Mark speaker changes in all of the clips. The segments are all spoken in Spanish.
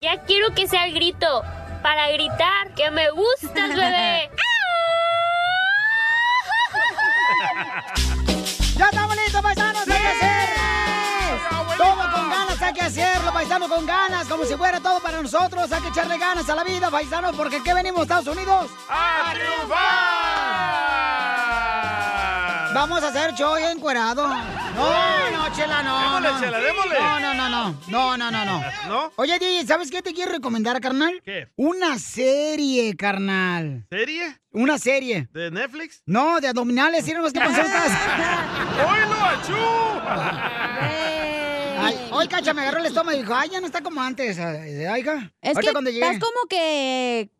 Speaker 1: Ya quiero que sea el grito para gritar que me gustas, bebé.
Speaker 2: ¡Ya estamos listos, paisanos! ¡Hay que hacer! Todo con ganas, hay que hacerlo, paisanos, con ganas, como si fuera todo para nosotros. Hay que echarle ganas a la vida, paisanos, porque ¿qué venimos, Estados Unidos?
Speaker 3: ¡A triunfar!
Speaker 2: Vamos a hacer show ya encuerado. No, no, chela, no.
Speaker 3: Ah. Démosle,
Speaker 2: no.
Speaker 3: Chela, démosle.
Speaker 2: No, no, no, no. No, no, no, no.
Speaker 3: ¿No?
Speaker 2: Oye, DJ, ¿sabes qué te quiero recomendar, carnal?
Speaker 3: ¿Qué?
Speaker 2: Una serie, carnal.
Speaker 3: ¿Serie?
Speaker 2: Una serie.
Speaker 3: ¿De Netflix?
Speaker 2: No, de abdominales, sí, nomás que pasó estas.
Speaker 3: ¡Oilo, achú!
Speaker 2: Ay, hoy, cacha, me agarró el estómago y dijo, ay, ya no está como antes. Ay, ja.
Speaker 4: Es
Speaker 2: Ahorita
Speaker 4: que estás como que...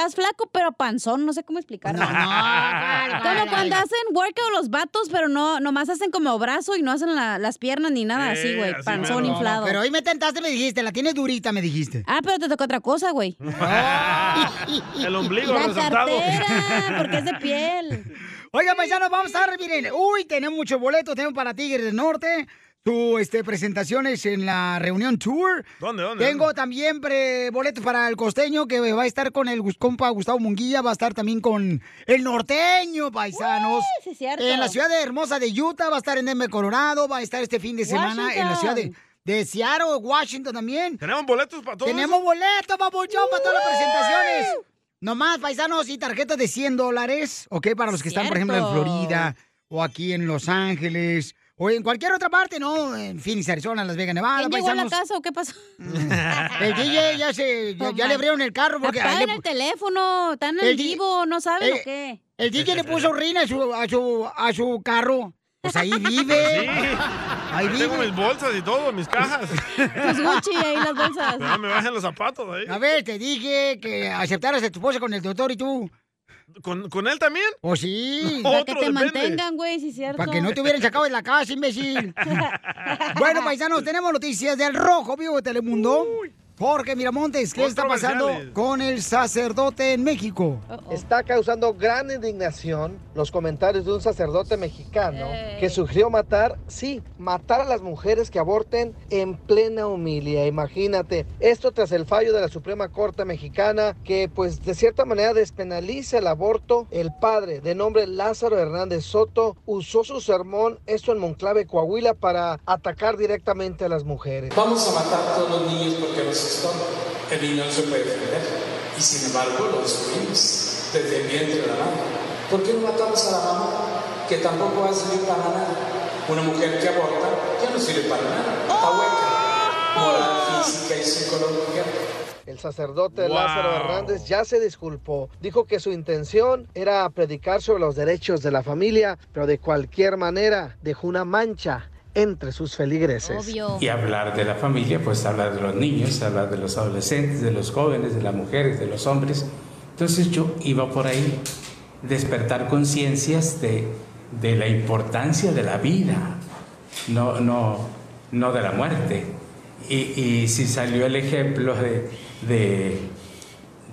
Speaker 4: Estás flaco, pero panzón, no sé cómo explicarlo.
Speaker 2: No, no,
Speaker 4: Como cuando hacen workout los vatos, pero no, nomás hacen como brazo y no hacen la- las piernas ni nada
Speaker 3: Sí,
Speaker 4: así, güey.
Speaker 3: así
Speaker 4: Panzón
Speaker 3: mero.
Speaker 4: inflado.
Speaker 2: Pero hoy me tentaste, me dijiste, la tienes durita, me dijiste.
Speaker 4: Ah, pero te tocó otra cosa, güey.
Speaker 3: El ombligo
Speaker 4: La
Speaker 3: resaltado.
Speaker 4: cartera, porque es de piel.
Speaker 2: Oiga, paisanos, vamos a ver, miren. Uy, tenemos muchos boletos, tenemos para Tigres del Norte. Tu este, presentaciones en la reunión tour.
Speaker 3: ¿Dónde, dónde?
Speaker 2: Tengo también pre- boletos para el costeño que va a estar con el Gus- compa Gustavo Munguía, va a estar también con el norteño, paisanos.
Speaker 4: Uy, sí es cierto.
Speaker 2: En la ciudad de hermosa de Utah, va a estar en Denver, Colorado, va a estar este fin de semana en la ciudad de,
Speaker 4: Washington.
Speaker 2: de Seattle, Washington también.
Speaker 3: ¿Tenemos boletos para todos?
Speaker 2: Tenemos boletos, papuchón, para todas las presentaciones. Nomás, paisanos, y tarjetas de 100 dólares, ¿ok? Para los que están, por ejemplo, en
Speaker 4: Cierto.
Speaker 2: Florida o aquí en Los Ángeles o en cualquier otra parte, ¿no? En Phoenix, Arizona, Las Vegas, Nevada,
Speaker 4: ¿Quién llegó a la
Speaker 2: paisanos.
Speaker 4: casa o qué pasó?
Speaker 2: El DJ ya, se, ya,
Speaker 4: Oh,
Speaker 2: ya
Speaker 4: my.
Speaker 2: le abrieron el carro porque... ahí
Speaker 4: Apagan
Speaker 2: le-
Speaker 4: el teléfono, están en
Speaker 2: El di-
Speaker 4: vivo, no saben
Speaker 2: Eh,
Speaker 4: o qué.
Speaker 2: el DJ le puso orina a su, a su, a su carro. Pues ahí
Speaker 3: Sí.
Speaker 2: vive. Ahí
Speaker 3: Ahí tengo
Speaker 2: vive.
Speaker 3: mis bolsas y todo, mis cajas.
Speaker 4: Tus Gucci ahí las bolsas.
Speaker 3: Pero no me bajen los zapatos ahí.
Speaker 2: A ver, te dije que aceptaras a tu esposa con el doctor y tú.
Speaker 3: ¿Con, con él también?
Speaker 2: O sí.
Speaker 3: No,
Speaker 4: Para que
Speaker 3: otro
Speaker 4: te
Speaker 3: depende.
Speaker 4: mantengan, güey, sí es cierto.
Speaker 2: Para que no te hubieran sacado de la casa, imbécil. bueno, paisanos, tenemos noticias del Rojo Vivo de Telemundo. Jorge Miramontes, ¿qué está pasando
Speaker 3: Controversiales.
Speaker 2: con el sacerdote en México?
Speaker 4: Oh, oh.
Speaker 5: Está causando gran indignación los comentarios de un sacerdote mexicano
Speaker 4: Ey.
Speaker 5: que sugirió matar, sí, matar a las mujeres que aborten en plena humilia. Imagínate, esto tras el fallo de la Suprema Corte Mexicana que pues de cierta manera despenaliza el aborto. El padre de nombre Lázaro Hernández Soto usó su sermón, esto en Monclave, Coahuila, para atacar directamente a las mujeres.
Speaker 6: Vamos a matar a todos los niños porque nos estorban. El niño no se puede defender. Y sin embargo lo destruimos desde el vientre de la mamá. ¿Por qué no matamos a la mamá que tampoco va a servir para nada? Una mujer que aborta ya no sirve para nada. Está hueca. Moral, física y psicológica.
Speaker 5: El sacerdote
Speaker 3: Wow.
Speaker 5: Lázaro Hernández ya se disculpó. Dijo que su intención era predicar sobre los derechos de la familia, pero de cualquier manera dejó una mancha entre sus feligreses.
Speaker 4: Obvio.
Speaker 6: Y hablar de la familia, pues hablar de los niños, hablar de los adolescentes, de los jóvenes, de las mujeres, de los hombres. Entonces yo iba por ahí, despertar conciencias de, de la importancia de la vida, no, no, no de la muerte. Y, y si salió el ejemplo de, de,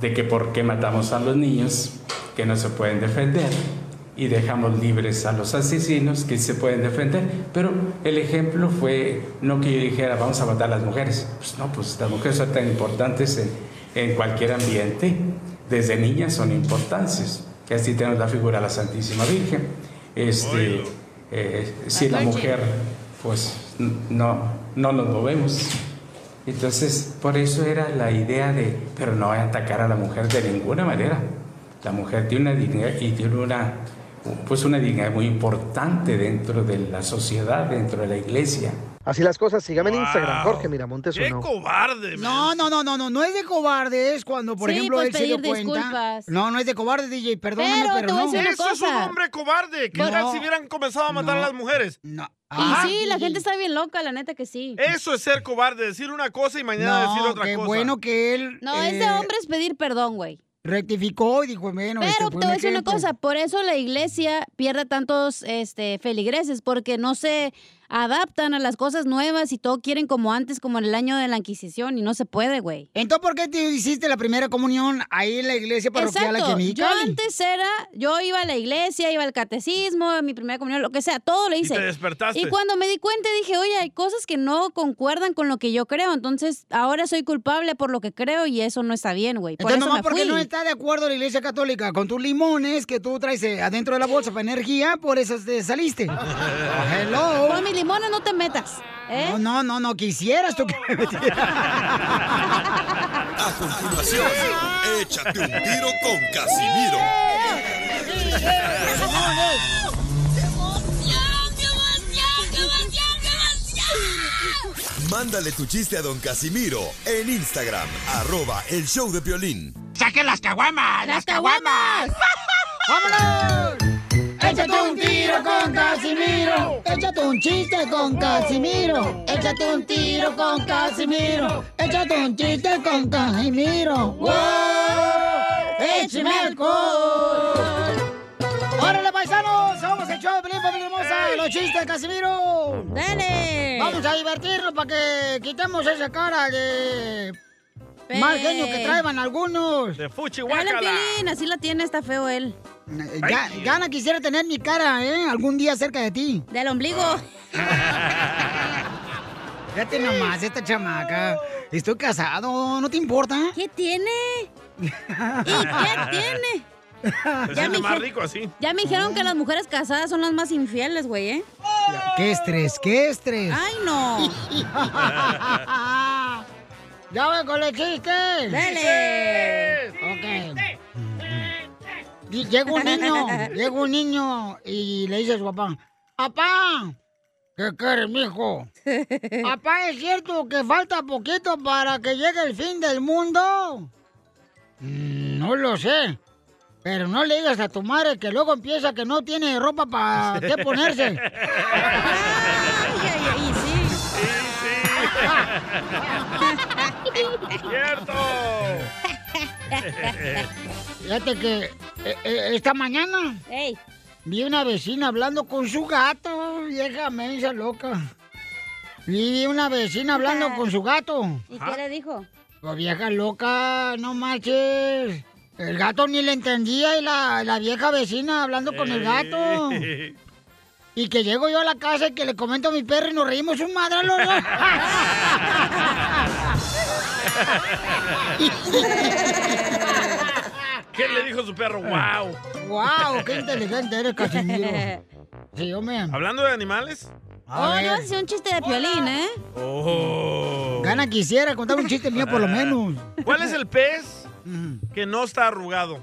Speaker 6: de que por qué matamos a los niños que no se pueden defender y dejamos libres a los asesinos que se pueden defender. Pero el ejemplo fue no que yo dijera vamos a matar a las mujeres. Pues no, pues las mujeres son tan importantes en, en cualquier ambiente. Desde niñas son importantes. Y así tenemos la figura de la Santísima Virgen. Este,
Speaker 3: Oílo.
Speaker 6: eh, si la
Speaker 4: Virgen.
Speaker 6: mujer, pues n- no, no nos movemos. Entonces, por eso era la idea de, pero no voy a atacar a la mujer de ninguna manera. La mujer tiene una dignidad y tiene una, pues una dignidad muy importante dentro de la sociedad, dentro de la iglesia.
Speaker 5: Así las cosas, síganme en Instagram,
Speaker 3: Wow.
Speaker 5: Jorge Miramontes
Speaker 3: ¡Qué
Speaker 5: uno.
Speaker 3: cobarde,
Speaker 2: No,
Speaker 3: man.
Speaker 2: no, no, no, no, no es de cobarde, es cuando, por
Speaker 4: Sí,
Speaker 2: ejemplo,
Speaker 4: pues,
Speaker 2: él se dio
Speaker 4: pedir
Speaker 2: cuenta.
Speaker 4: disculpas.
Speaker 2: No, no es de cobarde, DJ, perdóname,
Speaker 4: Pero
Speaker 2: pero,
Speaker 4: te voy a
Speaker 2: no.
Speaker 4: decir una
Speaker 3: ¡Eso es un
Speaker 4: cosa.
Speaker 3: hombre cobarde! ¿Qué
Speaker 2: No.
Speaker 3: tal si hubieran comenzado a matar
Speaker 2: No.
Speaker 3: a las mujeres?
Speaker 2: No.
Speaker 3: Ah.
Speaker 4: Y sí, la gente está bien loca, la neta que sí.
Speaker 3: Eso es ser cobarde, decir una cosa y mañana
Speaker 2: No,
Speaker 3: decir otra
Speaker 2: qué
Speaker 3: cosa.
Speaker 2: bueno que él
Speaker 4: No, es de
Speaker 2: eh,
Speaker 4: hombres pedir perdón, güey.
Speaker 2: rectificó y dijo, bueno, este
Speaker 4: Pero
Speaker 2: fue
Speaker 4: te voy a
Speaker 2: un
Speaker 4: decir una
Speaker 2: ejemplo.
Speaker 4: cosa, por eso la iglesia pierde tantos este, feligreses, porque no se adaptan a las cosas nuevas y todo quieren como antes, como en el año de la Inquisición, y no se puede, güey.
Speaker 2: Entonces, ¿por qué te hiciste la primera comunión ahí en la iglesia parroquial aquí
Speaker 4: Exacto.
Speaker 2: en
Speaker 4: Yo
Speaker 2: Mexicali?
Speaker 4: antes era, yo iba a la iglesia, iba al catecismo, a mi primera comunión, lo que sea, todo le
Speaker 3: Y
Speaker 4: hice.
Speaker 3: te despertaste.
Speaker 4: Y cuando me di cuenta dije, oye, hay cosas que no concuerdan con lo que yo creo, entonces ahora soy culpable por lo que creo y eso no está bien, güey. Por
Speaker 2: Entonces,
Speaker 4: eso
Speaker 2: nomás
Speaker 4: me
Speaker 2: porque
Speaker 4: fui.
Speaker 2: no está de acuerdo la iglesia católica con tus limones que tú traes eh, adentro de la bolsa para energía, por eso te saliste. Hello.
Speaker 4: Con mis limones no te metas. ¿eh?
Speaker 2: No, no, no, no quisieras tú que me metieras.
Speaker 7: A continuación, échate un tiro con Casimiro. Mándale tu chiste a don Casimiro en Instagram, arroba el show de Piolín.
Speaker 8: ¡Saquen las caguamas!
Speaker 4: ¡Las caguamas!
Speaker 2: ¡Vámonos! Échate un tiro con Casimiro. Échate un chiste con Casimiro. Échate un tiro con Casimiro. Échate un chiste con Casimiro. ¡Wow! ¡Échame alcohol! ¡Órale, paisanos! ¡Somos el show de Pelín, familia hermosa! ¡Los chistes de Casimiro!
Speaker 4: ¡Dale!
Speaker 2: Vamos a divertirnos para que quitemos esa cara de...
Speaker 4: Pe-
Speaker 2: Mal genio que traeban algunos.
Speaker 3: De fuchi
Speaker 4: Dale,
Speaker 3: guácala.
Speaker 4: Piolín, así la tiene, está feo él.
Speaker 2: Eh, Ga- Gana quisiera tener mi cara, ¿eh? Algún día cerca de ti.
Speaker 4: Del ombligo.
Speaker 2: Fíjate nomás, esta chamaca. Estoy casado, ¿no te importa?
Speaker 4: ¿Qué tiene? ¿Y qué tiene?
Speaker 3: Se
Speaker 4: Ya me
Speaker 3: siente Pues más
Speaker 4: dije-
Speaker 3: rico así.
Speaker 4: Ya me dijeron
Speaker 2: Ah.
Speaker 4: que las mujeres casadas son las más infieles, güey, ¿eh?
Speaker 2: ¡Qué estrés, qué estrés!
Speaker 4: ¡Ay, no!
Speaker 2: ¡Ya voy con los chistes!
Speaker 4: ¡Dale!
Speaker 2: Ok. Y Llega un niño, llega un niño y le dice a su papá, ¡Papá! ¿Qué quieres, mijo? ¿Papá, es cierto que falta poquito para que llegue el fin del mundo? "Mm, No lo sé. Pero no le digas a tu madre que luego empieza que no tiene ropa para qué ponerse.
Speaker 4: ¡Ay, ay, ay! Sí.
Speaker 3: ¡Cierto!
Speaker 2: Fíjate que eh, eh, esta mañana
Speaker 4: ¡Ey!
Speaker 2: Vi una vecina hablando con su gato, vieja mensa loca. Vi una vecina hablando con su gato.
Speaker 4: ¿Y qué le dijo?
Speaker 2: La vieja loca, no marches. El gato ni le entendía y la, la vieja vecina hablando con el gato. Y que llego yo a la casa y que le comento a mi perro y nos reímos un madre los dos.
Speaker 3: ¿Qué le dijo su perro? ¡Wow!
Speaker 2: ¡Wow! ¡Qué inteligente eres, Casimiro! Sí, hombre.
Speaker 3: Hablando de animales.
Speaker 2: A
Speaker 4: oh, no,
Speaker 2: ver,
Speaker 4: es un chiste de Piolín, ¿eh?
Speaker 3: Oh.
Speaker 2: Gana quisiera contar un chiste mío por lo menos.
Speaker 3: ¿Cuál es el pez
Speaker 2: Ujú.
Speaker 3: que no está arrugado?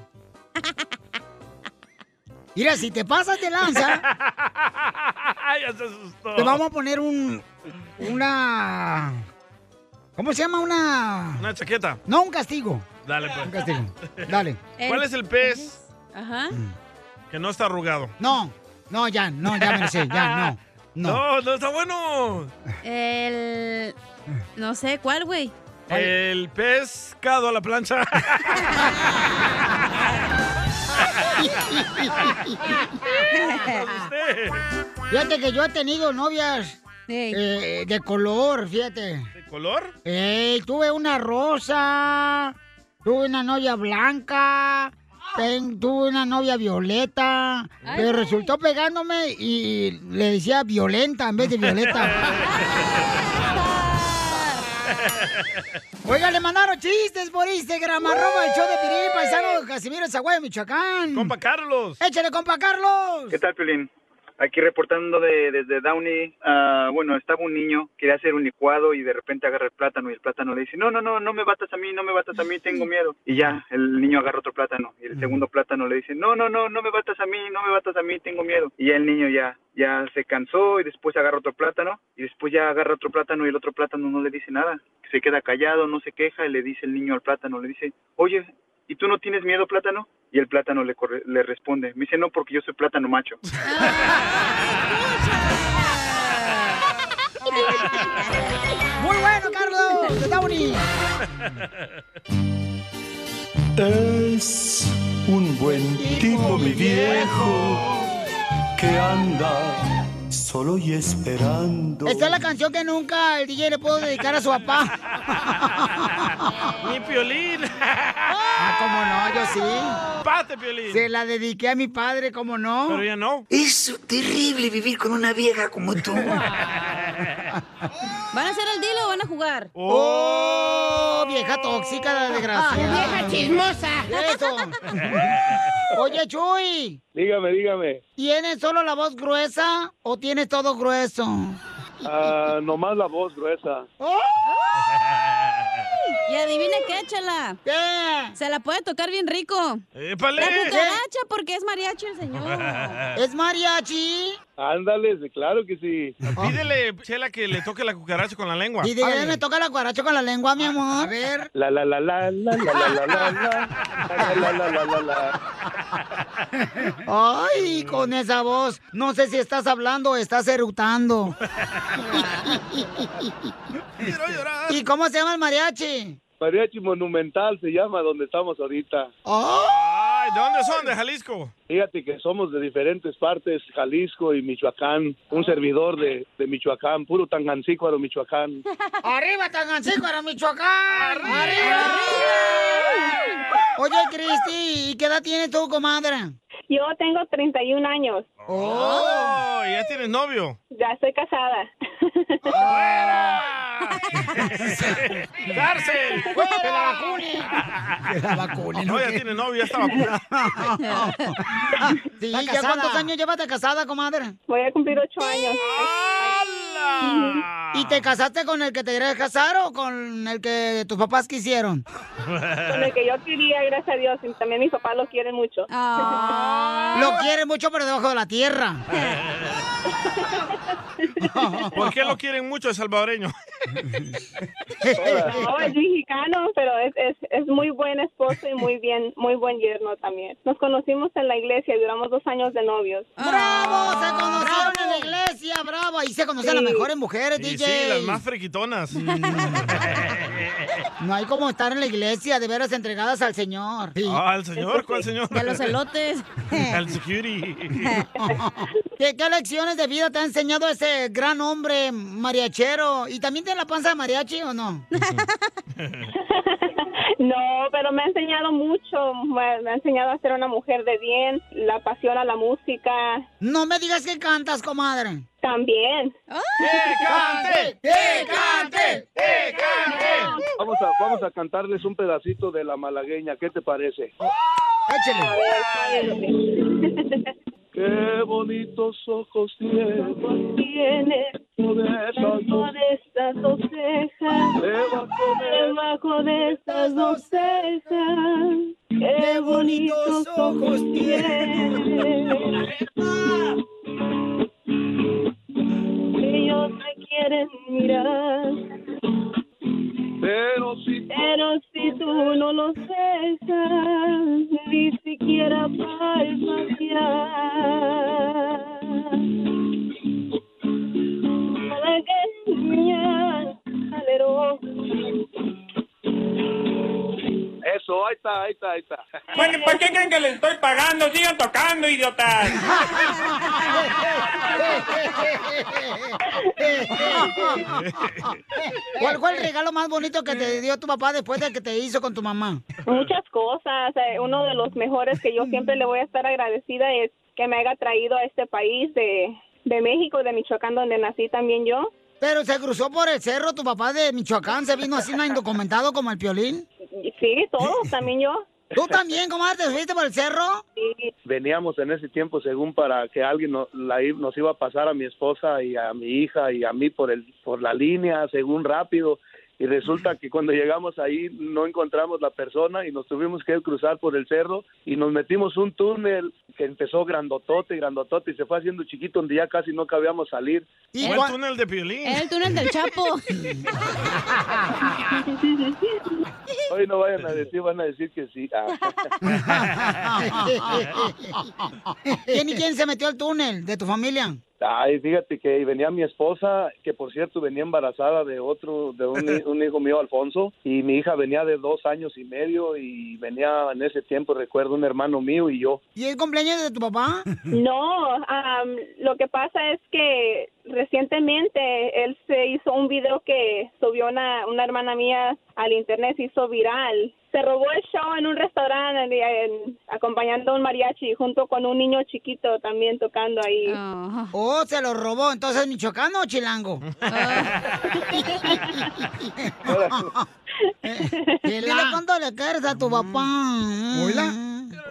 Speaker 2: Mira, si te pasas de lanza...
Speaker 3: ya se asustó.
Speaker 2: Te vamos a poner un. Una. ¿Cómo se llama? Una.
Speaker 3: Una chaqueta.
Speaker 2: No, un castigo.
Speaker 3: Dale,
Speaker 2: Un
Speaker 3: pues.
Speaker 2: castigo. Dale.
Speaker 3: ¿Cuál es el pez
Speaker 4: Ajá.
Speaker 3: que no está arrugado?
Speaker 2: No, no, ya, no, ya me lo sé, ya, no. No.
Speaker 3: no, está bueno.
Speaker 4: El... No sé, ¿cuál, güey?
Speaker 3: El pescado a la plancha. Usted.
Speaker 2: Fíjate que yo he tenido novias
Speaker 4: Ey.
Speaker 2: eh, de color, fíjate.
Speaker 3: ¿De color?
Speaker 2: Ey, tuve una rosa. Tuve una novia blanca. ten- tuve una novia violeta.
Speaker 4: Ay,
Speaker 2: pero
Speaker 4: güey.
Speaker 2: resultó pegándome y le decía violenta en vez de violeta. Oiga, le mandaron chistes por Instagram, arroba el show de Pirín, paisano Casimiro Zaguayo, Michoacán.
Speaker 3: Compa Carlos.
Speaker 2: Échale, compa Carlos.
Speaker 9: ¿Qué tal, Piolín? Aquí reportando de- desde Downey. Ah, bueno, estaba un niño, quería hacer un licuado y de repente agarra el plátano y el plátano le dice, no, no, no, no me batas a mí, no me batas a mí, tengo miedo. Y ya, el niño agarra otro plátano y el segundo plátano le dice, no, no, no, no me batas a mí, no me batas a mí, tengo miedo. Y ya el niño ya, ya se cansó y después agarra otro plátano y después ya agarra otro plátano y el otro plátano no le dice nada. Se queda callado, no se queja y le dice el niño al plátano, le dice, oye, ¿y tú no tienes miedo, plátano? Y el plátano le, corre- le responde, me dice, no, porque yo soy plátano macho.
Speaker 2: Muy bueno, Carlos. De Downey.
Speaker 10: Es un buen tipo mi viejo que anda
Speaker 7: solo y esperando.
Speaker 2: Esta es la canción que nunca el DJ le puedo dedicar a su papá.
Speaker 3: ¡Mi piolín!
Speaker 2: Ah, cómo no, yo sí.
Speaker 3: ¡Pate, piolín!
Speaker 2: Se la dediqué a mi padre, cómo no.
Speaker 3: Pero ya no.
Speaker 11: Es terrible vivir con una vieja como tú.
Speaker 4: ¿Van a hacer el deal o van a jugar?
Speaker 2: ¡Oh! Vieja tóxica, la desgracia.
Speaker 12: Vieja chismosa.
Speaker 2: Eso. Oye, Chuy,
Speaker 13: Dígame, dígame.
Speaker 2: ¿tienes solo la voz gruesa o tienes todo grueso?
Speaker 13: Ah, nomás la voz gruesa.
Speaker 4: Y adivina qué, chala.
Speaker 2: ¿Qué?
Speaker 4: Se la puede tocar bien rico.
Speaker 3: ¡Épale!
Speaker 4: La cucaracha, porque es mariachi el señor.
Speaker 2: ¿Es mariachi?
Speaker 13: Ándale, sí, claro que sí.
Speaker 3: Pídele, Chela, que le toque la cucaracha con la lengua.
Speaker 2: Y de me toca la cuaracha con la lengua, mi amor. A ver.
Speaker 13: La la la la la la la la la la la la la la la.
Speaker 2: Ay, con esa voz. No sé si estás hablando o estás eructando. ¿Y cómo se llama el mariachi?
Speaker 13: Mariachi Monumental se llama donde estamos ahorita.
Speaker 2: ¡Oh!
Speaker 3: Ay, ¿De dónde son? ¿De Jalisco?
Speaker 13: Fíjate que somos de diferentes partes, Jalisco y Michoacán. Un servidor de, de Michoacán, puro tangancícuaro Michoacán.
Speaker 2: ¡Arriba, Tangancícuaro, Michoacán! ¡Arriba! Oye, Cristi, ¿y qué edad tienes tú, comadre?
Speaker 14: Yo tengo 31 años,
Speaker 3: ¡Oh! ¿Ya tienes novio?
Speaker 14: ya estoy casada.
Speaker 3: ¡Cárcel!
Speaker 2: ¡Que la vacunen! ¡Que la vacunen!
Speaker 3: No, ya tiene novio, ya está vacunada.
Speaker 2: Sí,
Speaker 14: Está
Speaker 2: ¿ya
Speaker 14: casada.
Speaker 2: cuántos años llevas de casada, comadre?
Speaker 14: Voy a cumplir 8 años.
Speaker 2: ¿Y te casaste con el que te querías casar o con el que tus papás quisieron?
Speaker 14: Con el que yo quería, gracias a Dios, y también mis papás lo quieren mucho.
Speaker 3: Ah.
Speaker 2: Lo quieren mucho, pero debajo de la tierra.
Speaker 3: ¿Por qué lo quieren mucho el salvadoreño?
Speaker 14: No, es mexicano, pero es, es, es muy buen esposo y muy bien, muy buen yerno también. Nos conocimos en la iglesia y duramos dos años de novios.
Speaker 3: Ah.
Speaker 2: ¡Bravo! Se conocieron en la iglesia, bravo. Ahí se conocen las mejores mujeres, Mm.
Speaker 3: Y
Speaker 2: DJ.
Speaker 3: sí, las más friquitonas.
Speaker 2: No hay como estar en la iglesia, de veras entregadas al Señor. Sí.
Speaker 3: Ah, ¿al señor? ¿Cuál señor?
Speaker 4: De los elotes.
Speaker 3: Al security.
Speaker 2: ¿Qué, qué lecciones de vida te ha enseñado ese gran hombre mariachero? ¿Y también tiene la panza de mariachi o no?
Speaker 14: No, pero me ha enseñado mucho. Me, me ha enseñado a ser una mujer de bien, la pasión a la música
Speaker 2: No me digas que cantas, comadre.
Speaker 14: también.
Speaker 3: ¡Que cante!
Speaker 2: ¡Que cante!
Speaker 3: ¡Que cante!
Speaker 13: Vamos a, vamos a cantarles un pedacito de la malagueña, ¿qué te parece?
Speaker 3: Oh.
Speaker 2: Échale.
Speaker 13: Qué bonitos ojos tienes,
Speaker 14: Tiene
Speaker 13: de esas
Speaker 14: debajo
Speaker 13: dos,
Speaker 14: de estas dos cejas,
Speaker 13: debajo de
Speaker 14: debajo de estas dos cejas. Qué bonitos ojos tienes. Ellos te quieren mirar,
Speaker 13: pero si
Speaker 14: pero si tú no los dejas, ni siquiera palpatear. Malagueña, alero,
Speaker 13: Eso, ahí está, ahí está, ahí está.
Speaker 12: Bueno, ¿para qué creen que les estoy pagando? Sigan tocando, idiotas.
Speaker 2: ¿Cuál fue el regalo más bonito que te dio tu papá después de que te hizo con tu mamá?
Speaker 14: Muchas cosas. Eh, Uno de los mejores que yo siempre le voy a estar agradecida es que me haya traído a este país de, de México, de Michoacán, donde nací también yo.
Speaker 2: Pero se cruzó por el cerro tu papá de Michoacán, se vino así no indocumentado como el piolín.
Speaker 14: Y Sí, todos, también yo.
Speaker 2: ¿Tú también, comadre, te fuiste por el cerro?
Speaker 14: Sí,
Speaker 13: Veníamos en ese tiempo según para que alguien no- la i- nos iba a pasar a mi esposa y a mi hija y a mí por, el, por la línea, según rápido. Y resulta que cuando llegamos ahí no encontramos la persona y nos tuvimos que cruzar por el cerro y nos metimos un túnel que empezó grandotote, grandotote y se fue haciendo chiquito donde ya casi no cabíamos salir.
Speaker 2: Y
Speaker 3: Fue el
Speaker 2: cua-
Speaker 3: túnel de Piolín.
Speaker 4: Era el túnel del Chapo.
Speaker 13: Hoy no vayan a decir, van a decir que sí. Ah.
Speaker 2: ¿Quién y quién se metió al túnel de tu familia?
Speaker 13: Ay, fíjate que venía mi esposa, que por cierto venía embarazada de otro, de un, hi- un hijo mío, Alfonso, y mi hija venía de dos años y medio y venía en ese tiempo, recuerdo, un hermano mío y yo.
Speaker 2: ¿Y el cumpleaños de tu papá?
Speaker 14: No, am, lo que pasa es que recientemente él se hizo un video que subió una, una hermana mía al internet, se hizo viral. Se robó el show en un restaurante en- en- acompañando a un mariachi junto con un niño chiquito también tocando ahí.
Speaker 2: Oh, se lo robó. Entonces, ¿michoacano o chilango? Eh, Dile cuánto le quieres a tu
Speaker 15: Mm.
Speaker 2: papá.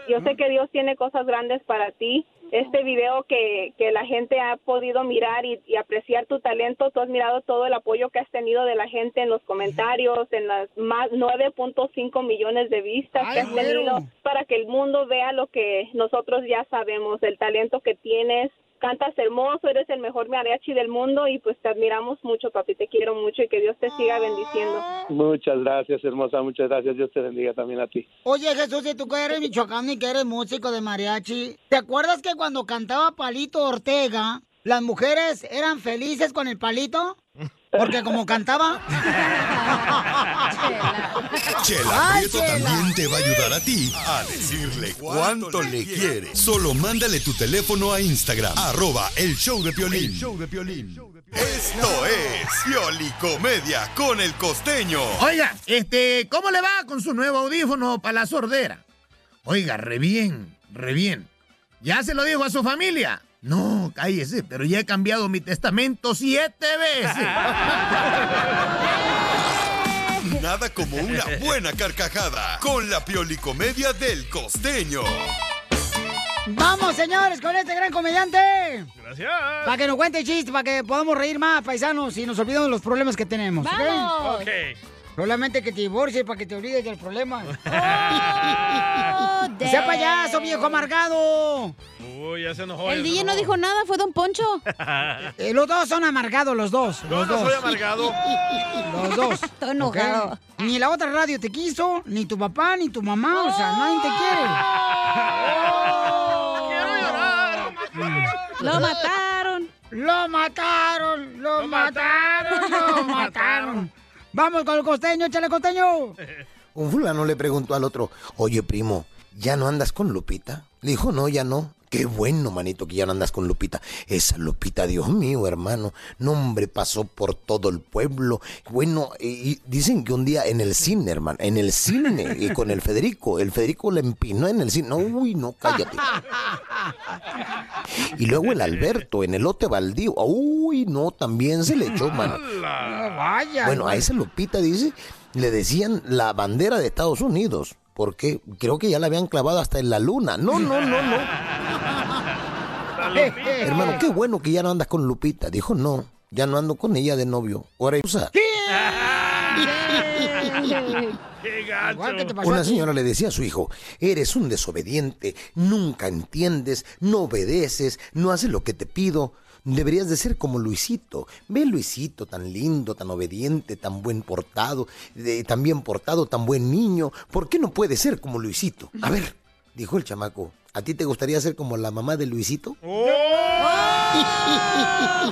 Speaker 14: Yo sé que Dios tiene cosas grandes para ti. Este video que, que la gente ha podido mirar y, y apreciar tu talento, tú has mirado todo el apoyo que has tenido de la gente en los comentarios, en las más 9.5 millones de vistas que
Speaker 15: Ay,
Speaker 14: has tenido,
Speaker 15: güero.
Speaker 14: para que el mundo vea lo que nosotros ya sabemos, el talento que tienes. Cantas hermoso, eres el mejor mariachi del mundo y pues te admiramos mucho, papi. Te quiero mucho y que Dios te siga bendiciendo.
Speaker 13: Muchas gracias, hermosa, muchas gracias. Dios te bendiga también a ti.
Speaker 2: Oye, Jesús, si tú que eres michoacano y que eres músico de mariachi, ¿te acuerdas que cuando cantaba Palito Ortega, las mujeres eran felices con el palito? Porque como cantaba...
Speaker 7: Chela
Speaker 2: Ay,
Speaker 7: Prieto
Speaker 2: Chela.
Speaker 7: también te va a ayudar a ti a decirle cuánto le quiere. Solo mándale tu teléfono a Instagram, arroba el show de Piolín.
Speaker 9: El
Speaker 7: Esto es Piolicomedia con el costeño.
Speaker 9: Oiga, este, ¿cómo le va con su nuevo audífono para la sordera? Oiga, re bien, re bien. ¿Ya se lo dijo a su familia? No, cállese, pero ya he cambiado mi testamento siete veces.
Speaker 7: Nada como una buena carcajada con la Piolicomedia del costeño.
Speaker 2: Vamos, señores, con este gran comediante.
Speaker 10: Gracias.
Speaker 2: Para que nos cuente chistes, para que podamos reír más, paisanos, y nos olvidemos de los problemas que tenemos. ¿ok?
Speaker 10: ¡Vamos! Ok.
Speaker 2: Solamente que te divorcies para que te olvides del problema. ¡Sea payaso, viejo amargado!
Speaker 10: Uy, ya se enojó.
Speaker 16: El
Speaker 10: ya se
Speaker 16: DJ no
Speaker 10: enojó.
Speaker 16: dijo nada, fue Don Poncho.
Speaker 2: Eh, los dos son amargados, los dos.
Speaker 10: Yo
Speaker 2: los
Speaker 10: no
Speaker 2: dos.
Speaker 10: soy amargado.
Speaker 2: Los dos.
Speaker 16: Estoy enojado.
Speaker 2: ¿ok? Ni la otra radio te quiso, ni tu papá, ni tu mamá, o sea, nadie te quiere.
Speaker 16: Oh. Lo mataron.
Speaker 2: Lo mataron, lo, mataron, lo mataron. Vamos con el costeño, chale costeño.
Speaker 17: Un fulano le preguntó al otro, oye primo, ¿ya no andas con Lupita? Le dijo, no, ya no. Qué bueno, manito, que ya no andas con Lupita. Esa Lupita, Dios mío, hermano, nombre pasó por todo el pueblo. Bueno, y, y dicen que un día en el cine, hermano, en el cine, y con el Federico, el Federico le empinó en el cine. No, uy, no, cállate. Y luego el Alberto, en el lote baldío. Uy, no, también se le echó, mano.
Speaker 2: vaya.
Speaker 17: Bueno, a esa Lupita, dice, le decían la bandera de Estados Unidos, porque creo que ya la habían clavado hasta en la luna. No, no, no, no.
Speaker 10: Eh,
Speaker 17: Hermano, qué bueno que ya no andas con Lupita. Dijo, no, ya no ando con ella de novio. Ahora usa.
Speaker 10: ¡Qué gacho!
Speaker 17: Una señora le decía a su hijo, eres un desobediente, nunca entiendes, no obedeces, no haces lo que te pido. Deberías de ser como Luisito. Ve Luisito, tan lindo, tan obediente, tan buen portado, de- tan bien portado, tan buen niño. ¿Por qué no puedes ser como Luisito? A ver, dijo el chamaco, ¿a ti te gustaría ser como la mamá de Luisito?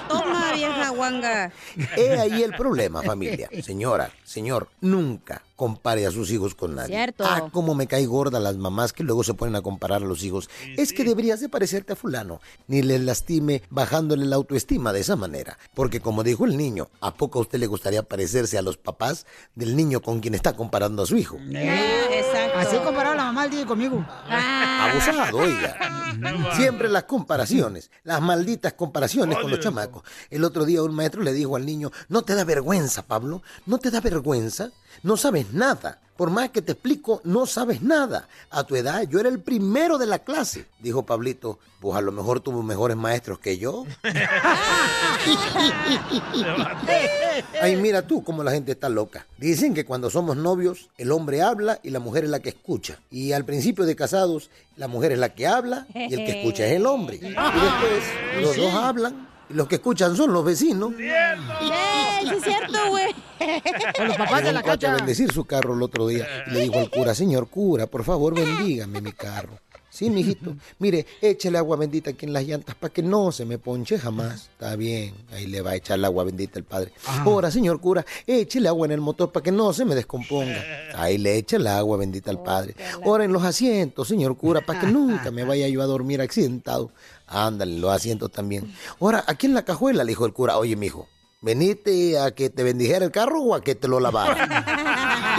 Speaker 16: Toma, vieja guanga.
Speaker 17: He ahí el problema, familia. Señora, señor, nunca compare a sus hijos con nadie.
Speaker 16: Cierto.
Speaker 17: Ah, cómo me cae gorda las mamás que luego se ponen a comparar a los hijos. es que deberías de parecerte a fulano, ni les lastime bajándole la autoestima de esa manera. Porque como dijo el niño, ¿a poco a usted le gustaría parecerse a los papás del niño con quien está comparando a su hijo?
Speaker 16: Exacto. Ah.
Speaker 2: Así comparaba la mamá al día conmigo.
Speaker 17: Abusado, oiga. Siempre las comparaciones, las malditas comparaciones con los chamacos. El otro día un maestro le dijo al niño, no te da vergüenza, Pablo, no te da vergüenza, no sabes nada. Por más que te explico, no sabes nada. A tu edad yo era el primero de la clase. Dijo Pablito, pues a lo mejor tuvo mejores maestros que yo. Ay, mira tú cómo la gente está loca. Dicen que cuando somos novios, el hombre habla y la mujer es la que escucha. Y al principio de casados, la mujer es la que habla y el que escucha es el hombre. Y después los
Speaker 16: Sí.
Speaker 17: dos hablan y los que escuchan son los vecinos.
Speaker 16: ¡Ey, sí es cierto, güey!
Speaker 17: Llegó un cuate a bendecir su carro el otro día y le dijo al cura, señor cura, por favor bendígame mi carro. Sí, mijito. Mire, échale agua bendita aquí en las llantas para que no se me ponche jamás. Está bien, ahí le va a echar el agua bendita el padre. Ahora, señor cura, échele agua en el motor para que no se me descomponga. Ahí le echa el agua bendita al padre. Ahora en los asientos, señor cura, para que nunca me vaya yo a dormir accidentado. Ándale, los asientos también. Ahora, aquí en la cajuela le dijo el cura, oye, mijo, ¿veniste a que te bendijera el carro o a que te lo lavara?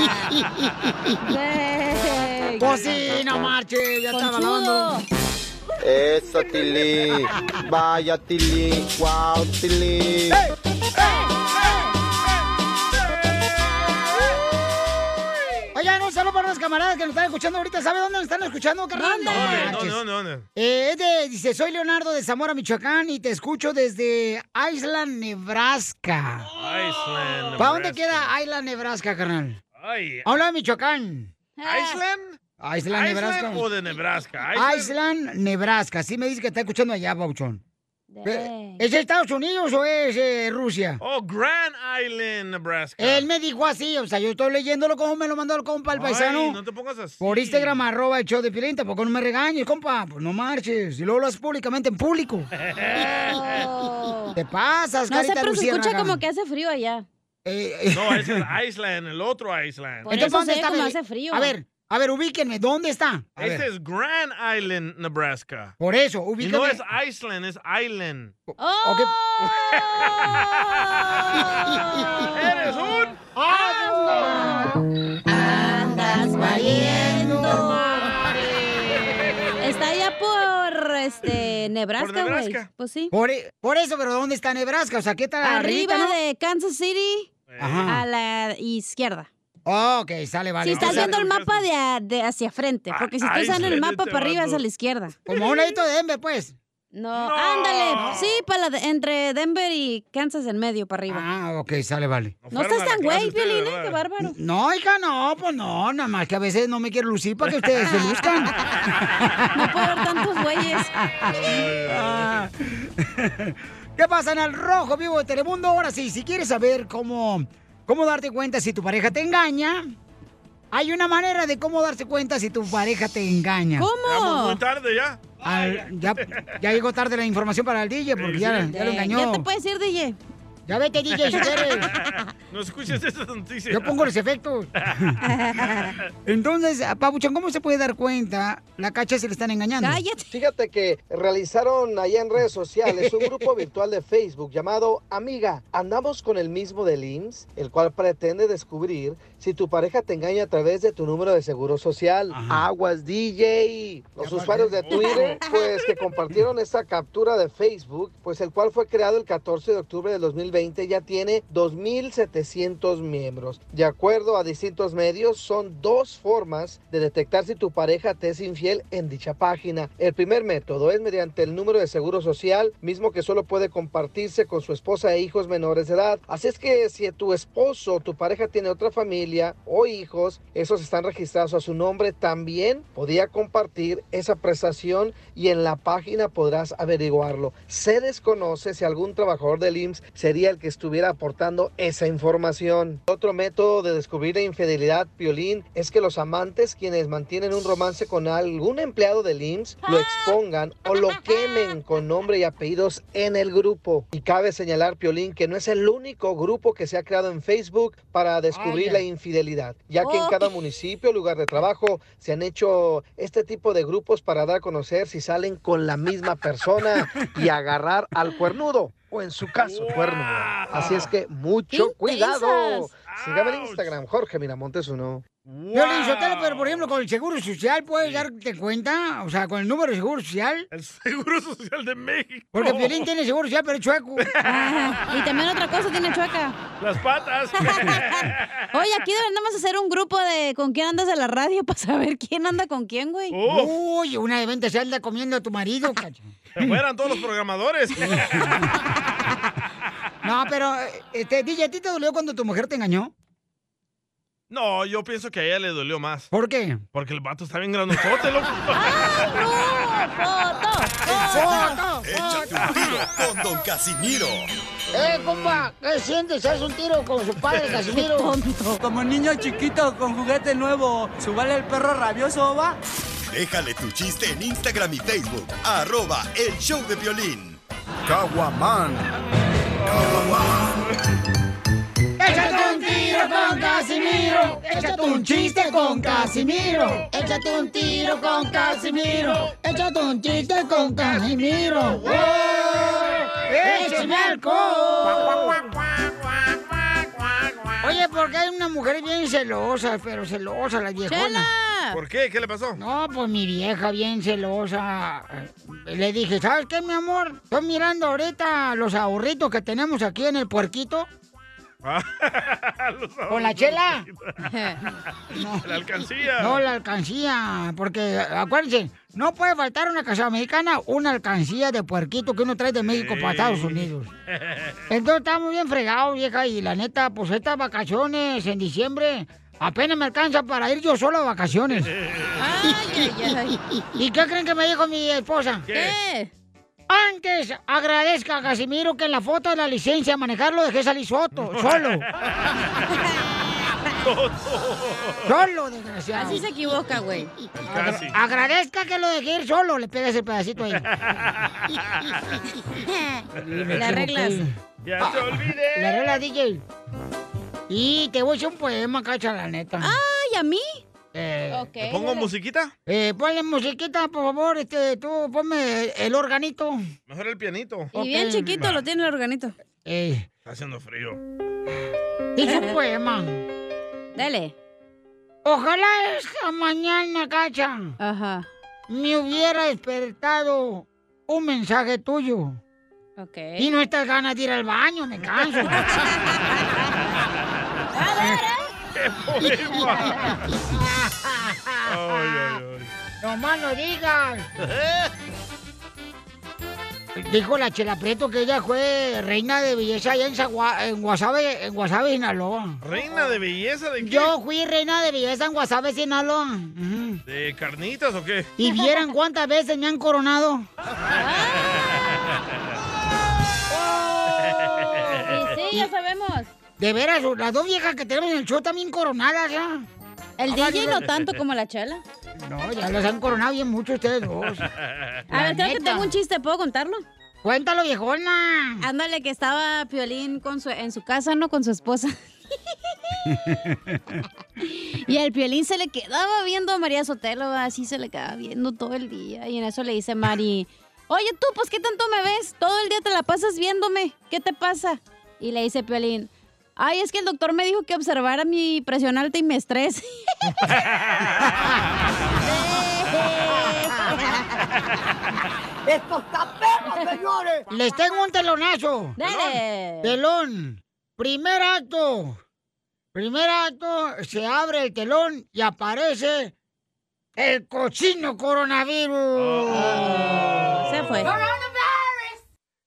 Speaker 2: Pues sí, no marche, ya estaba lavando.
Speaker 14: Eso, Tilly. Vaya, Tilly. Wow, Tilly.
Speaker 2: Oigan, un saludo para unos camaradas que nos están escuchando ahorita. ¿Sabe dónde nos están escuchando, carnal? No
Speaker 3: ¿Dónde?
Speaker 2: marches.
Speaker 3: ¿Dónde? ¿Dónde? ¿Dónde?
Speaker 2: Eh, es de- dice, soy Leonardo de Zamora, Michoacán, y te escucho desde Island, Nebraska.
Speaker 3: Iceland.
Speaker 2: ¿Para dónde
Speaker 3: Nebraska.
Speaker 2: queda Island, Nebraska, carnal?
Speaker 3: Ay,
Speaker 2: Habla de Michoacán.
Speaker 3: ¿Iceland?
Speaker 2: Island, Nebraska.
Speaker 3: o de Nebraska?
Speaker 2: Island, Nebraska. Sí me dice que está escuchando allá, Bauchón. Eh, ¿Es Estados Unidos o es eh, Rusia?
Speaker 3: Oh, Grand Island, Nebraska.
Speaker 2: Él me dijo así, o sea, yo estoy leyéndolo como me lo mandó el compa, el
Speaker 3: Ah. Ay,
Speaker 2: paisano.
Speaker 3: no te pongas así.
Speaker 2: Por Instagram, arroba el show de Piolín, tampoco no me regañes, compa. Pues no marches. Y luego lo haces públicamente en público.
Speaker 3: Eh.
Speaker 2: Te pasas,
Speaker 4: Oh. No sé,
Speaker 2: carita
Speaker 4: pero se escucha
Speaker 2: Ah, luciérnaga. Eh,
Speaker 4: como que hace frío allá.
Speaker 3: No, ese es Iceland, el otro Iceland.
Speaker 2: Entonces, ¿dónde está?
Speaker 4: como
Speaker 2: mi-
Speaker 4: hace frío.
Speaker 2: A ver, a ver, ubíquenme. ¿Dónde está? A
Speaker 3: Este
Speaker 2: ver.
Speaker 3: es Grand Island, Nebraska.
Speaker 2: Por eso,
Speaker 3: Y
Speaker 2: ubíquenme.
Speaker 3: no es Iceland, es Island. Oh.
Speaker 2: Ok.
Speaker 3: ¡Eres un
Speaker 4: Andas valiendo Está allá por este Nebraska, güey.
Speaker 2: Nebraska.
Speaker 4: Pues sí.
Speaker 2: Por, e- por eso, pero ¿dónde está Nebraska? O sea, ¿qué tal
Speaker 4: Arriba
Speaker 2: ¿no?
Speaker 4: de Kansas City
Speaker 2: Ajá.
Speaker 4: a la izquierda.
Speaker 2: Ok, sale, vale. Pues,
Speaker 4: si estás
Speaker 2: O sea,
Speaker 4: viendo el mapa de, a- de hacia frente, porque si estás en el
Speaker 2: Iceland,
Speaker 4: mapa
Speaker 2: este
Speaker 4: para arriba es
Speaker 2: Ah, vato.
Speaker 4: a la izquierda.
Speaker 2: Como un ladito de Denver, pues.
Speaker 4: No, ándale. Sí, para la de- entre Denver y Kansas en medio para arriba.
Speaker 2: Ah, ok, sale, vale.
Speaker 4: no estás tan güey, Piolín, ¿eh? qué bárbaro.
Speaker 2: No, hija, no, pues no, nada más que a veces no me quiero lucir para que ustedes se luzcan.
Speaker 4: No puedo ver tantos güeyes.
Speaker 2: Ah. ¿Qué pasa en el rojo vivo de Telemundo? Ahora sí, si quieres saber cómo, cómo darte cuenta si tu pareja te engaña, hay una manera de cómo darse cuenta si tu pareja te engaña.
Speaker 3: Vamos muy tarde ya.
Speaker 2: Al- ya, ya llegó tarde la información para el DJ porque ya, ya lo engañó.
Speaker 4: Ya te puedes ir, DJ.
Speaker 2: Ya vete, DJ, si quieres.
Speaker 3: No escuches esas noticias.
Speaker 2: Yo pongo los efectos. Entonces, Pabuchón, ¿cómo se puede dar cuenta? La cacha se le están engañando.
Speaker 5: Fíjate que realizaron allá en redes sociales un grupo virtual de Facebook llamado Amiga, andamos con el mismo del IMSS, el cual pretende descubrir si tu pareja te engaña a través de tu número de seguro social. Aguas DJ. Los usuarios de Twitter, pues que compartieron esta captura de Facebook, pues el cual fue creado el 14 de octubre del 2020, ya tiene 2.700 miembros. De acuerdo a distintos medios, son dos formas de detectar si tu pareja te es infiel en dicha página. El primer método es mediante el número de seguro social, mismo que solo puede compartirse con su esposa e hijos menores de edad. Así es que si tu esposo o tu pareja tiene otra familia o hijos, esos están registrados a su nombre, también podía compartir esa prestación y en la página podrás averiguarlo. Se desconoce si algún trabajador del IMSS sería el que estuviera aportando esa información. Otro método de descubrir la infidelidad, Piolín, es que los amantes quienes mantienen un romance con algún empleado del IMSS lo expongan o lo quemen con nombre y apellidos en el grupo. Y cabe señalar, Piolín, que no es el único grupo que se ha creado en Facebook para descubrir
Speaker 18: Vaya.
Speaker 5: la infidelidad, ya que en
Speaker 18: Oh.
Speaker 5: cada municipio, lugar de trabajo, se han hecho este tipo de grupos para dar a conocer si salen con la misma persona y agarrar al cuernudo, o en su caso, cuerno. Así es que mucho
Speaker 2: ¡Qué
Speaker 5: cuidado.
Speaker 2: intensas!
Speaker 5: Sígame en Instagram, Jorge Miramontes uno.
Speaker 2: Violín Sotelo, pero por ejemplo, con el seguro social, ¿puedes darte cuenta? O sea, con el número de seguro social.
Speaker 3: El Seguro Social de México.
Speaker 10: Oh.
Speaker 2: Porque Violín tiene seguro social, pero es chueco.
Speaker 4: y también otra cosa tiene chueca.
Speaker 3: Las patas.
Speaker 4: Oye, aquí deberíamos hacer un grupo de con quién andas en la radio para saber quién anda con quién, güey.
Speaker 2: Uy, una de 20 se anda comiendo a tu marido, cacho.
Speaker 3: Se fueran todos los programadores.
Speaker 2: No, pero, eh, este, DJ, ¿a ti te dolió cuando tu mujer te engañó?
Speaker 3: No, yo pienso que a ella le dolió más.
Speaker 2: ¿Por qué?
Speaker 3: Porque el vato está bien grandotote, loco.
Speaker 2: ¡Ah, ¡Foto!
Speaker 7: Échate un tiro con Don Casimiro.
Speaker 2: ¡Eh, compa! ¿Qué sientes? ¿Haz un tiro con su padre, Casimiro?
Speaker 19: Como niño chiquito con juguete nuevo, subale el perro rabioso, va.
Speaker 7: Déjale tu chiste en Instagram y Facebook. Arroba el show de violín. Caguaman.
Speaker 2: Échate un tiro con Casimiro. Échate un chiste con Casimiro. Échate un tiro con Casimiro. Échate un chiste con Casimiro. ¡Wow! ¡Échame alcohol! Oye, porque hay una mujer bien celosa, pero celosa la viejona.
Speaker 3: ¡Chela! ¿Por qué? ¿Qué le pasó?
Speaker 2: No, pues mi vieja bien celosa. Le dije, ¿sabes qué, mi amor? Estoy mirando ahorita los ahorritos que tenemos aquí en el puerquito.
Speaker 3: Los
Speaker 2: ¿Con la chela?
Speaker 3: La alcancía.
Speaker 2: No, la alcancía, porque acuérdense, no puede faltar una casa mexicana, una alcancía de puerquito que uno trae de México para Estados Unidos. Entonces estamos bien fregados, vieja, y la neta, pues estas vacaciones en diciembre apenas me alcanza para ir yo solo a vacaciones. ¿Y qué creen que me dijo mi esposa?
Speaker 4: ¿Qué?
Speaker 2: Antes agradezca a Casimiro que en la foto de la licencia a manejar lo dejé salir soto, solo. Solo, desgraciado.
Speaker 4: Así se equivoca, güey.
Speaker 2: Agra- agradezca que lo dejé ir solo, le pegas el pedacito ahí.
Speaker 4: Las reglas.
Speaker 2: Ya te
Speaker 3: olvidé.
Speaker 2: Ah, La regla, DJ. Y te voy a hacer un poema, cacha, la neta.
Speaker 4: ¡Ay, a mí!
Speaker 2: Eh,
Speaker 4: Ok. ¿Le pongo
Speaker 3: musiquita?
Speaker 2: Eh, ponle musiquita, por favor, este, tú ponme el, el organito.
Speaker 3: Mejor el pianito.
Speaker 4: Y bien chiquito lo tiene el organito.
Speaker 3: Está haciendo frío.
Speaker 2: Dice un poema.
Speaker 4: Dale.
Speaker 2: Ojalá esta mañana, cacha.
Speaker 4: Ajá.
Speaker 2: Me hubiera despertado un mensaje tuyo.
Speaker 4: Ok.
Speaker 2: Y no estas ganas de ir al baño, me canso.
Speaker 3: ¡Qué poema! Ay, ay,
Speaker 2: No más no digas. Dijo la Chela Prieto que ella fue reina de belleza allá en, Sagua- en Guasave, en Guasave, Sinaloa.
Speaker 3: ay. ¿Reina de belleza de qué?
Speaker 2: Yo fui reina de belleza en Guasave, Sinaloa. Ujú.
Speaker 3: ¿De carnitas o qué?
Speaker 2: Y vieran cuántas veces me han coronado.
Speaker 4: Sí, sí, ya sabemos.
Speaker 2: De veras, las dos viejas que tenemos en el show también coronadas ya.
Speaker 4: El DJ no tanto como la chela.
Speaker 2: No, ya las han coronado bien mucho ustedes dos.
Speaker 4: A ver, creo que tengo un
Speaker 2: chiste.
Speaker 4: chiste, ¿puedo contarlo?
Speaker 2: Cuéntalo, viejona.
Speaker 4: Ándale, que estaba Piolín con su, en su casa, ¿no? Con su esposa. Y el Piolín se le quedaba viendo a María Sotelo, ¿va? así se le quedaba viendo todo el día. Y en eso le dice Mari, oye tú, pues ¿qué tanto me ves? Todo el día te la pasas viéndome, ¿qué te pasa? Y le dice Piolín, ay, es que el doctor me dijo que observara mi presión alta y mi estrés.
Speaker 2: ¡Estos taperos, señores! Les tengo un telonazo.
Speaker 4: Dale.
Speaker 2: Telón. Primer acto. Primer acto, se abre el telón y aparece el cochino coronavirus.
Speaker 4: Se fue.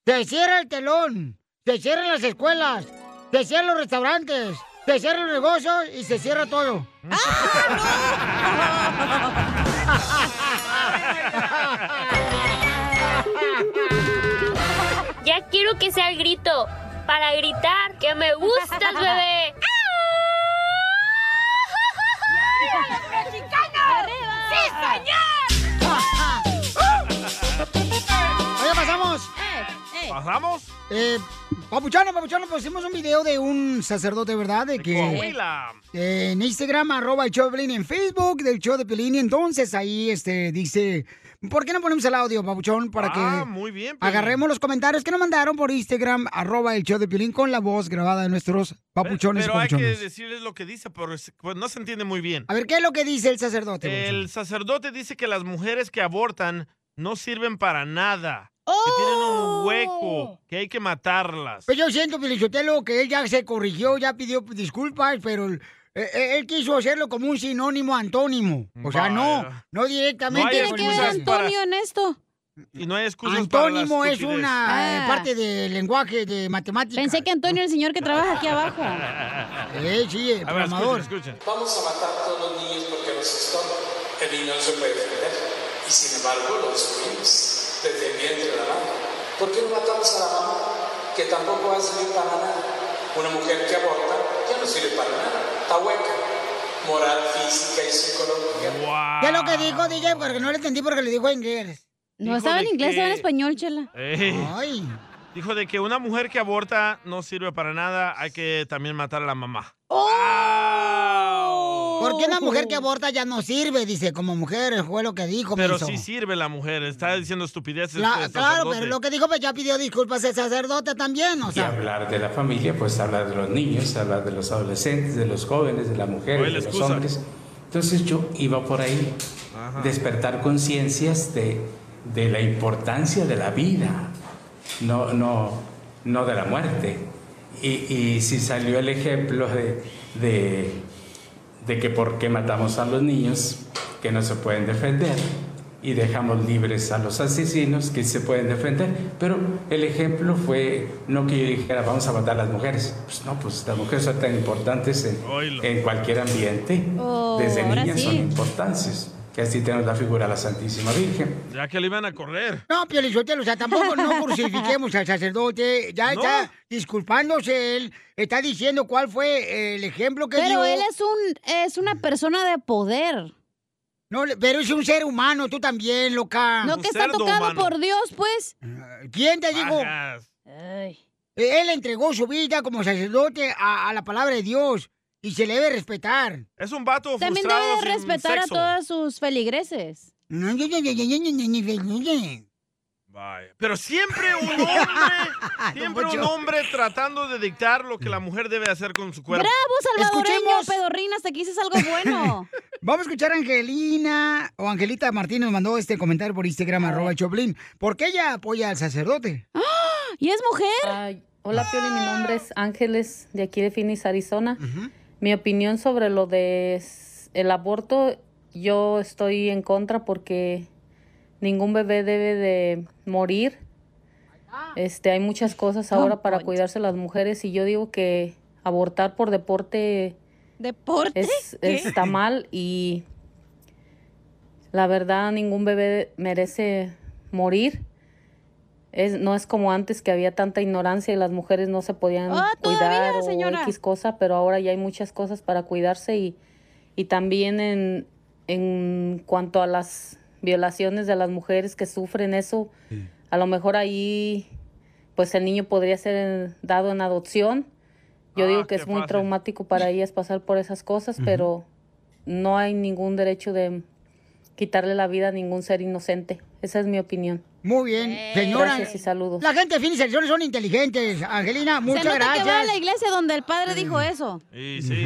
Speaker 2: Se cierra el telón, se cierran las escuelas, se cierran los restaurantes, se cierran los negocios y se cierra todo.
Speaker 3: Mm.
Speaker 2: ¡Ah!
Speaker 1: Ya quiero que sea el grito para gritar que me gustas, bebé.
Speaker 2: ¡Sí, Oye, pasamos.
Speaker 3: ¿Pasamos?
Speaker 2: Eh, papuchano, papuchano, pues hicimos un video de un sacerdote, ¿verdad? De que.
Speaker 3: Coahuila.
Speaker 2: Eh, en Instagram, arroba el show de Pelín, en Facebook del show de Pelín. Y entonces ahí este, dice, ¿por qué no ponemos el audio, Papuchón? Para
Speaker 3: Ah,
Speaker 2: que
Speaker 3: muy bien, Pelín.
Speaker 2: agarremos los comentarios que nos mandaron por Instagram, arroba el show de Pelín, con la voz grabada de nuestros papuchones y
Speaker 3: Pero hay que
Speaker 2: papuchonas.
Speaker 3: decirles lo que dice, pero es- pues no se entiende muy bien.
Speaker 2: A ver, ¿qué es lo que dice el sacerdote?
Speaker 3: El
Speaker 2: Papuchón?
Speaker 3: sacerdote dice que las mujeres que abortan no sirven para nada. Que
Speaker 2: ¡Oh!
Speaker 3: tienen un hueco, que hay que matarlas.
Speaker 2: Pues yo siento, Pelichotelo, que él ya se corrigió, ya pidió disculpas, pero él, eh, él quiso hacerlo como un sinónimo antónimo. O sea, no,
Speaker 3: Vaya.
Speaker 2: no
Speaker 3: No
Speaker 2: directamente.
Speaker 3: hay
Speaker 2: con
Speaker 3: excusas
Speaker 2: el-
Speaker 3: para- Antonio
Speaker 4: en esto?
Speaker 3: Y no hay excusas
Speaker 2: Antónimo
Speaker 3: para la
Speaker 2: es una eh,
Speaker 3: estupidez.
Speaker 2: parte del lenguaje de matemáticas. Pensé que
Speaker 4: Antonio es el señor que trabaja aquí abajo.
Speaker 2: Eh, sí, el
Speaker 3: A ver,
Speaker 2: programador.
Speaker 3: escuchen, escuchen.
Speaker 18: Vamos a matar a todos los niños porque nos estorban. El niño no se puede defender. Y sin embargo lo destruimos desde el vientre de la mamá. ¿Por qué no matamos a la mamá? Que tampoco va a servir para nada. Una mujer que aborta ya no sirve para nada. Está hueca. moral, física y psicológica.
Speaker 2: ¿Qué es lo que dijo, DJ? Porque no le entendí porque le dijo en inglés.
Speaker 4: No estaba en inglés, estaba en español, chela.
Speaker 3: Ey.
Speaker 2: Ay.
Speaker 3: Dijo de que una mujer que aborta no sirve para nada, hay que también matar a la mamá.
Speaker 2: ¿Por qué una mujer que aborta ya no sirve? Dice, como mujer, fue lo que dijo.
Speaker 3: Pero
Speaker 2: menso.
Speaker 3: sí sirve la mujer, está diciendo estupideces.
Speaker 2: Cla-
Speaker 3: este
Speaker 2: claro,
Speaker 3: sacerdote.
Speaker 2: pero lo que dijo, pues ya pidió disculpas el sacerdote también, o
Speaker 6: Y
Speaker 2: sea.
Speaker 6: hablar de la familia, pues hablar de los niños, hablar de los adolescentes, de los jóvenes, de las
Speaker 3: Oye,
Speaker 6: mujeres,
Speaker 3: la
Speaker 6: de los
Speaker 3: excusa.
Speaker 6: hombres. Entonces yo iba por ahí, despertar conciencias de, de la importancia de la vida, no, no, no de la muerte. Y, y si salió el ejemplo de, de, de que por qué matamos a los niños que no se pueden defender y dejamos libres a los asesinos que se pueden defender. Pero el ejemplo fue no que yo dijera vamos a matar a las mujeres. Pues no, pues las mujeres son tan importantes en, en cualquier ambiente.
Speaker 3: Oh,
Speaker 6: Desde
Speaker 3: ahora
Speaker 6: niñas
Speaker 3: sí.
Speaker 6: son importantes. Que así tenemos la figura de la Santísima Virgen.
Speaker 3: Ya que le iban a correr.
Speaker 2: No, Piolichotelo, o sea, tampoco no crucifiquemos al sacerdote. Ya
Speaker 3: No.
Speaker 2: está disculpándose él, está diciendo cuál fue eh, el ejemplo que dio.
Speaker 4: Pero él es un es una persona de poder.
Speaker 2: No, le- pero es un ser humano, tú también, loca. Ah,
Speaker 4: No que está tocado por Dios, pues.
Speaker 2: ¿Quién te dijo?
Speaker 4: Bajas.
Speaker 2: Eh, Él entregó su vida como sacerdote a, a la palabra de Dios y se le debe respetar.
Speaker 3: Es un vato
Speaker 4: También debe de respetar a todas sus feligreses.
Speaker 3: Vaya. Pero siempre un hombre, siempre un
Speaker 4: Poncho.
Speaker 3: hombre tratando de dictar lo que la mujer debe hacer con su cuerpo.
Speaker 4: ¡Bravo, salvadoreño, pedorrinas! Te quise algo bueno.
Speaker 2: Vamos a escuchar a Angelina o Angelita Martínez mandó este comentario por Instagram, arroba el Choplin. ¿Por qué ella apoya al sacerdote?
Speaker 4: ¡Ah! ¿Y es mujer?
Speaker 19: hola, Pioli, mi nombre es Ángeles, de aquí de Phoenix, Arizona. Mi opinión sobre lo de s- el aborto, yo estoy en contra porque ningún bebé debe de morir. Este, hay muchas cosas ahora para cuidarse las mujeres y yo digo que abortar por deporte
Speaker 4: ¿Deporte?
Speaker 19: es-
Speaker 4: ¿Qué?
Speaker 19: está mal y la verdad ningún bebé merece morir. Es, no es como antes que había tanta ignorancia y las mujeres no se podían
Speaker 4: Ah, todavía,
Speaker 19: cuidar
Speaker 4: señora.
Speaker 19: o X cosa, pero ahora ya hay muchas cosas para cuidarse y, y también en, en cuanto a las violaciones de las mujeres que sufren eso, a lo mejor ahí pues el niño podría ser en- dado en adopción. Yo
Speaker 16: Ah,
Speaker 19: digo que
Speaker 16: qué
Speaker 19: es muy
Speaker 16: fácil.
Speaker 19: traumático para ellas pasar por esas cosas,
Speaker 16: Ujú.
Speaker 19: pero no hay ningún derecho de quitarle la vida a ningún ser inocente. Esa es mi opinión.
Speaker 2: Muy bien,
Speaker 4: Eh,
Speaker 2: señora.
Speaker 19: Gracias y saludos.
Speaker 2: La gente de Phoenix Arizona son inteligentes. Angelina, muchas
Speaker 4: Se nota
Speaker 2: gracias.
Speaker 4: que va a la iglesia donde el padre dijo eso.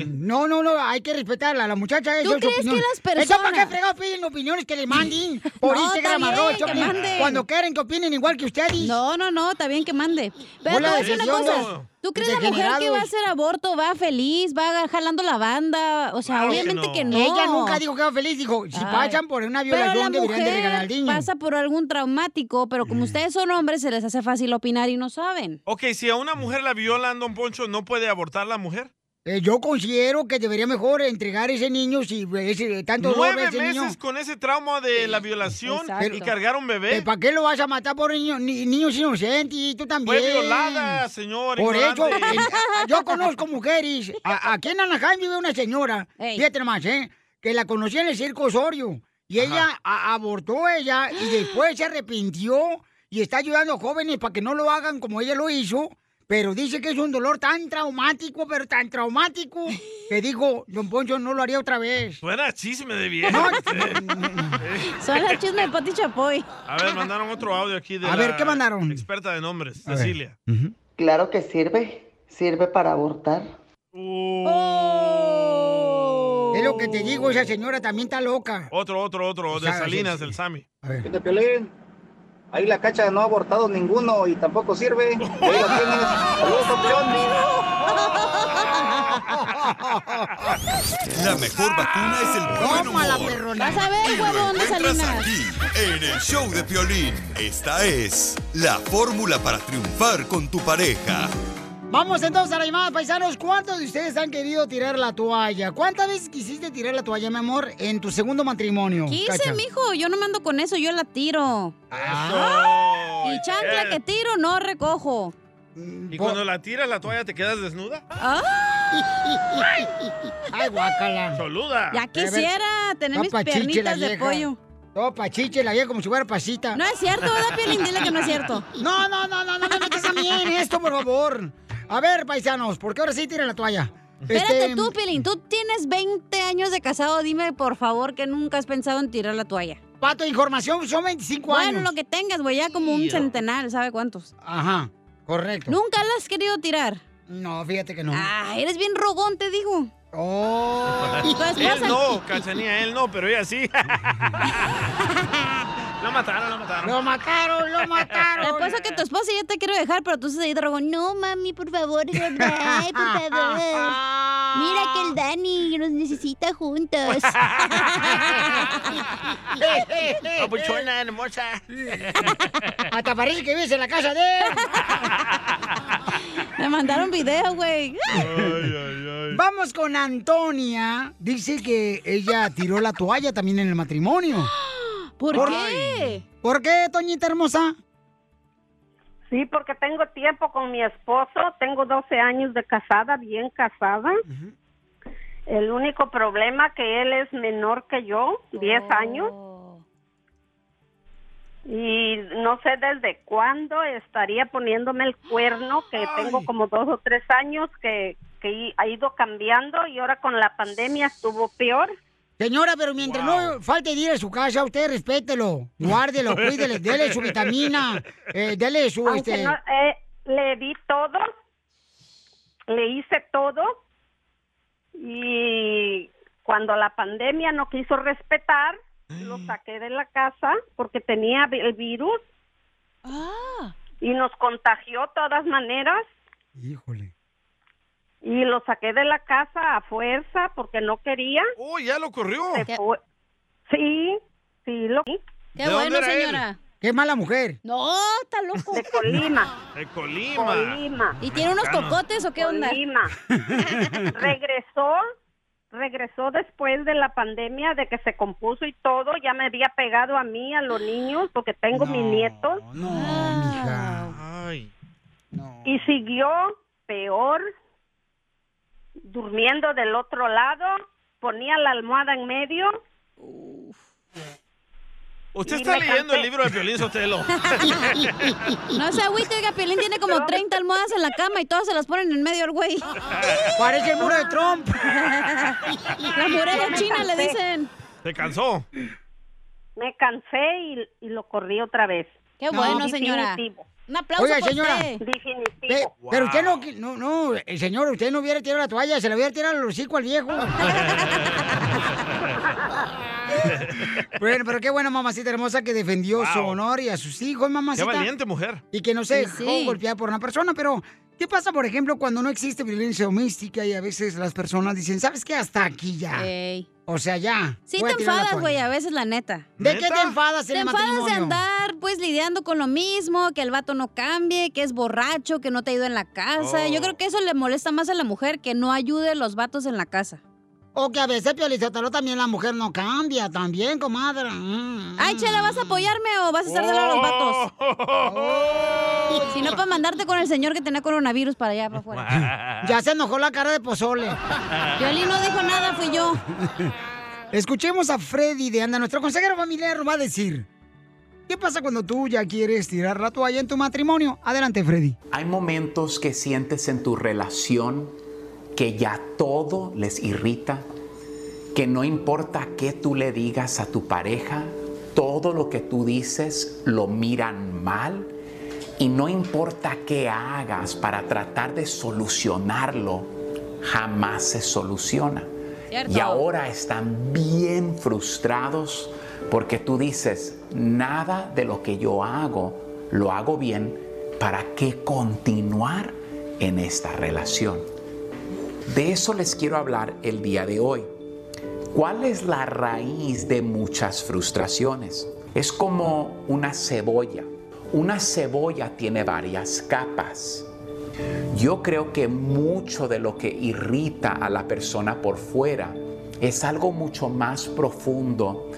Speaker 2: No, no, no, hay que respetarla. La muchacha es
Speaker 4: ¿Tú
Speaker 2: de su
Speaker 4: crees
Speaker 2: opinión.
Speaker 4: que las
Speaker 2: ¿Eso para
Speaker 4: personas-
Speaker 2: qué fregado piden opiniones que le manden por
Speaker 4: No,
Speaker 2: Instagram,
Speaker 4: está
Speaker 2: arroba
Speaker 4: bien, que
Speaker 2: Choplin,
Speaker 4: manden.
Speaker 2: Cuando quieren que opinen igual que ustedes.
Speaker 4: No, no, no, está bien que mande. Pero
Speaker 2: Hola,
Speaker 4: te voy a decir una
Speaker 2: delicioso.
Speaker 4: cosa. ¿Tú crees la mujer que
Speaker 2: Degenerados.
Speaker 4: va a hacer aborto va feliz, va jalando la banda? O sea,
Speaker 2: Claro que
Speaker 4: obviamente
Speaker 2: no.
Speaker 4: que no.
Speaker 2: Ella nunca dijo que va feliz, dijo, si pasan por una
Speaker 4: pero
Speaker 2: violación
Speaker 4: la
Speaker 2: deberían de
Speaker 4: mujer
Speaker 2: regalar al niño. Mm.
Speaker 4: pasa por algún traumático, pero como ustedes son hombres se les hace fácil opinar y no saben.
Speaker 3: Ok, si a una mujer la violan, don Poncho, ¿no puede abortar la mujer?
Speaker 2: Eh, yo considero que debería mejor entregar ese niño si ese, tanto dolor
Speaker 3: Nueve
Speaker 2: ese
Speaker 3: meses
Speaker 2: niño.
Speaker 3: con ese trauma de la violación
Speaker 2: exacto.
Speaker 3: y cargar un bebé.
Speaker 2: Eh, ¿Para qué lo vas a matar por niño? Ni, niños inocentes y tú también.
Speaker 3: Fue violada, señor.
Speaker 2: Por eso,
Speaker 3: ignorante.
Speaker 2: eh, yo conozco mujeres. A- aquí en Anaheim vive una señora, fíjate nomás, ¿eh? Que la conocí en el circo Osorio. Y ella a- abortó ella y después se arrepintió y está ayudando a jóvenes para que no lo hagan como ella lo hizo. Pero dice que es un dolor tan traumático, pero tan traumático, que dijo, don Poncho, no lo haría otra vez.
Speaker 3: Suena chisme de viejo.
Speaker 4: Suena chisme de Pati Chapoy.
Speaker 3: A ver, mandaron otro audio aquí de
Speaker 4: A ver,
Speaker 3: la
Speaker 4: ¿qué mandaron?
Speaker 3: Experta de nombres, Cecilia.
Speaker 20: Claro que sirve, sirve para abortar.
Speaker 4: Oh.
Speaker 2: Es lo que te digo, esa señora también está loca.
Speaker 3: Otro, otro, otro, de
Speaker 2: Sabe,
Speaker 3: Salinas,
Speaker 2: sí,
Speaker 3: del Sami.
Speaker 21: De Piolín. Ahí la cacha no ha abortado ninguno y tampoco sirve. Ahí lo tienes. Saludos,
Speaker 7: La mejor vacuna es el buen
Speaker 4: Tómala,
Speaker 7: humor.
Speaker 4: perrona. Vas a ver, huevón, de
Speaker 7: Encuentras
Speaker 4: Salinas.
Speaker 7: aquí, en el show de Piolín. Esta es la fórmula para triunfar con tu pareja.
Speaker 2: Vamos entonces a la llamada, paisanos. ¿Cuántos de ustedes han querido tirar la toalla? ¿Cuántas veces quisiste tirar la toalla, mi amor, en tu segundo matrimonio?
Speaker 4: ¿Qué hice,
Speaker 2: Cacha?
Speaker 4: mijo? Yo no me ando con eso, yo la tiro. Y chancla que tiro, no recojo. Mm,
Speaker 3: ¿Y cuando la tiras la toalla te quedas desnuda?
Speaker 4: ¡Ah!
Speaker 2: Ay, guácala.
Speaker 3: Soluda.
Speaker 4: Ya quisiera tener mis piernitas de pollo.
Speaker 2: Todo pachiche la vieja como si fuera pasita.
Speaker 4: No es cierto, ¿verdad, Piolín? Dile que no es cierto.
Speaker 2: No, no, no, no, no me metas a mí en esto, por favor. A ver, paisanos, porque ahora sí tiran la toalla.
Speaker 4: Espérate
Speaker 2: Este,
Speaker 4: tú, Piolín. Tú tienes 20 años de casado. Dime, por favor, que nunca has pensado en tirar la toalla.
Speaker 2: Pato, información, son 25
Speaker 4: Bueno,
Speaker 2: años.
Speaker 4: lo que tengas, güey, ya como un centenar, ¿sabe cuántos?
Speaker 2: Ajá, correcto.
Speaker 4: ¿Nunca la has querido tirar?
Speaker 2: No, fíjate que no.
Speaker 4: Ah, eres bien rogón, te digo.
Speaker 2: Oh.
Speaker 4: ¿Y tu
Speaker 3: Él
Speaker 4: esposa?
Speaker 3: no, Calzanía, él no, pero ella sí. lo mataron, lo mataron.
Speaker 2: Lo mataron, lo mataron.
Speaker 4: Te apuesto que tu esposa ya te quiero dejar, pero tú estás ahí drogón. No, mami, por favor, ay, por favor. Mira que el Dani nos necesita juntos.
Speaker 3: Papuchona, hermosa.
Speaker 2: Hasta parece que vives en la casa de él.
Speaker 4: Me mandaron video, güey.
Speaker 2: Vamos con Antonia. Dice que ella tiró la toalla también en el matrimonio.
Speaker 4: ¿Por
Speaker 16: qué?
Speaker 2: ¿Por qué, Toñita hermosa?
Speaker 16: Sí, porque tengo tiempo con mi esposo, tengo 12 años de casada, bien casada. El único problema que él es menor que yo, 10
Speaker 2: Oh.
Speaker 16: años. Y no sé desde cuándo estaría poniéndome el cuerno, que tengo como dos o tres años que, que i- ha ido cambiando y ahora con la pandemia estuvo peor.
Speaker 2: Señora, pero mientras no falte ir a su casa, usted respételo, guárdelo, cuídele, dele su vitamina, eh, dele su...
Speaker 16: Aunque
Speaker 2: Este...
Speaker 16: no, eh, le di todo, le hice todo y cuando la pandemia no quiso respetar, lo saqué de la casa porque tenía vi- el virus
Speaker 2: Ah.
Speaker 16: y nos contagió de todas maneras.
Speaker 2: Híjole.
Speaker 16: Y lo saqué de la casa a fuerza porque no quería.
Speaker 3: ¡Oh, ya lo corrió!
Speaker 16: Sí, sí, lo
Speaker 3: ¿De dónde bueno, era él? señora.
Speaker 2: Qué mala mujer.
Speaker 4: No, está loco.
Speaker 16: De Colima.
Speaker 3: De Colima.
Speaker 16: Colima.
Speaker 4: ¿Y tiene unos cocotes o qué onda?
Speaker 16: Colima. regresó, regresó después de la pandemia, de que se compuso y todo, ya me había pegado a mí, a los niños, porque tengo mis nietos.
Speaker 3: Ay.
Speaker 16: Y siguió peor, durmiendo del otro lado, ponía la almohada en medio.
Speaker 3: Usted
Speaker 16: Y
Speaker 3: está
Speaker 16: me
Speaker 3: leyendo
Speaker 16: cansé.
Speaker 3: el libro de Piolín Sotelo.
Speaker 4: No se agüite, oiga, Piolín tiene como 30 almohadas en la cama y todas se las ponen en medio al güey.
Speaker 2: Parece el muro de Trump.
Speaker 4: La muralla china le dicen.
Speaker 3: ¿Te cansó?
Speaker 16: Me cansé y, y lo corrí otra vez.
Speaker 4: Qué
Speaker 16: No,
Speaker 4: bueno, señora.
Speaker 16: definitivo.
Speaker 4: Un aplauso
Speaker 2: Oiga,
Speaker 4: por
Speaker 2: señora.
Speaker 4: usted.
Speaker 2: Pe-
Speaker 16: Definitivo.
Speaker 2: Pero usted no, qui- no, no, eh, señor, usted no hubiera tirado la toalla, se la hubiera tirado al hocico al viejo. bueno, pero qué buena mamacita hermosa que defendió su honor y a sus hijos, mamacita.
Speaker 3: Qué valiente mujer.
Speaker 2: Y que no se
Speaker 3: Sí,
Speaker 2: dejó
Speaker 3: sí.
Speaker 2: golpear por una persona, pero ¿qué pasa, por ejemplo, cuando no existe violencia doméstica y a veces las personas dicen, ¿sabes qué? Hasta aquí ya.
Speaker 4: Ey.
Speaker 2: O sea, ya.
Speaker 4: Sí
Speaker 2: voy a
Speaker 4: te
Speaker 2: tirar la
Speaker 4: enfadas, güey,
Speaker 2: toalla.
Speaker 4: a veces, la neta.
Speaker 2: ¿De qué te enfadas en
Speaker 4: Te
Speaker 2: el
Speaker 4: enfadas de
Speaker 2: matrimonio?
Speaker 4: andar, pues, lidiando con lo mismo, que el vato no cambie, que es borracho, que no te ayuda en la casa.
Speaker 2: Oh.
Speaker 4: Yo creo que eso le molesta más a la mujer, que no ayude a los vatos en la casa.
Speaker 2: O que a veces, Piolizotelo, también la mujer no cambia, también, comadre. Mm.
Speaker 4: Ay, Chela, ¿vas a apoyarme o vas a estar de lado a los vatos? Si no, para mandarte con el señor que tenía coronavirus para allá, para afuera.
Speaker 2: Ya se enojó la cara de pozole.
Speaker 4: Piolín no dijo nada, fui yo.
Speaker 2: Escuchemos a Freddy de Anda, nuestro consejero familiar, nos va a decir. ¿Qué pasa cuando tú ya quieres tirar la toalla en tu matrimonio? Adelante, Freddy.
Speaker 22: Hay momentos que sientes en tu relación que ya todo les irrita, que no importa qué tú le digas a tu pareja, todo lo que tú dices lo miran mal y no importa qué hagas para tratar de solucionarlo, jamás se soluciona.
Speaker 23: Cierto.
Speaker 22: Y ahora están bien frustrados porque tú dices, nada de lo que yo hago lo hago bien, ¿para qué continuar en esta relación? De eso les quiero hablar el día de hoy. ¿Cuál es la raíz de muchas frustraciones? Es como una cebolla. Una cebolla tiene varias capas. Yo creo que mucho de lo que irrita a la persona por fuera es algo mucho más profundo.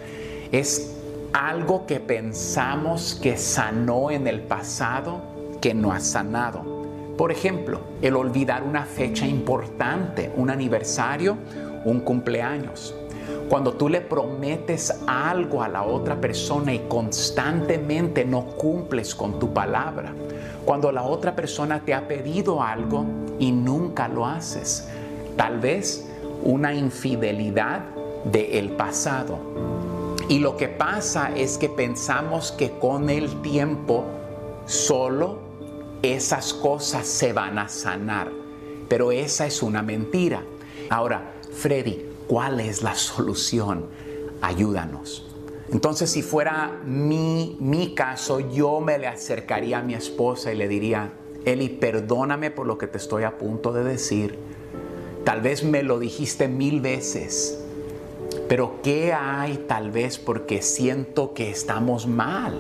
Speaker 22: Es algo que pensamos que sanó en el pasado que no ha sanado. Por ejemplo, el olvidar una fecha importante, un aniversario, un cumpleaños. Cuando tú le prometes algo a la otra persona y constantemente no cumples con tu palabra. Cuando la otra persona te ha pedido algo y nunca lo haces. Tal vez una infidelidad del pasado. Y lo que pasa es que pensamos que con el tiempo solo esas cosas se van a sanar. Pero esa es una mentira. Ahora, Freddy, ¿cuál es la solución? Ayúdanos. Entonces, si fuera mi, mi caso, yo me le acercaría a mi esposa y le diría, Eli, perdóname por lo que te estoy a punto de decir. Tal vez me lo dijiste mil veces, pero ¿qué hay tal vez porque siento que estamos mal?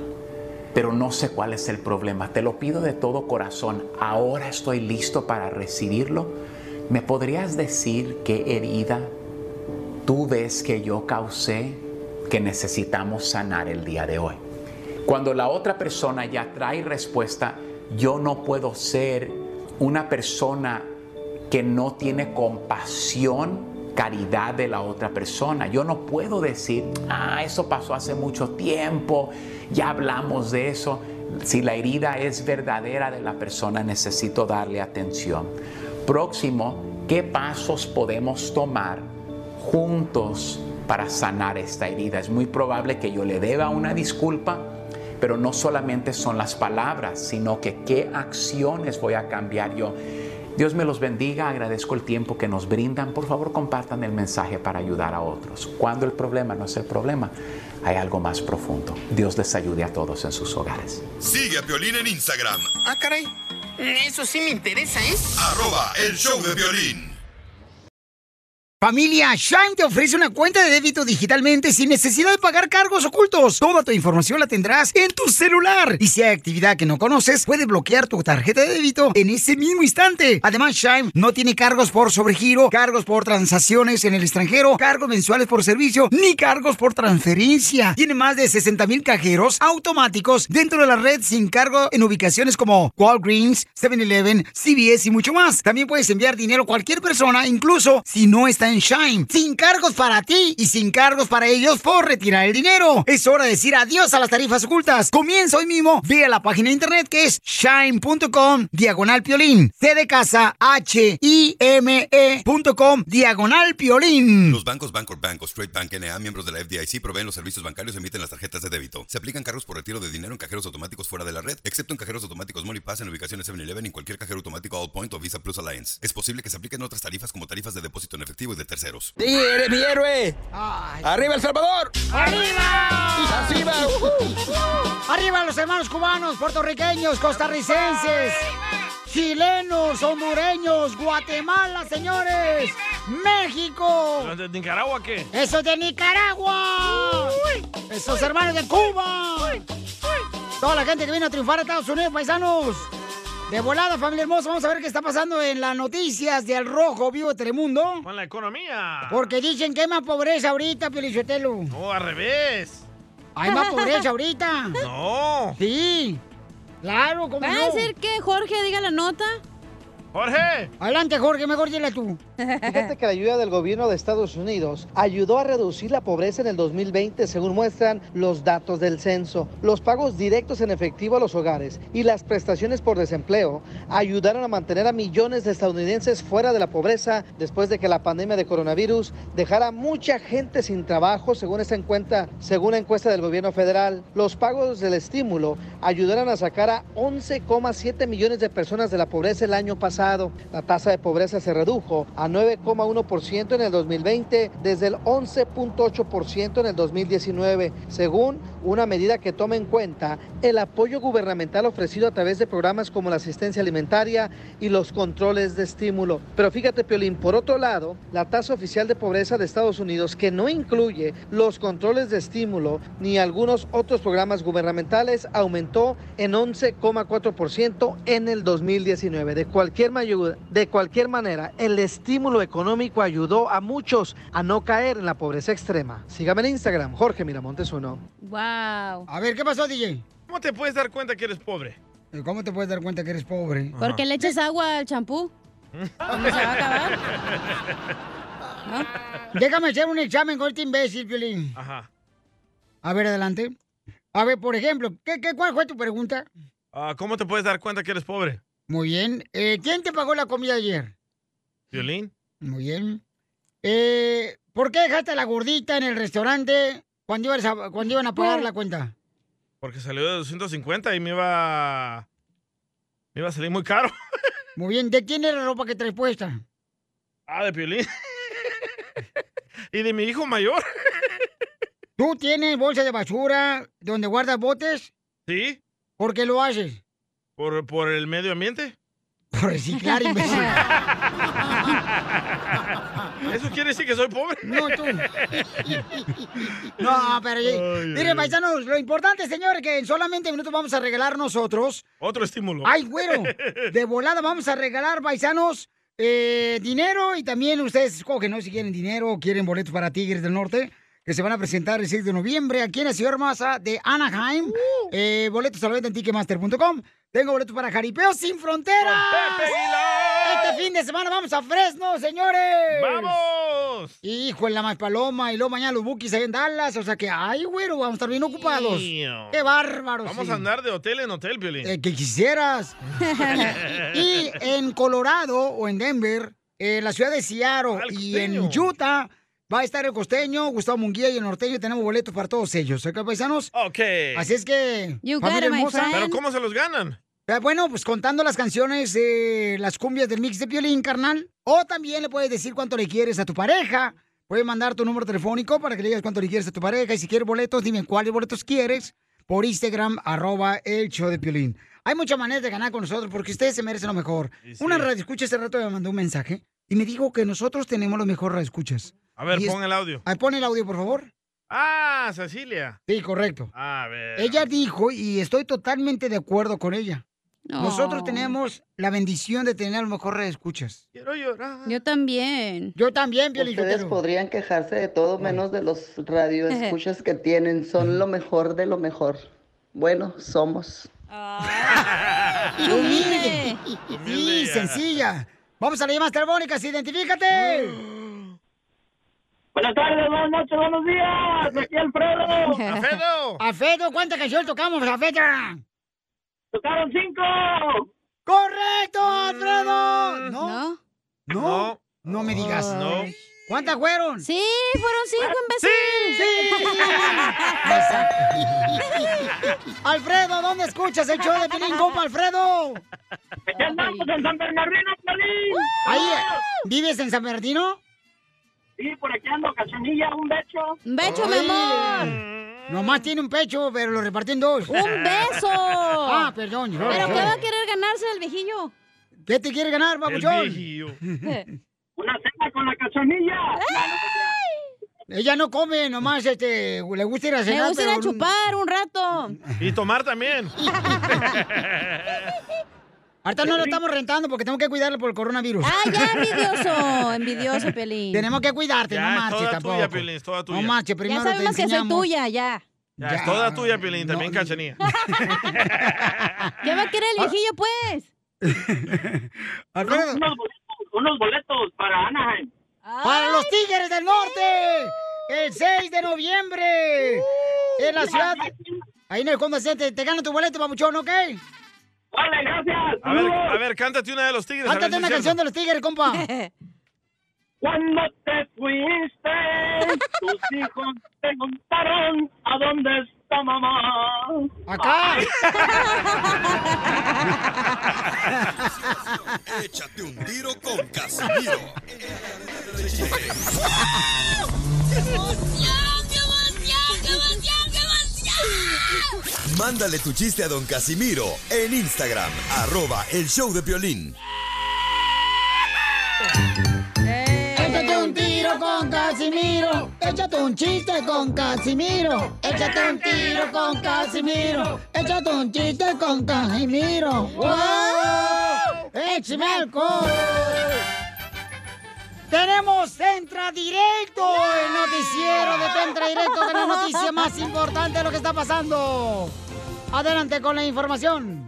Speaker 22: Pero no sé cuál es el problema. Te lo pido de todo corazón. Ahora estoy listo para recibirlo. ¿Me podrías decir qué herida tú ves que yo causé que necesitamos sanar el día de hoy? Cuando la otra persona ya trae respuesta, yo no puedo ser una persona que no tiene compasión caridad de la otra persona. Yo no puedo decir, ah, eso pasó hace mucho tiempo, ya hablamos de eso. Si la herida es verdadera de la persona, necesito darle atención. Próximo, ¿qué pasos podemos tomar juntos para sanar esta herida? Es muy probable que yo le deba una disculpa, pero no solamente son las palabras, sino que qué acciones voy a cambiar yo. Dios me los bendiga, agradezco el tiempo que nos brindan. Por favor, compartan el mensaje para ayudar a otros. Cuando el problema no es el problema, hay algo más profundo. Dios les ayude a todos en sus hogares.
Speaker 7: Sigue a Piolín en Instagram.
Speaker 8: Ah, caray. Eso sí me interesa, ¿eh?
Speaker 7: Arroba el show de violín.
Speaker 9: Familia, Shine te ofrece una cuenta de débito digitalmente sin necesidad de pagar cargos ocultos. Toda tu información la tendrás en tu celular. Y si hay actividad que no conoces, puede bloquear tu tarjeta de débito en ese mismo instante. Además, Shine no tiene cargos por sobregiro, cargos por transacciones en el extranjero, cargos mensuales por servicio, ni cargos por transferencia. Tiene más de 60 mil cajeros automáticos dentro de la red sin cargo en ubicaciones como Walgreens, 7-Eleven, CVS y mucho más. También puedes enviar dinero a cualquier persona, incluso si no está en Shine. Sin cargos para ti y sin cargos para ellos por retirar el dinero. Es hora de decir adiós a las tarifas ocultas. Comienza hoy mismo vía la página de internet que es shine.com diagonal piolín. C de casa H I M E.com diagonal piolín.
Speaker 7: Los bancos Bancorp Bank o Straight Bank NA, miembros de la FDIC, proveen los servicios bancarios y emiten las tarjetas de débito. Se aplican cargos por retiro de dinero en cajeros automáticos fuera de la red, excepto en cajeros automáticos MoneyPass en ubicaciones 7-Eleven y en cualquier cajero automático All Point o Visa Plus Alliance. Es posible que se apliquen otras tarifas como tarifas de depósito en efectivo y de terceros.
Speaker 23: Sí, eres mi héroe. ¡Arriba El Salvador!
Speaker 9: ¡Arriba!
Speaker 23: ¡Arriba!
Speaker 2: Arriba los hermanos cubanos, puertorriqueños, costarricenses, chilenos, hondureños, Guatemala, señores, México.
Speaker 3: ¿Los de Nicaragua qué?
Speaker 2: Esos de Nicaragua. Esos hermanos de Cuba. Toda la gente que viene a triunfar a Estados Unidos, paisanos. De volada, familia hermosa, vamos a ver qué está pasando en las noticias de Al Rojo Vivo de Telemundo.
Speaker 3: Con la economía.
Speaker 2: Porque dicen que hay más pobreza ahorita, Pelichotelo.
Speaker 3: No, al revés.
Speaker 2: Hay más pobreza ahorita.
Speaker 3: No.
Speaker 2: Sí. Claro, ¿cómo
Speaker 4: ¿Va
Speaker 2: no?
Speaker 4: a ser que Jorge diga la nota?
Speaker 3: Jorge.
Speaker 2: Adelante, Jorge, mejor dile tú.
Speaker 5: Fíjate que la ayuda del gobierno de Estados Unidos ayudó a reducir la pobreza en el 2020, según muestran los datos del censo. Los pagos directos en efectivo a los hogares y las prestaciones por desempleo ayudaron a mantener a millones de estadounidenses fuera de la pobreza después de que la pandemia de coronavirus dejara a mucha gente sin trabajo, según esta encuesta, según la encuesta del gobierno federal. Los pagos del estímulo ayudaron a sacar a 11,7 millones de personas de la pobreza el año pasado. La tasa de pobreza se redujo a 9,1% en el 2020 desde el 11,8% en el 2019, según una medida que toma en cuenta el apoyo gubernamental ofrecido a través de programas como la asistencia alimentaria y los controles de estímulo. Pero fíjate, Piolín, por otro lado, la tasa oficial de pobreza de Estados Unidos, que no incluye los controles de estímulo ni algunos otros programas gubernamentales, aumentó en 11,4% en el 2019. De cualquier, mayu- de cualquier manera, el estímulo económico ayudó a muchos a no caer en la pobreza extrema. Sígame en Instagram, Jorge Miramontes uno.
Speaker 4: Wow.
Speaker 2: A ver, ¿qué pasó, DJ?
Speaker 3: ¿Cómo te puedes dar cuenta que eres pobre?
Speaker 2: ¿Cómo te puedes dar cuenta que eres pobre?
Speaker 4: Porque le echas agua al champú. ¿Cómo se va a acabar?
Speaker 2: Déjame hacer un examen con este imbécil, Piolín.
Speaker 3: Ajá.
Speaker 2: A ver, adelante. A ver, por ejemplo, ¿qué, qué, cuál fue tu pregunta?
Speaker 3: Ah, ¿Cómo te puedes dar cuenta que eres pobre?
Speaker 2: Muy bien. Eh, ¿Quién te pagó la comida ayer?
Speaker 3: ¿Violín?
Speaker 2: Muy bien. Eh, ¿Por qué dejaste a la gordita en el restaurante cuando, ibas a- cuando iban a pagar la cuenta?
Speaker 3: Porque salió de 250 y me iba. Me iba a salir muy caro.
Speaker 2: Muy bien, ¿de quién era la ropa que traes puesta?
Speaker 3: Ah, de Piolín. y de mi hijo mayor.
Speaker 2: ¿Tú tienes bolsa de basura donde guardas botes?
Speaker 3: Sí.
Speaker 2: ¿Por qué lo haces?
Speaker 3: ¿Por, por el medio ambiente?
Speaker 2: Por reciclar, imbécil.
Speaker 3: ¿Eso quiere decir que soy pobre?
Speaker 2: No, tú. No, pero eh, miren, paisanos, lo importante, señores, que en solamente minutos vamos a regalar nosotros.
Speaker 3: Otro estímulo.
Speaker 2: Ay, güero, de volada vamos a regalar, paisanos, eh, dinero y también ustedes escogen, ¿no? Si quieren dinero o quieren boletos para Tigres del Norte, que se van a presentar el 6 de noviembre aquí en la ciudad hermosa de Anaheim. Eh, boletos a la venta en ticketmaster.com. Tengo boletos para Jaripeo sin fronteras. Este fin de semana vamos a Fresno, señores.
Speaker 3: ¡Vamos!
Speaker 2: Hijo, en la más paloma y luego mañana los bookies ahí en Dallas. O sea que, ay, güero, vamos a estar bien ocupados.
Speaker 3: Mío.
Speaker 2: ¡Qué bárbaros!
Speaker 3: Vamos
Speaker 2: sí.
Speaker 3: a andar de hotel en hotel, Piolín.
Speaker 2: Eh, que quisieras. y en Colorado o en Denver, en la ciudad de Seattle y en Utah va a estar el costeño, Gustavo Munguía y el norteño. Tenemos boletos para todos ellos, ¿ok, paisanos?
Speaker 3: Ok.
Speaker 2: Así es que,
Speaker 3: You got
Speaker 2: familia
Speaker 3: it, my
Speaker 2: hermosa.
Speaker 3: friend. Pero, ¿cómo se los ganan?
Speaker 2: Eh, Bueno, pues contando las canciones, eh, las cumbias del mix de Piolín, carnal. O también le puedes decir cuánto le quieres a tu pareja. Puedes mandar tu número telefónico para que le digas cuánto le quieres a tu pareja. Y si quieres boletos, dime cuáles boletos quieres por Instagram, arroba el show de Piolín. Hay muchas maneras de ganar con nosotros porque ustedes se merecen lo mejor. Una radio escucha hace rato me mandó un mensaje y me dijo que nosotros tenemos los mejores radio escuchas.
Speaker 3: A ver, pon el audio.
Speaker 2: Ah, pon el audio, por favor.
Speaker 3: Ah, Cecilia.
Speaker 2: Sí, correcto.
Speaker 3: A ver.
Speaker 2: Ella dijo, y estoy totalmente de acuerdo con ella. Nosotros tenemos la bendición de tener a lo mejor escuchas.
Speaker 3: Quiero llorar.
Speaker 4: Yo también.
Speaker 2: Yo también,
Speaker 20: Ustedes podrían quejarse de todo menos de los radioescuchas que tienen. Son lo mejor de lo mejor. Bueno, somos.
Speaker 2: Humilde. Sí, sencilla. Vamos a las llamadas telefónicas, identifícate.
Speaker 10: Buenas tardes, buenas noches, buenos días. Aquí Alfredo.
Speaker 3: Alfredo.
Speaker 2: Alfredo, ¿cuántas canciones tocamos, Alfredo?
Speaker 10: Tocaron cinco. Mm.
Speaker 2: ¡Correcto, Alfredo! ¿No? ¿No? No, me digas.
Speaker 3: No.
Speaker 2: ¿Cuántas fueron?
Speaker 4: Sí, fueron cinco, imbécil.
Speaker 2: Alfredo, ¿dónde escuchas el show de Pilín, compa, Alfredo?
Speaker 10: andamos en San Bernardino, Piolín.
Speaker 2: Ahí, ¿vives en San Bernardino?
Speaker 10: Sí, por aquí ando, cachanilla, un becho.
Speaker 4: Un becho, mi
Speaker 2: amor. Nomás tiene un pecho, pero lo repartió en dos.
Speaker 4: ¡Un beso!
Speaker 2: Ah, perdón.
Speaker 4: ¿Pero qué va a querer ganarse el viejillo?
Speaker 2: ¿Qué te quiere ganar, babuchón?
Speaker 10: Una cena con la cachanilla.
Speaker 2: Ella no come, nomás este, le gusta ir a cenar.
Speaker 4: Me gusta ir a
Speaker 2: pero-
Speaker 4: chupar un rato.
Speaker 3: Y tomar también.
Speaker 2: Ahorita no lo estamos rentando porque tengo que cuidarlo por el coronavirus.
Speaker 4: Ah, ya, envidioso, envidioso, Pelín.
Speaker 2: Tenemos que cuidarte,
Speaker 3: Ya,
Speaker 2: no
Speaker 3: es
Speaker 2: marches
Speaker 3: toda
Speaker 2: tampoco.
Speaker 3: tuya, Piolín, es toda tuya.
Speaker 2: No marches, primero
Speaker 4: ya
Speaker 2: te
Speaker 4: sabemos que soy
Speaker 2: enseñamos.
Speaker 4: tuya, ya.
Speaker 3: Ya, es toda tuya, Piolín, también cachanilla.
Speaker 4: ¿Qué va a querer
Speaker 2: Ah.
Speaker 4: el viejillo, pues?
Speaker 10: Unos, unos boletos, unos boletos para
Speaker 3: Ah,
Speaker 10: Anaheim.
Speaker 2: ¡Para los Tigres del Norte! ¡El 6 de noviembre!
Speaker 4: Uh,
Speaker 2: En la ciudad. Ahí en el Honda Center. Te gana tu boleto, papuchón, ¿ok?
Speaker 10: Vale, gracias.
Speaker 3: A ver, a ver, cántate una de los tigres. a ver
Speaker 2: Cántate
Speaker 3: si
Speaker 2: una
Speaker 3: es
Speaker 2: canción
Speaker 3: cierto.
Speaker 2: de los Tigres, compa.
Speaker 10: Cuando te fuiste, tus hijos preguntaron a dónde está mamá.
Speaker 4: Ah.
Speaker 2: Acá.
Speaker 7: Échate un tiro con Casimiro. Mándale tu chiste a don Casimiro en Instagram, arroba el show de violín.
Speaker 2: Échate un tiro con Casimiro. Échate un chiste con Casimiro. Échate un tiro con Casimiro. Échate un chiste con Casimiro. ¡Wow! ¡Échame alcohol! Tenemos Centra Directo, el noticiero de Centra Directo, de la noticia más importante de lo que está pasando. Adelante con la información.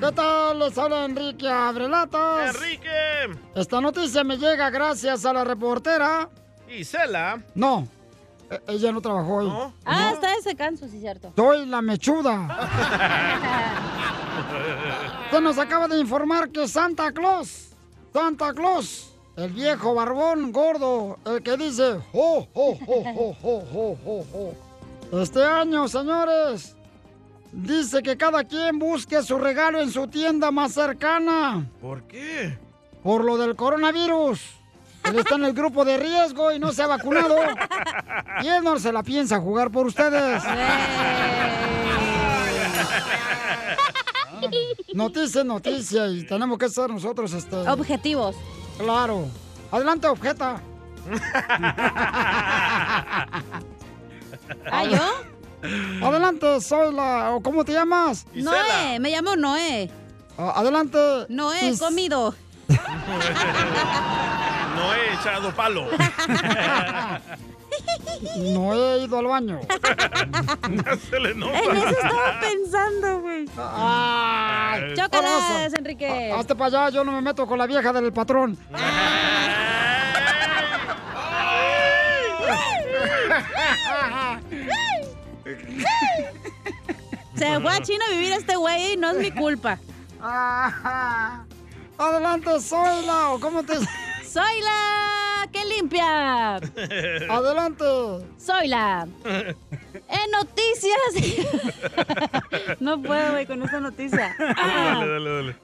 Speaker 2: ¿Qué tal? Les habla Enrique Abrelatas.
Speaker 3: ¡Enrique!
Speaker 2: Esta noticia me llega gracias a la reportera.
Speaker 3: Gisela.
Speaker 2: No, e- ella no trabajó hoy.
Speaker 4: Ah, está ese canso, sí, cierto.
Speaker 2: Soy la mechuda. Se nos acaba de informar que Santa Claus, Santa Claus, el viejo barbón gordo, el que dice ho, ho, ho, ho, ho, ho, ho, ho. Este año, señores, dice que cada quien busque su regalo en su tienda más cercana.
Speaker 3: ¿Por qué?
Speaker 2: Por lo del coronavirus. Él está en el grupo de riesgo y no se ha vacunado. Y él no se la piensa jugar por ustedes. Noticia, es noticia y tenemos que ser nosotros este
Speaker 4: objetivos.
Speaker 2: Claro. Adelante, objeta.
Speaker 4: ¿Ah, yo?
Speaker 2: Adelante, soy la o ¿cómo te llamas?
Speaker 4: Noé, me llamo Noé.
Speaker 2: A- adelante.
Speaker 4: Noé,
Speaker 2: Is-
Speaker 4: comido.
Speaker 3: No he echado palo.
Speaker 2: No he ido al baño.
Speaker 3: Ya se le nota.
Speaker 4: pensando, güey.
Speaker 2: Ay,
Speaker 4: Chócalas,
Speaker 2: babosa.
Speaker 4: Enrique.
Speaker 2: Hazte para allá, yo no me meto con la vieja del patrón.
Speaker 4: Se fue a China a vivir este güey y no es mi culpa.
Speaker 2: Adelante, Zoila, ¿o ¿cómo te...?
Speaker 4: Zoila, que limpia.
Speaker 2: Adelante.
Speaker 4: Zoila, en noticias... no puedo, güey, con esta noticia.
Speaker 3: Dale, dale, dale.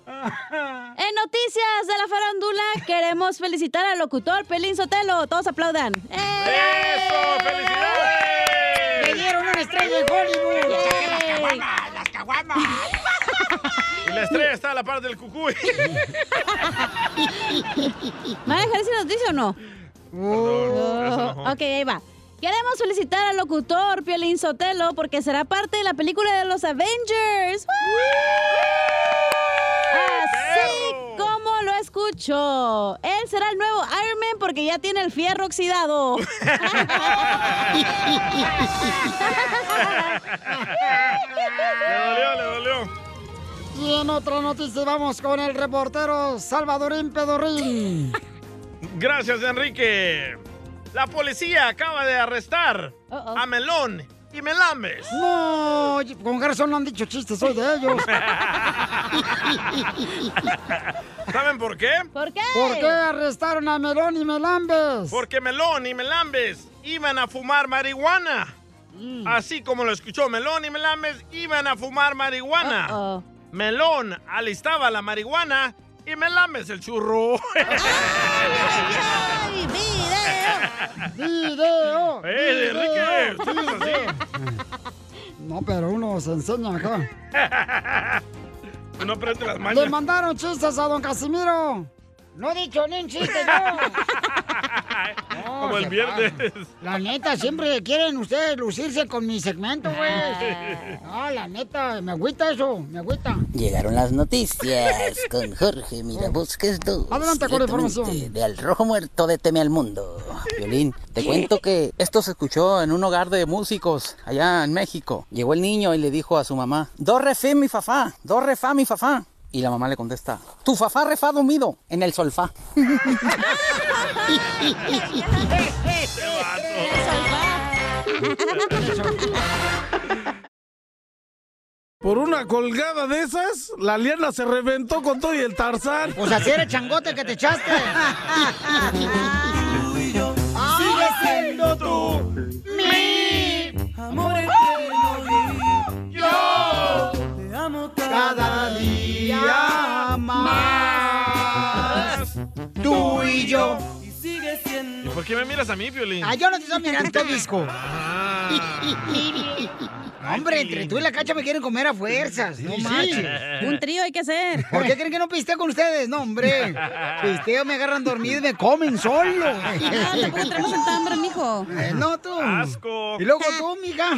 Speaker 4: En noticias de la farándula, queremos felicitar al locutor Pelín Sotelo. Todos aplaudan.
Speaker 3: ¡Eso! ¡Felicidades!
Speaker 2: ¡Me dieron una estrella en Hollywood!
Speaker 4: ¡Las caguamas!
Speaker 2: ¡Las caguamas!
Speaker 3: Y la estrella está a la par del cucuy.
Speaker 4: ¿Van a dejar esa noticia o no? Oh,
Speaker 3: Perdón, eso no.
Speaker 4: ok, ahí va. Queremos felicitar al locutor Piolín Sotelo porque será parte de la película de los Avengers. Así como lo escucho. Él será el nuevo Iron Man porque ya tiene el fierro oxidado.
Speaker 3: Le dolió, le dolió.
Speaker 2: Y en otra noticia vamos con el reportero Salvadorín Pedorrín.
Speaker 3: Gracias, Enrique. La policía acaba de arrestar a Melón y Melambes.
Speaker 2: No, con Gerson no han dicho chistes, soy de ellos.
Speaker 3: ¿Saben por qué?
Speaker 4: ¿Por qué?
Speaker 2: ¿Por qué arrestaron a Melón y Melambes?
Speaker 3: Porque Melón y Melambes iban a fumar marihuana. Mm. Así como lo escuchó, Melón y Melambes iban a fumar marihuana. Melón alistaba la marihuana y Melambes el churro.
Speaker 2: ¡Video!
Speaker 3: ¡Eh, Enrique!
Speaker 2: ¡Video! No, pero uno se enseña acá.
Speaker 3: No preste las
Speaker 2: Le
Speaker 3: manos.
Speaker 2: mandaron chistes a don Casimiro. No he dicho ni un chiste yo. No,
Speaker 3: Como el
Speaker 2: se
Speaker 3: viernes.
Speaker 2: La neta, siempre quieren ustedes lucirse con mi segmento, güey. No, la neta, me agüita eso, me agüita.
Speaker 24: Llegaron las noticias con Jorge Mirabosques 2.
Speaker 2: Adelante con la información.
Speaker 24: Directamente De Al Rojo Muerto de Teme al Mundo. Violín, te cuento que esto se escuchó en un hogar de músicos allá en México. Llegó el niño y le dijo a su mamá, do re fe mi fafá, do re fa mi fafá. Y la mamá le contesta, tu fafá re fa dormido en el solfá.
Speaker 13: Por una colgada de esas, la liana se reventó con todo y el tarzán.
Speaker 2: Pues así era el changote que te echaste.
Speaker 10: Sigue siendo tú mi amor eterno y yo te amo cada día más. Tú y yo. Y sigue siendo.
Speaker 3: ¿Y por qué me miras a mí, Piolín?
Speaker 2: Ah, yo no te estoy mirando, te disco. Hombre,
Speaker 3: Ay,
Speaker 2: entre
Speaker 3: Piolín.
Speaker 2: tú y la cacha me quieren comer a fuerzas. No
Speaker 3: Sí, sí.
Speaker 2: manches.
Speaker 3: Un
Speaker 4: trío hay que hacer.
Speaker 2: ¿Por qué creen que no pisteo con ustedes? No, hombre. Pisteo, me agarran dormido y me comen solo.
Speaker 4: No, tampoco traemos tanta hambre, mijo.
Speaker 2: Eh, no, tú.
Speaker 3: Asco.
Speaker 2: Y luego tú, Hmm. mija.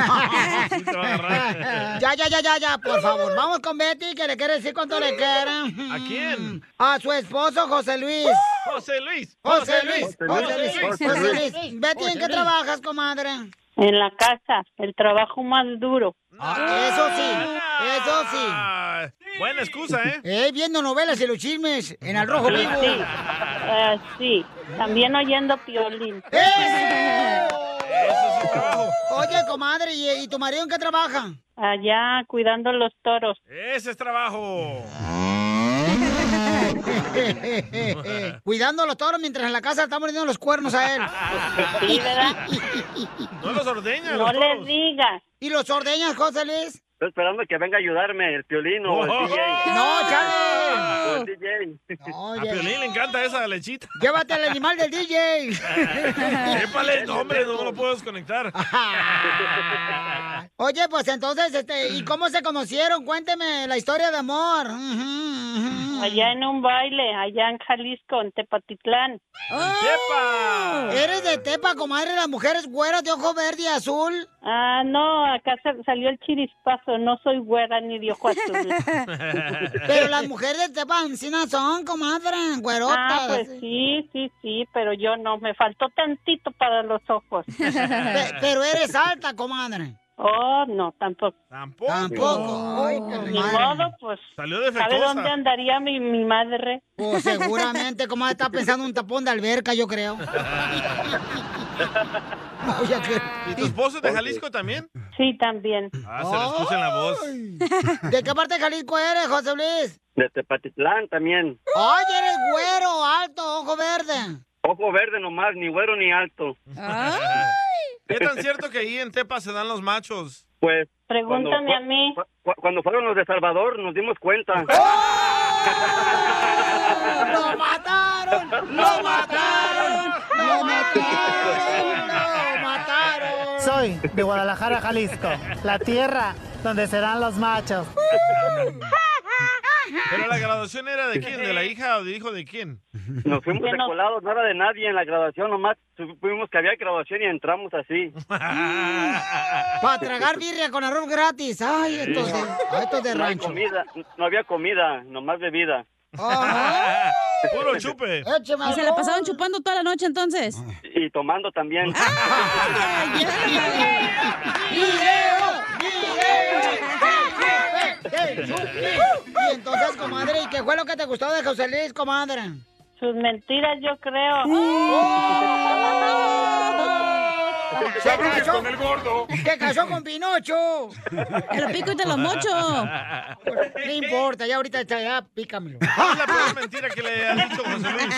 Speaker 2: ya, ya, ya, ya, ya, por favor. Vamos con Betty, que le quiere decir cuánto le queda.
Speaker 3: ¿A quién?
Speaker 2: A su esposo, José Luis.
Speaker 3: José Luis.
Speaker 2: José Luis. José Luis. José Luis. Betty, ¿en qué trabajas, comadre?
Speaker 25: En la casa, el trabajo más duro.
Speaker 2: Ah, eso sí, eso sí.
Speaker 3: Buena excusa, ¿eh?
Speaker 2: Eh, viendo novelas y los chismes en Al Rojo Vivo.
Speaker 3: Sí.
Speaker 2: Ah,
Speaker 1: sí, también oyendo Piolín.
Speaker 2: Eh. Oye, comadre, ¿y, y tu marido en qué trabaja?
Speaker 1: Allá cuidando los toros.
Speaker 3: Ese es trabajo.
Speaker 2: Cuidando a los toros mientras en la casa están poniendo los cuernos a él.
Speaker 1: Sí, ¿verdad?
Speaker 3: No los ordeña.
Speaker 1: No les digas.
Speaker 2: ¿Y los ordeñas, José Luis?
Speaker 25: Estoy esperando que venga a ayudarme el Piolín o el
Speaker 3: Oh.
Speaker 25: DJ.
Speaker 2: ¡No, chale!
Speaker 25: O el DJ.
Speaker 3: A Piolín le encanta esa lechita.
Speaker 2: Llévate al animal del DJ.
Speaker 3: Épale, no, hombre, no lo puedo desconectar.
Speaker 2: Oye, pues entonces, este, ¿y cómo se conocieron? Cuénteme la historia de amor. Ujú, ujú.
Speaker 1: Allá en un baile, allá en Jalisco, en Tepatitlán.
Speaker 2: ¡Tepa! ¡Oh! ¿Eres de Tepa, comadre? ¿Las mujeres güeras de ojo verde y azul?
Speaker 1: Ah, no, acá sa- salió el chirispazo. No soy güera ni de ojo azul.
Speaker 2: Pero
Speaker 10: Pues,
Speaker 2: las mujeres de Tepa Encina son, comadre, güerotas.
Speaker 1: Ah, pues sí, sí, sí, pero yo no. Me faltó tantito para los ojos.
Speaker 2: Pe- pero eres alta, comadre.
Speaker 1: Oh, no, tampoco.
Speaker 3: Tampoco.
Speaker 2: Tampoco. Ay, qué
Speaker 1: Ni
Speaker 2: madre.
Speaker 1: modo, pues.
Speaker 3: Salió
Speaker 1: ¿Sabe
Speaker 2: defectuosa.
Speaker 1: dónde andaría mi, mi madre?
Speaker 2: Pues seguramente, comadre, está pensando en un tapón de alberca, yo creo. Oye,
Speaker 3: ¿Y tu esposo es de Jalisco también?
Speaker 1: Sí, también.
Speaker 3: Ah, se le escucha en la voz.
Speaker 2: ¿De qué parte de Jalisco eres, José Luis?
Speaker 25: De Tepatitlán también.
Speaker 2: Oye, eres güero, alto, ojo verde.
Speaker 25: Ojo verde nomás, ni güero ni alto.
Speaker 3: Ah. ¿Qué tan cierto que ahí en Tepa se dan los machos?
Speaker 25: Pues.
Speaker 3: Pregúntame
Speaker 25: cuando fue-
Speaker 3: a mí.
Speaker 25: cu- cu- Cuando fueron los de Salvador, nos dimos cuenta.
Speaker 3: Ah,
Speaker 2: ¡Lo mataron! ¡Lo mataron! ¡Lo mataron! ¡Lo mataron!
Speaker 26: Soy de Guadalajara, Jalisco, la tierra donde serán los machos.
Speaker 3: Pero la graduación era de quién, de la hija o de hijo de quién?
Speaker 25: Nos fuimos de colados, no era de nadie en la graduación, nomás supimos que había graduación y entramos así.
Speaker 2: Para tragar birria con arroz gratis. Ay, estos de, ay, estos de
Speaker 25: no, hay
Speaker 2: rancho.
Speaker 25: comida, no había comida, nomás bebida.
Speaker 3: Puro chupe.
Speaker 4: ¿Y se la pasaron chupando toda la noche entonces?
Speaker 25: Y tomando también.
Speaker 2: ¡Video! ¡Video! Y entonces, comadre, ¿y qué fue lo que te gustó de José Luis, comadre?
Speaker 1: Sus mentiras, yo creo. ¡Oh!
Speaker 2: Se casó con el gordo. Se casó con Pinocho.
Speaker 4: Te lo pico y te lo mocho.
Speaker 2: No importa, ya ahorita está, ya pícamelo. Ah,
Speaker 3: ¿Cuál es la peor mentira que le han dicho José Luis?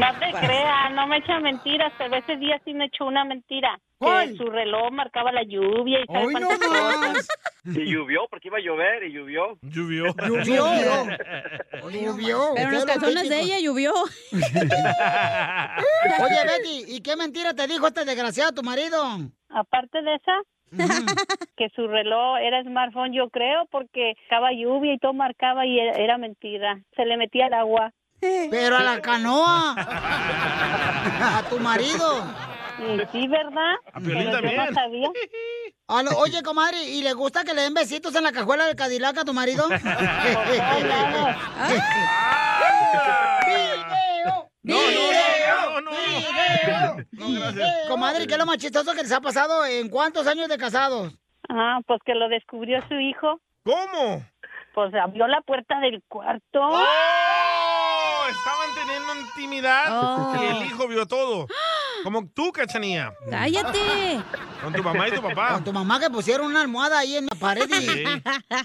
Speaker 1: No te creas, no me echa mentiras, pero ese día sí me echó una mentira. Que
Speaker 25: ¿Cuál?
Speaker 1: su reloj marcaba la lluvia y sabe
Speaker 25: Hoy
Speaker 1: cuántas
Speaker 25: no más.
Speaker 1: cosas.
Speaker 25: Y llovió porque iba a llover y llovió.
Speaker 3: Llovió.
Speaker 25: Llovió.
Speaker 2: Llovió.
Speaker 4: Pero en los
Speaker 2: ustedes los
Speaker 4: calzones de
Speaker 2: típicos.
Speaker 4: ella llovió.
Speaker 2: Oye, Betty, ¿y qué mentira te dijo este desgraciado tu marido?
Speaker 1: Aparte de esa, que su reloj era smartphone, yo creo, porque marcaba lluvia y todo marcaba y era- era mentira. Se le metía el agua.
Speaker 2: Pero a la canoa. A tu marido.
Speaker 1: Sí, ¿verdad?
Speaker 2: A
Speaker 1: Piolín Pero yo también. no sabía.
Speaker 2: oye, comadre, ¿y le gusta que le den besitos en la cajuela del Cadillac a tu marido?
Speaker 3: No, no, no, no,
Speaker 2: Comadre, ¿qué es lo más chistoso que les ha pasado en cuántos años de casados?
Speaker 1: Ah, pues que lo descubrió su hijo.
Speaker 3: ¿Cómo?
Speaker 1: Pues abrió la puerta del cuarto.
Speaker 3: Oh, estaban teniendo intimidad
Speaker 1: Oh.
Speaker 3: y el hijo vio todo. Como tú, cachanía.
Speaker 2: ¡Cállate!
Speaker 3: Con tu mamá y tu papá.
Speaker 2: Con tu mamá que pusieron una almohada ahí en la pared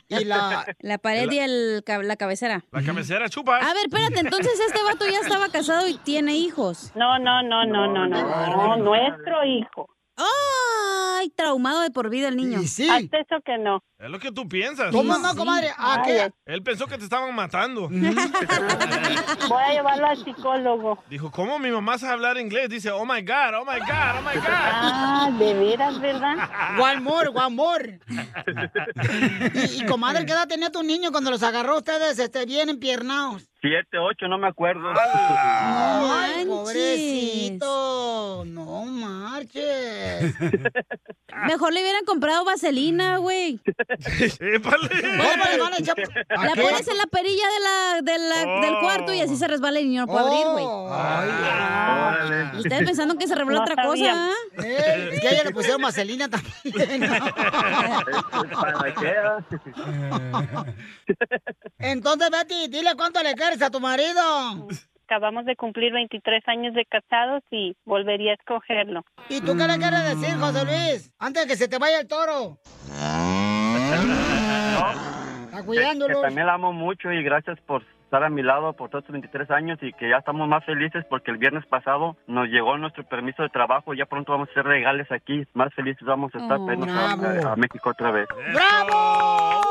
Speaker 2: y, y la...
Speaker 4: La pared y el, ca- la cabecera.
Speaker 3: La cabecera chupa.
Speaker 4: A ver, espérate, entonces este vato ya estaba casado y tiene hijos.
Speaker 1: No, no, no, no, no, no. No, nuestro hijo.
Speaker 4: ¡Ay! Traumado de por vida el niño.
Speaker 2: sí.
Speaker 1: Hasta eso que no.
Speaker 3: Es lo que tú piensas.
Speaker 4: ¿Cómo no, Sí. comadre? ¿A qué?
Speaker 3: Ay, Él pensó que te estaban matando.
Speaker 1: Voy a llevarlo al psicólogo.
Speaker 3: Dijo, ¿cómo mi mamá sabe hablar inglés? Dice, oh my God, oh my God, oh my
Speaker 1: Ah, de veras, ¿verdad?
Speaker 2: One more, one more. Y, y, comadre, ¿qué edad tenía tu niño cuando los agarró ustedes este, bien empiernados?
Speaker 25: Siete, ocho, no me acuerdo.
Speaker 2: Ay, pobrecito. No marches.
Speaker 4: Mejor le hubieran comprado vaselina, güey.
Speaker 2: Épale, vale, ya- ¿A
Speaker 4: pues, La
Speaker 2: qué?
Speaker 4: pones en la perilla de la, de la- del cuarto y así se resbala y no lo puede abrir, güey.
Speaker 2: Oh. Ay,
Speaker 4: Ah. Ustedes pensaron que se reveló
Speaker 2: No
Speaker 4: otra
Speaker 2: sabía.
Speaker 4: cosa, ¿ah?
Speaker 2: Ey, es Eh, que a ella le pusieron vaselina también.
Speaker 25: ¿Para qué?
Speaker 2: Entonces, Betty, dile cuánto le quieres a tu marido.
Speaker 1: Acabamos de cumplir 23 años de casados y volvería a escogerlo.
Speaker 2: ¿Y tú qué le quieres decir, José Luis? Antes de que se te vaya el toro. Está
Speaker 25: Que- que
Speaker 2: cuidándolo.
Speaker 25: también la amo mucho y gracias por estar a mi lado por todos estos 23 años y que ya estamos más felices porque el viernes pasado nos llegó nuestro permiso de trabajo. Ya pronto vamos a hacer regales aquí. Más felices vamos a estar
Speaker 2: Oh,
Speaker 25: para irnos a,
Speaker 2: bravo.
Speaker 25: a México otra vez.
Speaker 3: Eh.
Speaker 2: ¡Bravo!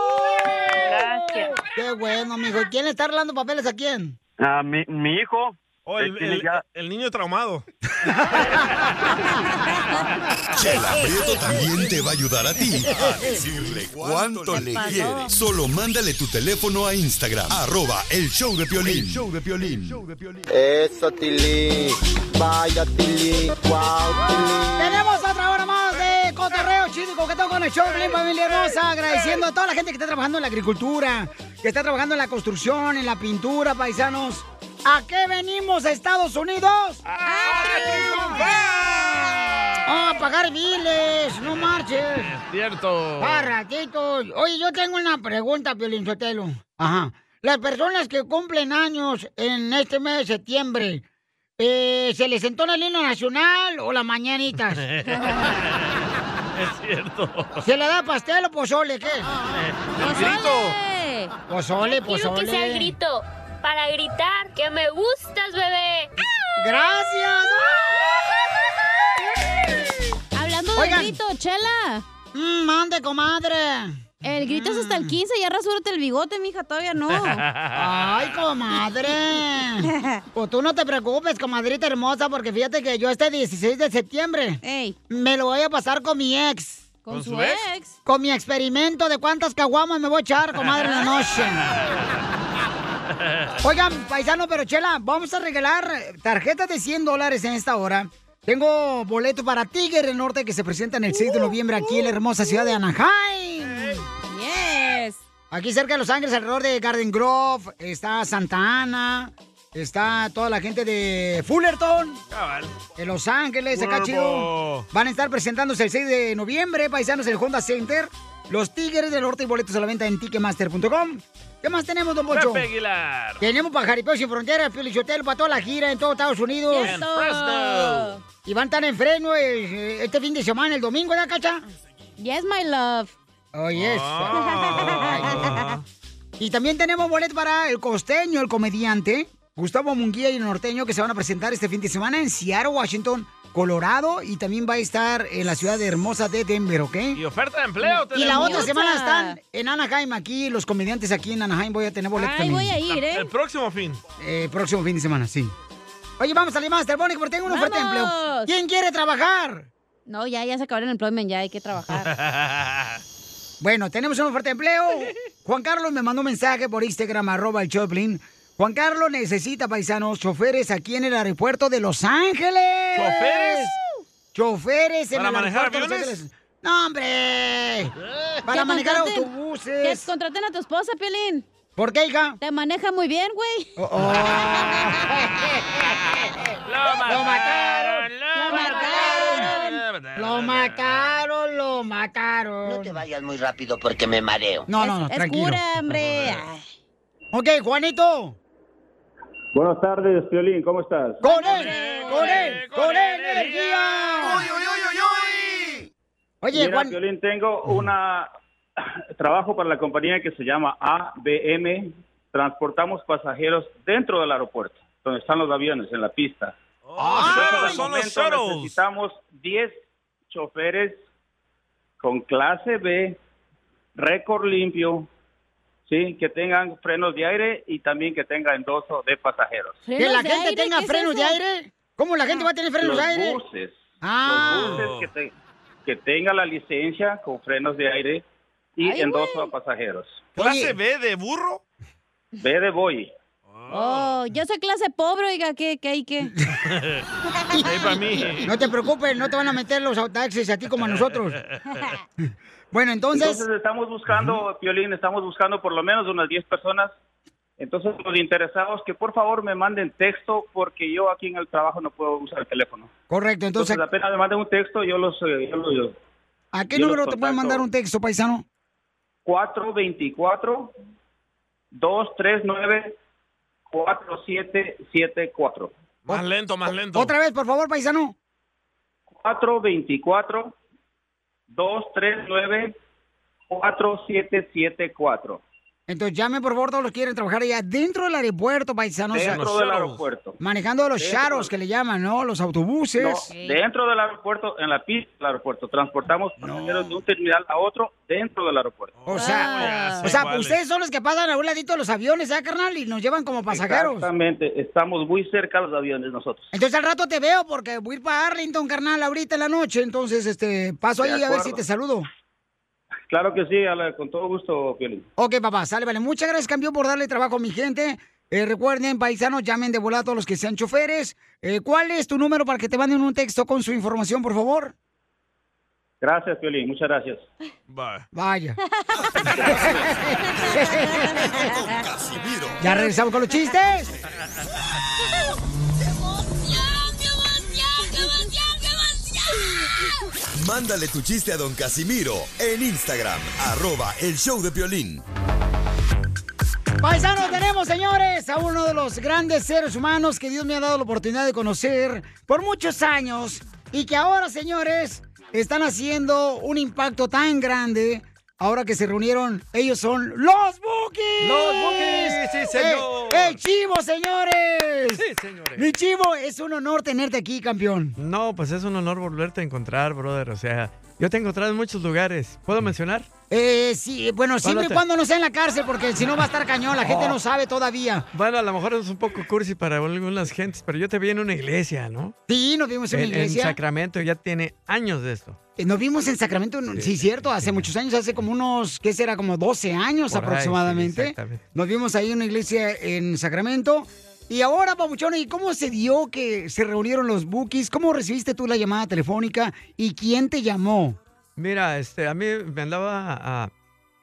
Speaker 2: Gracias. Qué bueno, mijo. ¿Y quién le está arreglando papeles a quién?
Speaker 25: Ah, mi, mi hijo.
Speaker 3: Oh, el-
Speaker 25: él tiene
Speaker 3: el-
Speaker 25: ya-
Speaker 3: El niño traumado.
Speaker 7: Chela Prieto también te va a ayudar a ti a decirle cuánto le quieres. Solo mándale tu teléfono a Instagram, arroba el show de Piolín. show de
Speaker 14: Eso, Tilly. Vaya, Tilly. Wow, Tilly.
Speaker 2: Tenemos otra hora más de cotorreo chido que tengo con el show, de Piolín, familia hermosa. Agradeciendo a toda la gente que está trabajando en la agricultura, que está trabajando en la construcción, en la pintura, paisanos. ¿A qué venimos, Estados Unidos? ¡A ¡A pagar biles! ¡No marches!
Speaker 3: Es cierto.
Speaker 2: Barratitos. Oye, yo tengo una pregunta, Piolín Sotelo. Ajá. Las personas que cumplen años en este mes de septiembre, eh, ¿se les entona el himno nacional o las mañanitas?
Speaker 3: Es cierto. Eh,
Speaker 2: ¿Se le da pastel o pozole? ¿Qué?
Speaker 3: El grito.
Speaker 2: Pozole, pozole.
Speaker 17: grito para gritar que me gustas, bebé.
Speaker 2: ¡Gracias!
Speaker 4: Hablando
Speaker 2: Oigan. Mm,
Speaker 4: del grito, chela.
Speaker 2: mande, comadre. Mm.
Speaker 4: El grito es hasta el 15, ya rasúrate el bigote, mija, todavía no.
Speaker 2: Ay, comadre. Pues tú no te preocupes, comadrita hermosa, porque fíjate que yo este 16 de septiembre me lo voy a pasar con mi ex.
Speaker 4: ¿Con ¿Con su su ex?
Speaker 2: Con mi experimento de cuántas caguamas me voy a echar, comadre, en la noche. Oigan, paisano, pero chela, vamos a regalar tarjetas de 100 dólares en esta hora. Tengo boleto para Tigre del Norte que se presenta en el
Speaker 3: Uh,
Speaker 2: 6 de noviembre aquí en la hermosa ciudad de Anaheim.
Speaker 4: Yes.
Speaker 2: Aquí cerca de Los Ángeles, alrededor de Garden Grove, está Santa Ana, está toda la gente de Fullerton.
Speaker 3: Cabal.
Speaker 2: En Los Ángeles, acá
Speaker 3: Huevo.
Speaker 2: chido. Van a estar presentándose el 6 de noviembre, paisanos, el Honda Center. Los Tigres del Norte y boletos a la venta en Ticketmaster.com. ¿Qué más tenemos, Don Pocho?
Speaker 3: Pepe Aguilar.
Speaker 2: Tenemos para Jaripeo Sin Fronteras, Felicitelo para toda la gira en todo Estados Unidos.
Speaker 3: Cierto. En Fresno.
Speaker 2: Y van a estar en freno el- este fin de semana, el domingo, ¿verdad, Cacha?
Speaker 4: Yes, my love.
Speaker 2: Oh, yes. Y también tenemos boleto para el costeño, el comediante, Gustavo Munguía y el norteño, que se van a presentar este fin de semana en Seattle, Washington, Colorado, y también va a estar en la ciudad de hermosa de Denver, ¿ok?
Speaker 3: Y oferta de empleo.
Speaker 2: Y la
Speaker 3: tenemos.
Speaker 2: otra semana están en Anaheim, aquí los comediantes aquí en Anaheim voy a tener boletos también.
Speaker 3: El próximo fin.
Speaker 2: Eh, próximo fin de semana, sí. Oye, vamos a salir más telefónico porque tengo una oferta de empleo.
Speaker 4: ¡Vamos!
Speaker 2: ¿Quién quiere trabajar?
Speaker 4: No, ya, ya se acabó el employment, ya hay que trabajar.
Speaker 2: Bueno, tenemos una oferta de empleo. Juan Carlos me mandó un mensaje por Instagram, arroba el Choplin. Juan Carlos necesita, paisanos, choferes aquí en el aeropuerto de Los Ángeles.
Speaker 3: ¿Choferes?
Speaker 2: Choferes en
Speaker 3: ¿Para
Speaker 2: el
Speaker 3: manejar
Speaker 2: aeropuerto de Los
Speaker 3: aviones?
Speaker 2: Ángeles. ¡No, hombre! Para
Speaker 4: Que
Speaker 2: manejar
Speaker 4: contraten-
Speaker 2: autobuses.
Speaker 4: Que contraten a tu esposa, Piolín.
Speaker 2: ¿Por qué, hija? Oh,
Speaker 4: Te maneja muy bien, güey.
Speaker 3: Lo mataron.
Speaker 2: Lo mataron.
Speaker 3: Ah,
Speaker 2: Lo mataron, lo mataron.
Speaker 17: No te vayas muy rápido porque me mareo.
Speaker 2: No, no, no, tranquilo.
Speaker 4: hombre.
Speaker 2: Ok, Juanito.
Speaker 12: Buenas tardes, Piolín, ¿cómo estás?
Speaker 2: ¡Con él! ¡Con él! ¡Con energía! Oye,
Speaker 12: Mira,
Speaker 2: Juan.
Speaker 12: Piolín, tengo una trabajo para la compañía que se llama ABM. Transportamos pasajeros dentro del aeropuerto, donde están los aviones, en la pista.
Speaker 3: Shuttles,
Speaker 12: Al
Speaker 3: Ah, son los
Speaker 12: momento
Speaker 3: shuttles.
Speaker 12: necesitamos 10 choferes con clase B, récord limpio, sí, que tengan frenos de aire y también que tengan endoso de pasajeros.
Speaker 2: Que la gente tenga frenos de aire. ¿Cómo la gente va a tener frenos
Speaker 12: los
Speaker 2: de aire?
Speaker 12: buses.
Speaker 2: Ah.
Speaker 12: Los buses que, te- que tenga la licencia con frenos de aire y endoso a pasajeros.
Speaker 3: ¿Clase B de burro?
Speaker 12: B de boy.
Speaker 4: Oh, yo soy clase pobre, oiga, ¿qué, qué hay qué?
Speaker 3: Es para mí.
Speaker 2: No te preocupes, no te van a meter los taxis a ti como a nosotros. Bueno, entonces...
Speaker 12: estamos buscando, Piolín, estamos buscando por lo menos unas 10 personas. Entonces, los interesados, que por favor me manden texto porque yo aquí en el trabajo no puedo usar el teléfono.
Speaker 2: Correcto, entonces...
Speaker 12: Entonces, apenas me manden un texto, yo los... eh, Yo los
Speaker 2: ¿A qué
Speaker 12: yo los
Speaker 2: número te pueden
Speaker 12: contacto.
Speaker 2: mandar un texto, paisano?
Speaker 12: 424-239-4774.
Speaker 3: Más lento, más lento.
Speaker 2: Otra vez, por favor, paisano.
Speaker 12: 424-239-4774.
Speaker 2: Entonces llame, por favor, todos los que quieren trabajar allá dentro del aeropuerto, paisano.
Speaker 12: Dentro del aeropuerto.
Speaker 2: Manejando los
Speaker 12: Dentro.
Speaker 2: charros que le llaman, ¿no? Los autobuses.
Speaker 12: No, dentro del aeropuerto, en la pista del aeropuerto. Transportamos pasajeros de un terminal a otro dentro del aeropuerto.
Speaker 2: O
Speaker 12: Ah,
Speaker 2: sea, o sea ustedes son los que pasan a un ladito de los aviones, ¿ah, carnal? Y nos llevan como pasajeros.
Speaker 12: Exactamente, estamos muy cerca de los aviones nosotros.
Speaker 2: Entonces al rato te veo porque voy a ir para Arlington, carnal, ahorita en la noche. Entonces, este, paso
Speaker 12: De
Speaker 2: ahí a ver
Speaker 12: acuerdo.
Speaker 2: si te saludo.
Speaker 12: Claro que sí, a la- con todo gusto, Piolín.
Speaker 2: Ok, papá, sale, vale. Muchas gracias, campeón, por darle trabajo a mi gente. Eh, recuerden, paisanos, llamen de volada a todos los que sean choferes. Eh, ¿Cuál es tu número para que te manden un texto con su información, por favor?
Speaker 12: Gracias, Piolín, muchas gracias.
Speaker 2: Vaya. ya regresamos con los chistes.
Speaker 6: Mándale tu chiste a don Casimiro en Instagram, arroba el show de Piolín.
Speaker 2: Paisanos, tenemos, señores, a uno de los grandes seres humanos que Dios me ha dado la oportunidad de conocer por muchos años y que ahora, señores, están haciendo un impacto tan grande. Ahora que se reunieron, ellos son los Bookies.
Speaker 10: Los Bookies, sí, señor.
Speaker 2: ¡Eh, eh, chivo, señores!
Speaker 10: Sí, señores.
Speaker 2: Mi chivo, es un honor tenerte aquí, campeón.
Speaker 18: No, pues es un honor volverte a encontrar, brother. O sea, yo te he encontrado en muchos lugares. ¿Puedo mencionar?
Speaker 2: Mm. Eh, sí, bueno, siempre y
Speaker 18: Cuando te-
Speaker 2: cuando no sea en la cárcel, porque si no va a estar cañón, la gente no sabe todavía.
Speaker 18: Bueno, a lo mejor es un poco cursi para algunas gentes, pero yo te vi en una iglesia, ¿no?
Speaker 2: Sí, nos vimos en una iglesia.
Speaker 18: En Sacramento, ya tiene años de esto.
Speaker 2: Eh, Nos vimos en Sacramento, no- sí, cierto, hace muchos años, hace como unos, ¿qué será? Como 12 años
Speaker 18: Por ahí, sí,
Speaker 2: aproximadamente.
Speaker 18: exactamente.
Speaker 2: Nos vimos ahí en una iglesia en Sacramento. Y ahora, Pabuchón, ¿y cómo se dio que se reunieron los bookies? ¿Cómo recibiste tú la llamada telefónica? ¿Y quién te llamó?
Speaker 18: Mira, este, a mí me andaba ah,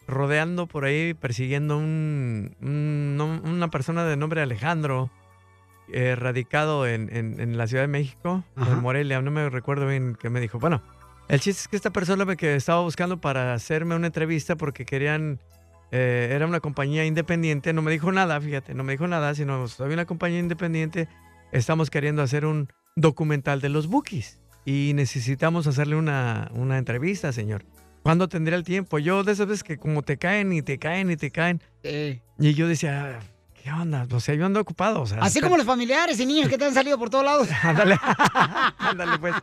Speaker 18: rodeando por ahí, persiguiendo un, un- no- una persona de nombre Alejandro, eh, radicado en, en- en la Ciudad de México, o en Morelia, no me recuerdo bien qué me dijo. Bueno, el chiste es que esta persona me que estaba buscando para hacerme una entrevista porque querían, eh, era una compañía independiente, no me dijo nada, fíjate, no me dijo nada, sino "Pues, soy una compañía independiente, estamos queriendo hacer un documental de los bookies y necesitamos hacerle una, una entrevista, señor. ¿Cuándo tendría el tiempo? Yo de esas veces que como te caen y te caen y te caen. Y yo decía, "Ah, ¿qué onda? O sea, yo ando ocupado. O sea,
Speaker 2: Así
Speaker 18: hasta-
Speaker 2: como los familiares y niños que te han salido por todos lados.
Speaker 18: Ándale. Ándale, pues.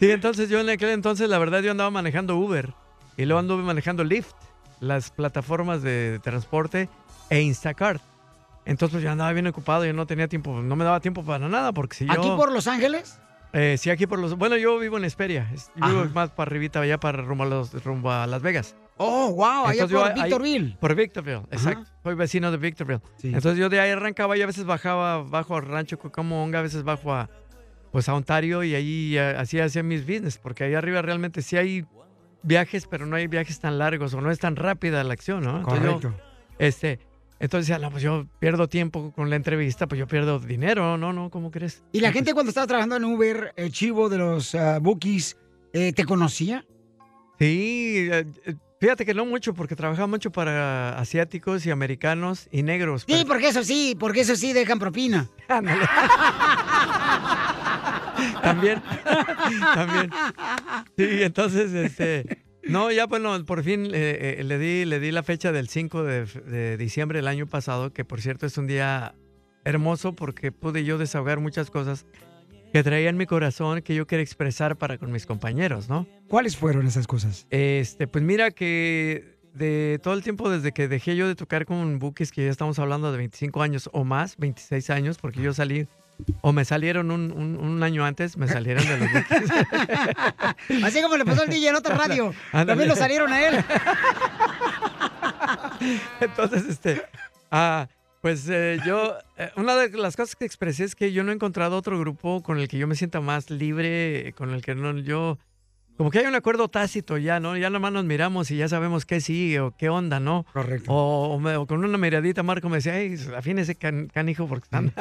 Speaker 18: Sí, entonces yo en aquel entonces, la verdad, yo andaba manejando Uber y luego anduve manejando Lyft, las plataformas de transporte e Instacart. Entonces pues, yo andaba bien ocupado, yo no tenía tiempo, no me daba tiempo para nada porque si yo...
Speaker 2: ¿Aquí por Los Ángeles?
Speaker 18: Eh, sí, aquí por los... Bueno, yo vivo en Esperia, es- vivo
Speaker 2: Ajá.
Speaker 18: más para arribita, allá para rumbo a, los- rumbo a Las Vegas.
Speaker 2: Oh, wow, allá
Speaker 18: Entonces yo
Speaker 2: por
Speaker 18: ahí-
Speaker 2: Victorville.
Speaker 18: Por Victorville, exacto. Soy vecino de Victorville. Entonces yo de ahí arrancaba y a veces bajaba bajo a Rancho Cucamonga, a veces bajo a, pues a Ontario y ahí eh, así hacía mis business, porque ahí arriba realmente sí hay viajes, pero no hay viajes tan largos o no es tan rápida la acción, ¿no? Entonces yo,
Speaker 2: Correcto.
Speaker 18: este, entonces decía, no, pues yo pierdo tiempo con la entrevista, pues yo pierdo dinero, no, no, ¿cómo crees?
Speaker 2: ¿Y la gente cuando estaba trabajando en Uber, el chivo de los ah, bookies, eh, te conocía?
Speaker 18: Sí, eh, eh, fíjate que no mucho, porque trabajaba mucho para asiáticos y americanos y negros.
Speaker 2: Sí, porque eso sí, porque eso sí dejan propina.
Speaker 18: También, también. Sí, entonces, este, no, ya bueno, por fin eh, eh, le di, le di la fecha del 5 de, f- de diciembre del año pasado, que por cierto es un día hermoso porque pude yo desahogar muchas cosas que traía en mi corazón que yo quería expresar para con mis compañeros, ¿no?
Speaker 2: ¿Cuáles fueron esas cosas?
Speaker 18: Este, pues mira que de todo el tiempo desde que dejé yo de tocar con buques, que ya estamos hablando de 25 años o más, 26 años, porque yo salí, o me salieron un, un- un año antes, me salieron de los buques.
Speaker 2: Así como le pasó al DJ en otra radio.
Speaker 18: Ándale. Pues
Speaker 2: También lo salieron a él.
Speaker 18: Entonces, este, ah, Pues eh, yo, eh, una de las cosas que expresé es que yo no he encontrado otro grupo con el que yo me sienta más libre, con el que no, yo, como que hay un acuerdo tácito ya, ¿no? Ya nomás nos miramos y ya sabemos qué sigue o qué onda, ¿no? Correcto. O, o me- o con una miradita Marco me decía, ay, afínese can, canijo porque están...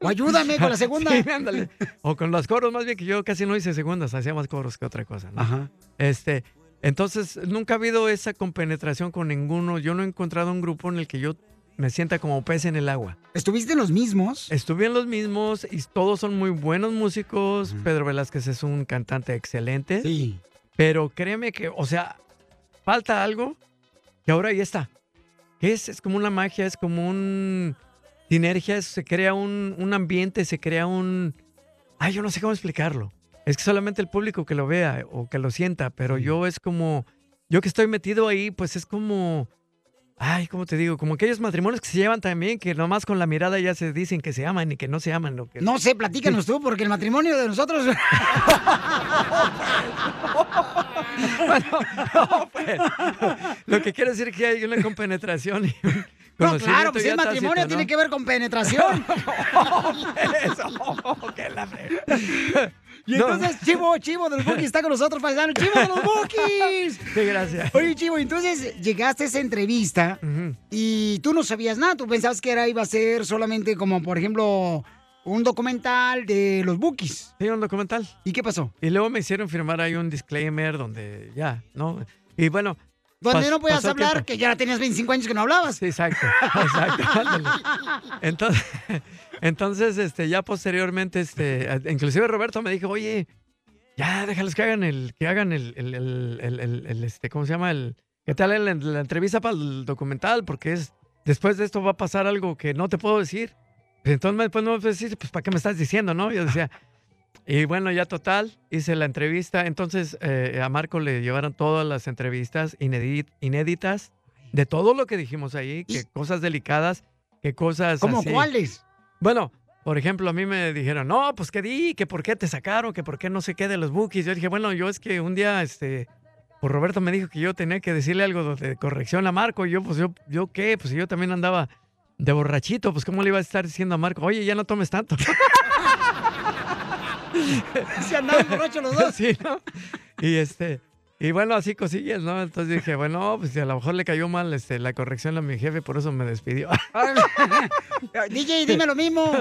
Speaker 2: O ayúdame con la segunda.
Speaker 18: Sí, ándale. O con los coros, más bien que yo casi no hice segundas, hacía más coros que otra cosa, ¿no?
Speaker 2: Ajá.
Speaker 18: Este, entonces, nunca ha habido esa compenetración con ninguno. Yo no he encontrado un grupo en el que yo me sienta como pez en el agua.
Speaker 9: ¿Estuviste en los mismos?
Speaker 18: Estuve en los mismos y todos son muy buenos músicos. Pedro Velázquez es un cantante excelente.
Speaker 9: Sí.
Speaker 18: Pero créeme que, o sea, falta algo que ahora ya está. Que Es, es como una magia, es como un sinergia, es- se crea un, un ambiente, se crea un... Ay, yo no sé cómo explicarlo. Es que solamente el público que lo vea o que lo sienta, pero yo es como... Yo que estoy metido ahí, pues es como... Ay, ¿cómo te digo? Como aquellos matrimonios que se llevan también, que nomás con la mirada ya se dicen que se aman y que no se aman. Lo que...
Speaker 9: No sé, platícanos tú, porque el matrimonio de nosotros.
Speaker 18: pues, Lo que quiero decir es que hay una compenetración. Y un
Speaker 9: No,
Speaker 18: conocimiento
Speaker 9: claro, pues
Speaker 18: ya
Speaker 9: el matrimonio
Speaker 18: tácito, ¿no?
Speaker 9: tiene que ver con penetración. Y
Speaker 18: No.
Speaker 9: entonces, Chivo, Chivo de los Bookies está con nosotros, paisano. ¡Chivo de los Bookies!
Speaker 18: Sí, gracias.
Speaker 9: Oye, Chivo, entonces llegaste a esa entrevista y tú no sabías nada. Tú pensabas que era iba a ser solamente como, por ejemplo, un documental de los Bookies.
Speaker 18: Sí, un documental.
Speaker 9: ¿Y qué pasó?
Speaker 18: Y luego me hicieron firmar ahí un disclaimer donde ya, ¿no? Y bueno.
Speaker 9: Donde
Speaker 18: pas-
Speaker 9: no podías
Speaker 18: pasó
Speaker 9: hablar,
Speaker 18: tiempo.
Speaker 9: que ya tenías 25 años que no hablabas.
Speaker 18: Sí, exacto. Exacto. ándale. Entonces, entonces este, ya posteriormente, este, a- inclusive Roberto me dijo, oye, ya déjalos que hagan el, que hagan el, el, el- el- el- el, este, ¿cómo se llama? El, que tal la, la entrevista para el documental, porque es, después de esto va a pasar algo que no te puedo decir. Pues entonces después no me puedes decir, pues, ¿para qué me estás diciendo, no? Yo decía, y bueno, ya total, hice la entrevista. Entonces eh, a Marco le llevaron todas las entrevistas inedi- inéditas de todo lo que dijimos ahí, que cosas delicadas, que cosas
Speaker 9: ¿Cómo
Speaker 18: así.
Speaker 9: cuáles?
Speaker 18: Bueno, por ejemplo, a mí me dijeron, no, pues que di, que por qué te sacaron, que por qué no sé qué de los bookies. Yo dije, bueno, yo es que un día, este, pues Roberto me dijo que yo tenía que decirle algo de corrección a Marco. Y yo, pues yo, yo qué, pues yo también andaba de borrachito, pues cómo le iba a estar diciendo a Marco, oye, ya no tomes tanto.
Speaker 9: Se andaban borrachos los dos.
Speaker 18: Sí, ¿no? Y este, y bueno, así cosillas, ¿no? Entonces dije, bueno, pues a lo mejor le cayó mal este, la corrección a mi jefe, por eso me despidió.
Speaker 9: DJ, dime lo mismo.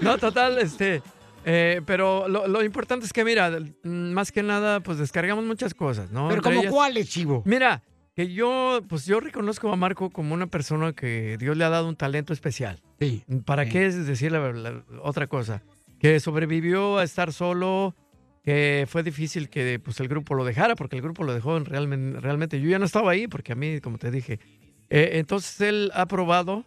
Speaker 18: No, total, este. eh, pero lo, lo importante es que, mira, mm, más que nada, pues descargamos muchas cosas, ¿no?
Speaker 9: Pero
Speaker 18: Entre
Speaker 9: como
Speaker 18: ellas-
Speaker 9: cuáles, Chivo.
Speaker 18: Mira, que yo, pues yo reconozco a Marco como una persona que Dios le ha dado un talento especial.
Speaker 9: Sí.
Speaker 18: ¿Para qué es decir la- la- otra cosa? Que sobrevivió a estar solo, que fue difícil que pues, el grupo lo dejara, porque el grupo lo dejó en realmen- realmente. Yo ya no estaba ahí, porque a mí, como te dije. eh, entonces él ha probado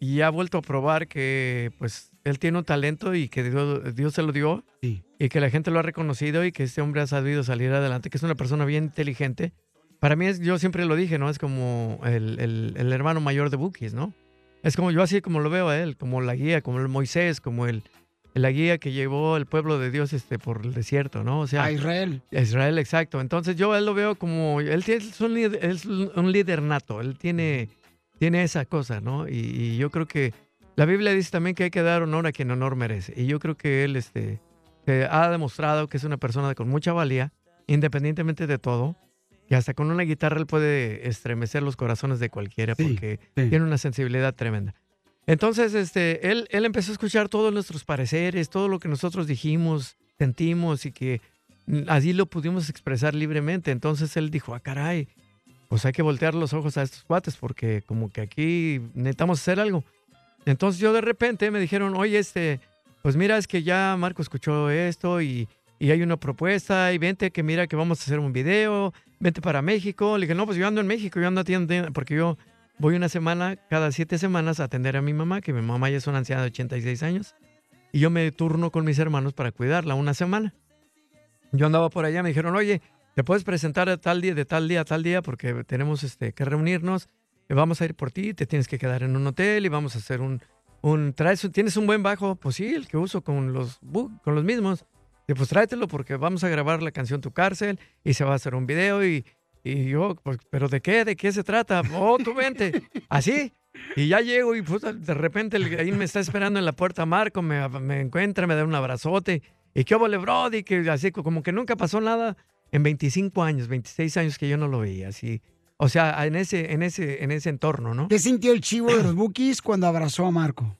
Speaker 18: y ha vuelto a probar que pues él tiene un talento y que Dios, Dios se lo dio y que la gente lo ha reconocido y que este hombre ha sabido salir adelante, que es una persona bien inteligente. Para mí, es, yo siempre lo dije, ¿no? Es como el, el- el hermano mayor de Bookies, ¿no? Es como yo así como lo veo a él, como la guía, como el Moisés, como el, la guía que llevó el pueblo de Dios este, por el desierto, ¿no? O sea,
Speaker 9: A Israel.
Speaker 18: a Israel, exacto. Entonces yo a él lo veo como, él tiene- es un, líder- es un líder nato, él tiene, tiene esa cosa, ¿no? Y, y yo creo que la Biblia dice también que hay que dar honor a quien honor merece. Y yo creo que él este, se ha demostrado que es una persona con mucha valía, independientemente de todo, que hasta con una guitarra él puede estremecer los corazones de cualquiera porque tiene una sensibilidad tremenda. Entonces, este, él, él empezó a escuchar todos nuestros pareceres, todo lo que nosotros dijimos, sentimos y que mm, así lo pudimos expresar libremente. Entonces él dijo, ah, caray, pues hay que voltear los ojos a estos cuates porque como que aquí necesitamos hacer algo. Entonces yo de repente me dijeron, oye, este, pues mira, es que ya Marco escuchó esto y, y hay una propuesta y vente que mira que vamos a hacer un video, vente para México. Le dije, no, pues yo ando en México, yo ando atiendo, porque yo voy una semana, cada siete semanas a atender a mi mamá, que mi mamá ya es una anciana de 86 años, y yo me turno con mis hermanos para cuidarla una semana. Yo andaba por allá, me dijeron, oye, te puedes presentar a tal día, de tal día a tal día, porque tenemos este, que reunirnos, y vamos a ir por ti, te tienes que quedar en un hotel y vamos a hacer un, un traes, tienes un buen bajo, pues sí, el que uso con los, bu- con los mismos. Y pues tráetelo porque vamos a grabar la canción Tu Cárcel y se va a hacer un video y, y yo, pues, pero ¿de qué? ¿De qué se trata? Oh, tú vente. Así. Y ya llego y puta, de repente el ahí me está esperando en la puerta Marco, me, me encuentra, me da un abrazote. Y qué obole, Brody, que así como que nunca pasó nada en 25 años, 26 años que yo no lo veía así. O sea, en ese, en ese, en ese entorno, ¿no?
Speaker 2: ¿Qué sintió el chivo de los Bookies cuando abrazó a Marco?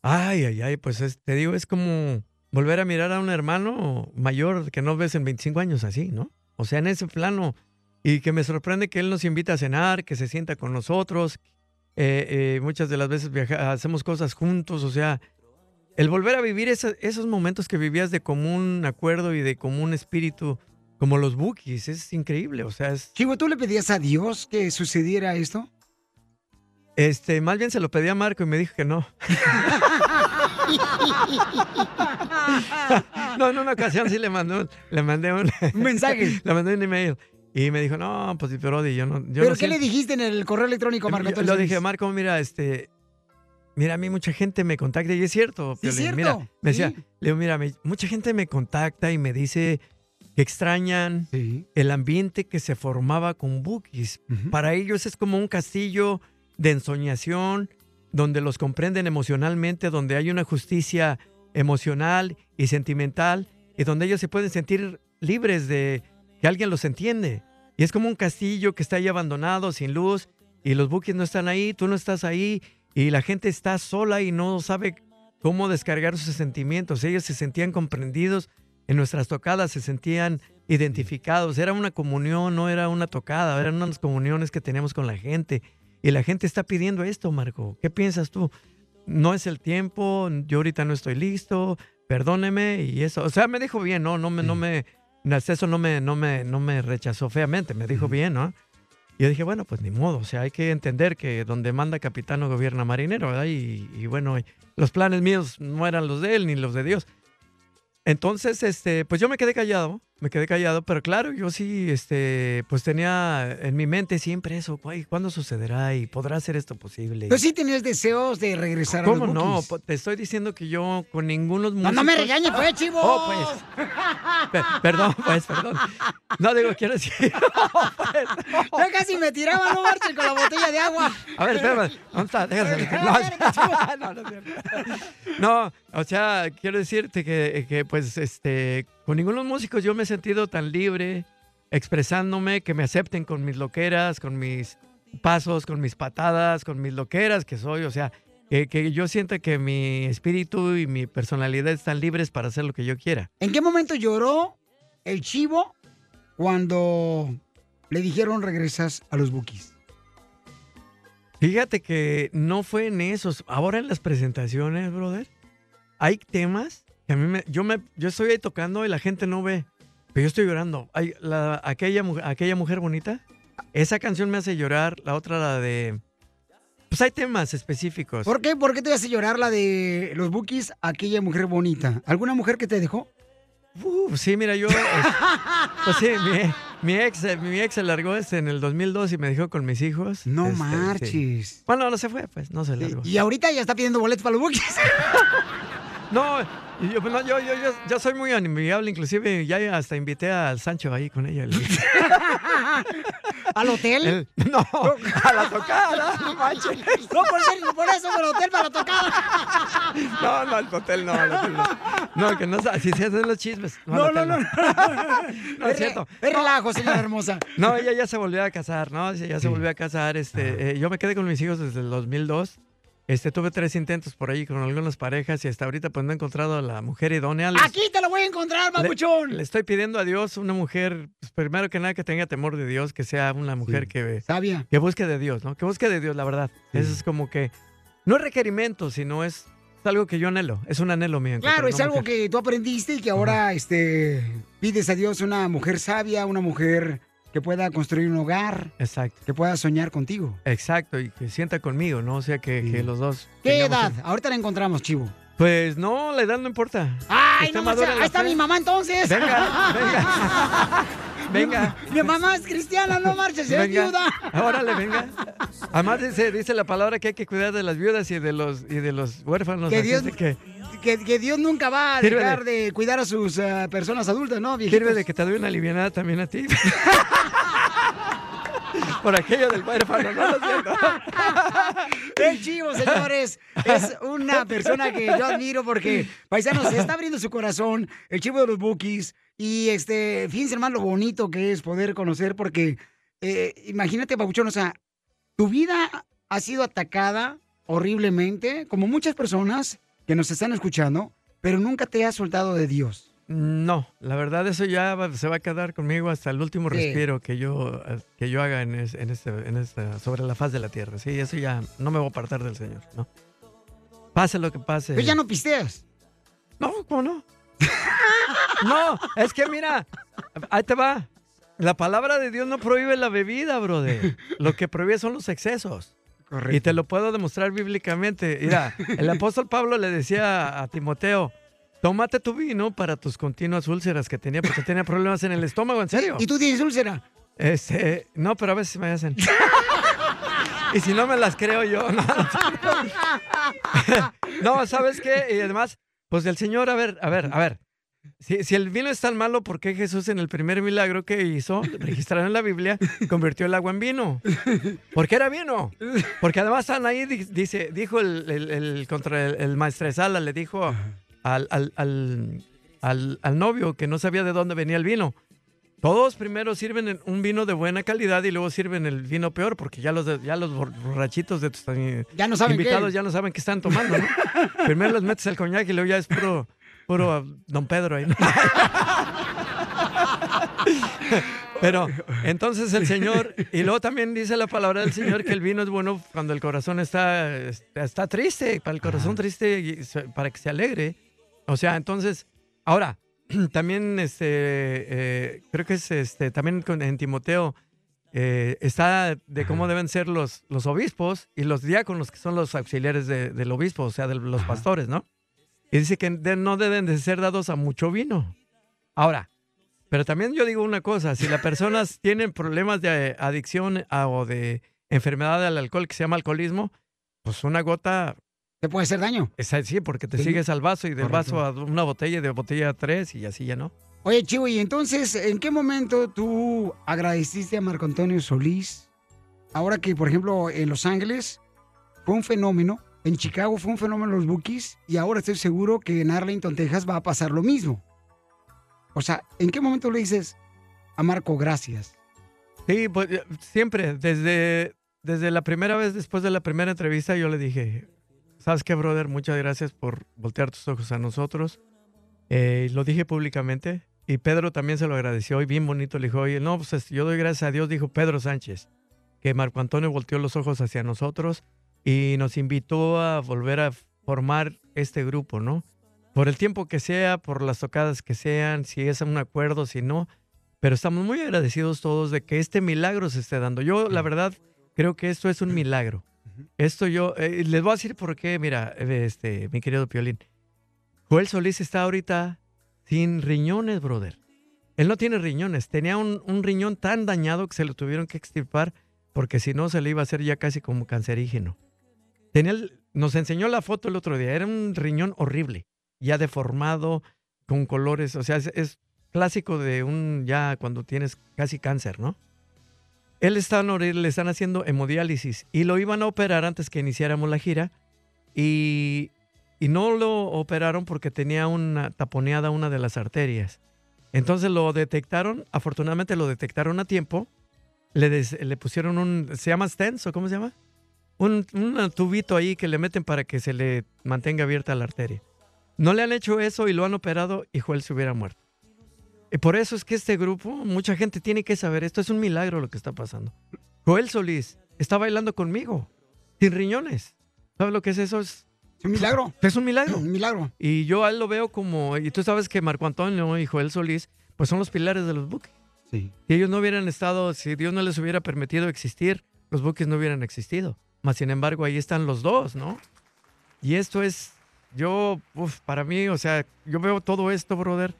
Speaker 18: Ay, ay, ay, pues es- te digo, es como volver a mirar a un hermano mayor que no ves en 25 años así, ¿no? O sea, en ese plano. Y que me sorprende que él nos invita a cenar, que se sienta con nosotros. Eh, eh, muchas de las veces viaja- hacemos cosas juntos, o sea, el volver a vivir esa- esos momentos que vivías de común acuerdo y de común espíritu, como los bookies, es increíble, o sea, es...
Speaker 2: Chivo, ¿tú le pedías a Dios que sucediera esto?
Speaker 18: Este, más bien se lo pedí a Marco y me dijo que no. no, en una ocasión sí le mandé un, le mandé un,
Speaker 2: mensaje.
Speaker 18: le mandé un email. Y me dijo, no, pues Brody, yo no. Yo
Speaker 2: ¿Pero
Speaker 18: no
Speaker 2: qué le
Speaker 18: siento-
Speaker 2: dijiste en el correo electrónico, Marco?
Speaker 18: Yo- Lo
Speaker 2: Antonio
Speaker 18: dije,
Speaker 2: Solís?
Speaker 18: Marco, mira, este. Mira, a mí mucha gente me contacta y es cierto.
Speaker 2: Sí, es
Speaker 18: Piolín,
Speaker 2: cierto.
Speaker 18: Mira, me decía,
Speaker 2: Sí.
Speaker 18: Leo, mira, me- mucha gente me contacta y me dice que extrañan el ambiente que se formaba con Bookies. Para ellos es como un castillo de ensoñación donde los comprenden emocionalmente, donde hay una justicia emocional y sentimental y donde ellos se pueden sentir libres de que alguien los entiende. Y es como un castillo que está ahí abandonado, sin luz, y los Bookies no están ahí, tú no estás ahí, y la gente está sola y no sabe cómo descargar sus sentimientos. Ellos se sentían comprendidos en nuestras tocadas, se sentían identificados. Era una comunión, no era una tocada, eran unas comuniones que teníamos con la gente. Y la gente está pidiendo esto, Marco. ¿Qué piensas tú? No es el tiempo, yo ahorita no estoy listo, perdóneme y eso. O sea, me dijo bien, no, no me, no me, eso no me, no me, no me rechazó feamente, me dijo bien, ¿no? Y yo dije, bueno, pues ni modo, o sea, hay que entender que donde manda capitán no gobierna marinero, ¿verdad? Y, y bueno, y los planes míos no eran los de él ni los de Dios. Entonces, este, pues yo me quedé callado, me quedé callado, pero claro, yo sí, este, pues tenía en mi mente siempre eso, "Güey, ¿cuándo sucederá y podrá ser esto posible?
Speaker 2: Pero Pues sí tenías deseos de regresar
Speaker 18: ¿Cómo
Speaker 2: a los
Speaker 18: no?
Speaker 2: Bookies.
Speaker 18: Po- Te estoy diciendo que yo con ninguno de los
Speaker 2: No, no me
Speaker 18: músicos-
Speaker 2: regañes, pues, chivo.
Speaker 18: Oh, pues. Pe- perdón, pues, perdón. No digo, quiero decir.
Speaker 2: Yo casi me tiraba, no marchen con la botella de agua.
Speaker 18: A ver, espérame. ¿Dónde está? Déjame. No, no, no, no, o sea, quiero decirte que, que, pues, este, con ninguno de los músicos yo me he sentido tan libre expresándome, que me acepten con mis loqueras, con mis pasos, con mis patadas, con mis loqueras que soy, o sea, que, que yo sienta que mi espíritu y mi personalidad están libres para hacer lo que yo quiera.
Speaker 2: ¿En qué momento lloró el chivo cuando le dijeron regresas a los Bookies?
Speaker 18: Fíjate que no fue en esos. Ahora en las presentaciones, brother, hay temas que a mí me. Yo, me, yo estoy ahí tocando y la gente no ve. Pero yo estoy llorando. Hay la- aquella, mu- aquella mujer bonita, esa canción me hace llorar. La otra, la de. Pues hay temas específicos.
Speaker 2: ¿Por qué? ¿Por qué te hace llorar la de los Bookies, aquella mujer bonita? ¿Alguna mujer que te dejó?
Speaker 18: Uh, sí, mira, yo. es- pues sí, mi, mi ex, mi ex se largó este en el 2002 y me dijo con mis hijos.
Speaker 2: No
Speaker 18: este, sí.
Speaker 2: marches.
Speaker 18: Bueno, no se fue, pues, no se largó.
Speaker 2: Y ahorita ya está pidiendo boletos para los Bookies.
Speaker 18: No, y yo, pues, no, yo, yo, yo, yo soy muy amigable, inclusive ya hasta invité al Sancho ahí con ella.
Speaker 2: ¿Al hotel?
Speaker 18: no, a la tocada, ah, no manches.
Speaker 2: No, por, ser- por eso, del hotel para tocar.
Speaker 18: No, no, al hotel no, al hotel no. No, que no, sa- si se hacen los chismes.
Speaker 2: No,
Speaker 18: al hotel
Speaker 2: no,
Speaker 18: No es cierto.
Speaker 2: Es relajo, señora hermosa.
Speaker 18: No, ella ya se volvió a casar, ¿no? Sí, Ya se volvió a casar. Este, eh, yo me quedé con mis hijos desde el 2002. Este, tuve tres intentos por ahí con algunas parejas y hasta ahorita pues no he encontrado a la mujer idónea. Les-
Speaker 2: Aquí te lo voy a encontrar,
Speaker 18: le-
Speaker 2: mamuchón.
Speaker 18: Le, estoy pidiendo a Dios una mujer, pues, primero que nada, que tenga temor de Dios, que sea una mujer que...
Speaker 2: Sabia.
Speaker 18: Que busque de Dios, ¿no? Que busque de Dios, la verdad. Eso es como que... No es requerimiento, sino es, es algo que yo anhelo. Es un anhelo mío.
Speaker 2: Claro, es algo que tú aprendiste y que ahora este, pides a Dios una mujer sabia, una mujer que pueda construir un hogar,
Speaker 18: Exacto.
Speaker 2: que pueda soñar contigo.
Speaker 18: Exacto, y que sienta conmigo, ¿no? O sea, que, que los dos...
Speaker 2: ¿Qué
Speaker 18: tengamos
Speaker 2: edad? Ahorita la encontramos, chivo. Ah,
Speaker 18: un- Pues no, la edad no importa.
Speaker 2: ¡Ay,
Speaker 18: Está
Speaker 2: no más!
Speaker 18: madura la
Speaker 2: Ahí está
Speaker 18: fe.
Speaker 2: mi mamá entonces.
Speaker 18: Venga, Venga.
Speaker 2: Mi, mamá es cristiana, no marches, es
Speaker 18: Venga,
Speaker 2: viuda.
Speaker 18: Órale, venga. Además dice, dice la palabra que hay que cuidar de las viudas y de los y de los huérfanos.
Speaker 2: Que
Speaker 18: así
Speaker 2: Dios-
Speaker 18: es de que
Speaker 2: Que, que Dios nunca va a
Speaker 18: Sírvele.
Speaker 2: dejar de cuidar a sus eh, personas adultas, ¿no, viejitos?
Speaker 18: sirve de que te doy una alivianada también a ti. Por aquello del huérfano, no lo siento.
Speaker 9: ¡Qué chivo, señores! Es una persona que yo admiro porque, paisanos, se está abriendo su corazón, el chivo de los bookies. Y este, fíjense, hermano, lo bonito que es poder conocer, porque eh, imagínate, Pabuchón, o sea, tu vida ha sido atacada horriblemente, como muchas personas que nos están escuchando, pero nunca te has soltado de Dios.
Speaker 18: No, la verdad eso ya va- se va a quedar conmigo hasta el último
Speaker 9: Sí.
Speaker 18: respiro que yo, que yo haga en, es- en este, en esta- sobre la faz de la tierra. Sí, eso ya no me voy a apartar del Señor, ¿no? Pase lo que pase.
Speaker 2: Pues
Speaker 9: Pero Pues ya no pisteas.
Speaker 18: No, ¿cómo no? No, es que mira, ahí te va. La palabra de Dios no prohíbe la bebida, brother. Lo que prohíbe son los excesos.
Speaker 9: Correcto.
Speaker 18: Y te lo puedo demostrar bíblicamente. Mira, el apóstol Pablo le decía a Timoteo, tómate tu vino para tus continuas úlceras que tenía, porque tenía problemas en el estómago, ¿en serio?
Speaker 9: ¿Y tú tienes úlcera?
Speaker 18: Este, no, pero a veces me hacen. y si no me las creo yo, no. No, ¿sabes qué? Y además, pues el Señor, a ver, a ver, a ver. Si, si el vino es tan malo, ¿por qué Jesús en el primer milagro que hizo, registrado en la Biblia, convirtió el agua en vino? Porque era vino. Porque además Anaí di- dice, dijo el, el, el contra el, el maestresala, le dijo al, al, al, al- al novio que no sabía de dónde venía el vino. Todos primero sirven en un vino de buena calidad y luego sirven el vino peor, porque ya los, de- ya los bor- borrachitos de tus eh,
Speaker 9: Ya no saben qué.
Speaker 18: invitados ya no saben qué están tomando, ¿no? Primero les metes el coñac y luego ya es puro, puro ah, Don Pedro ahí. ¿no? Pero entonces el Señor, y luego también dice la palabra del Señor que el vino es bueno cuando el corazón está, está, está triste, para el corazón triste, y se- para que se alegre. O sea, entonces, ahora, también este, eh, creo que es este, también con- en Timoteo eh, está de cómo deben ser los, los obispos y los diáconos, que son los auxiliares de- del obispo, o sea, de los pastores, ¿no? Y dice que de- no deben de ser dados a mucho vino. Ahora, pero también yo digo una cosa, si las personas tienen problemas de adicción a- o de enfermedad al alcohol que se llama alcoholismo, pues una gota...
Speaker 9: Te puede hacer daño.
Speaker 18: sí, porque te
Speaker 9: Sí.
Speaker 18: sigues al vaso y del
Speaker 9: Correcto.
Speaker 18: vaso a una botella y de botella a tres y así ya no.
Speaker 9: Oye, Chivo, y entonces, ¿en qué momento tú agradeciste a Marco Antonio Solís? Ahora que, por ejemplo, en Los Ángeles fue un fenómeno, en Chicago fue un fenómeno los Bookies, y ahora estoy seguro que en Arlington, Texas va a pasar lo mismo. O sea, ¿en qué momento le dices a Marco gracias?
Speaker 18: Sí, pues eh, siempre, desde, desde la primera vez, después de la primera entrevista, yo le dije, ¿sabes qué, brother? Muchas gracias por voltear tus ojos a nosotros. Eh, lo dije públicamente y Pedro también se lo agradeció y bien bonito le dijo, oye, no, pues este, yo doy gracias a Dios, dijo Pedro Sánchez, que Marco Antonio volteó los ojos hacia nosotros y nos invitó a volver a formar este grupo, ¿no? Por el tiempo que sea, por las tocadas que sean, si es un acuerdo, si no, pero estamos muy agradecidos todos de que este milagro se esté dando. Yo, la verdad, creo que esto es un milagro. Esto yo, eh, les voy a decir por qué, mira, eh, este, mi querido Piolín. Joel Solís está ahorita sin riñones, brother. Él no tiene riñones. Tenía un, un riñón tan dañado que se lo tuvieron que extirpar porque si no se le iba a hacer ya casi como cancerígeno. Tenía el- nos enseñó la foto el otro día. Era un riñón horrible, ya deformado, con colores. O sea, es, es clásico de un ya cuando tienes casi cáncer, ¿no? Él está en ori- le están haciendo hemodiálisis y lo iban a operar antes que iniciáramos la gira y, y no lo operaron porque tenía una taponeada una de las arterias. Entonces lo detectaron, afortunadamente lo detectaron a tiempo, le, des- le pusieron un, ¿se llama stents o cómo se llama? Un, un tubito ahí que le meten para que se le mantenga abierta la arteria. No le han hecho eso y lo han operado y Joel se hubiera muerto. Y por eso es que este grupo, mucha gente tiene que saber, esto es un milagro lo que está pasando. Joel Solís está bailando conmigo, sin riñones. ¿Sabes lo que es eso? Es
Speaker 9: un milagro.
Speaker 18: Es un milagro. Un
Speaker 9: milagro.
Speaker 18: Y yo a él lo veo como, y tú sabes que Marco Antonio y Joel Solís, pues son los pilares de los buques.
Speaker 9: Sí.
Speaker 18: Si ellos no hubieran estado, si Dios no les hubiera permitido existir, los buques no hubieran existido. Mas, sin embargo, ahí están los dos, ¿no? Y esto es, yo, uf, para mí, o sea, yo veo todo esto, brother.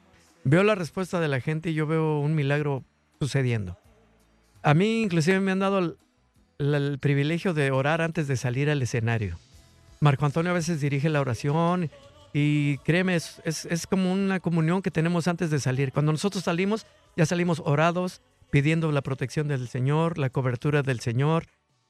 Speaker 18: Veo la respuesta de la gente y yo veo un milagro sucediendo. A mí, inclusive, me han dado el, el- el privilegio de orar antes de salir al escenario. Marco Antonio a veces dirige la oración y créeme, es, es- es como una comunión que tenemos antes de salir. Cuando nosotros salimos, ya salimos orados, pidiendo la protección del Señor, la cobertura del Señor.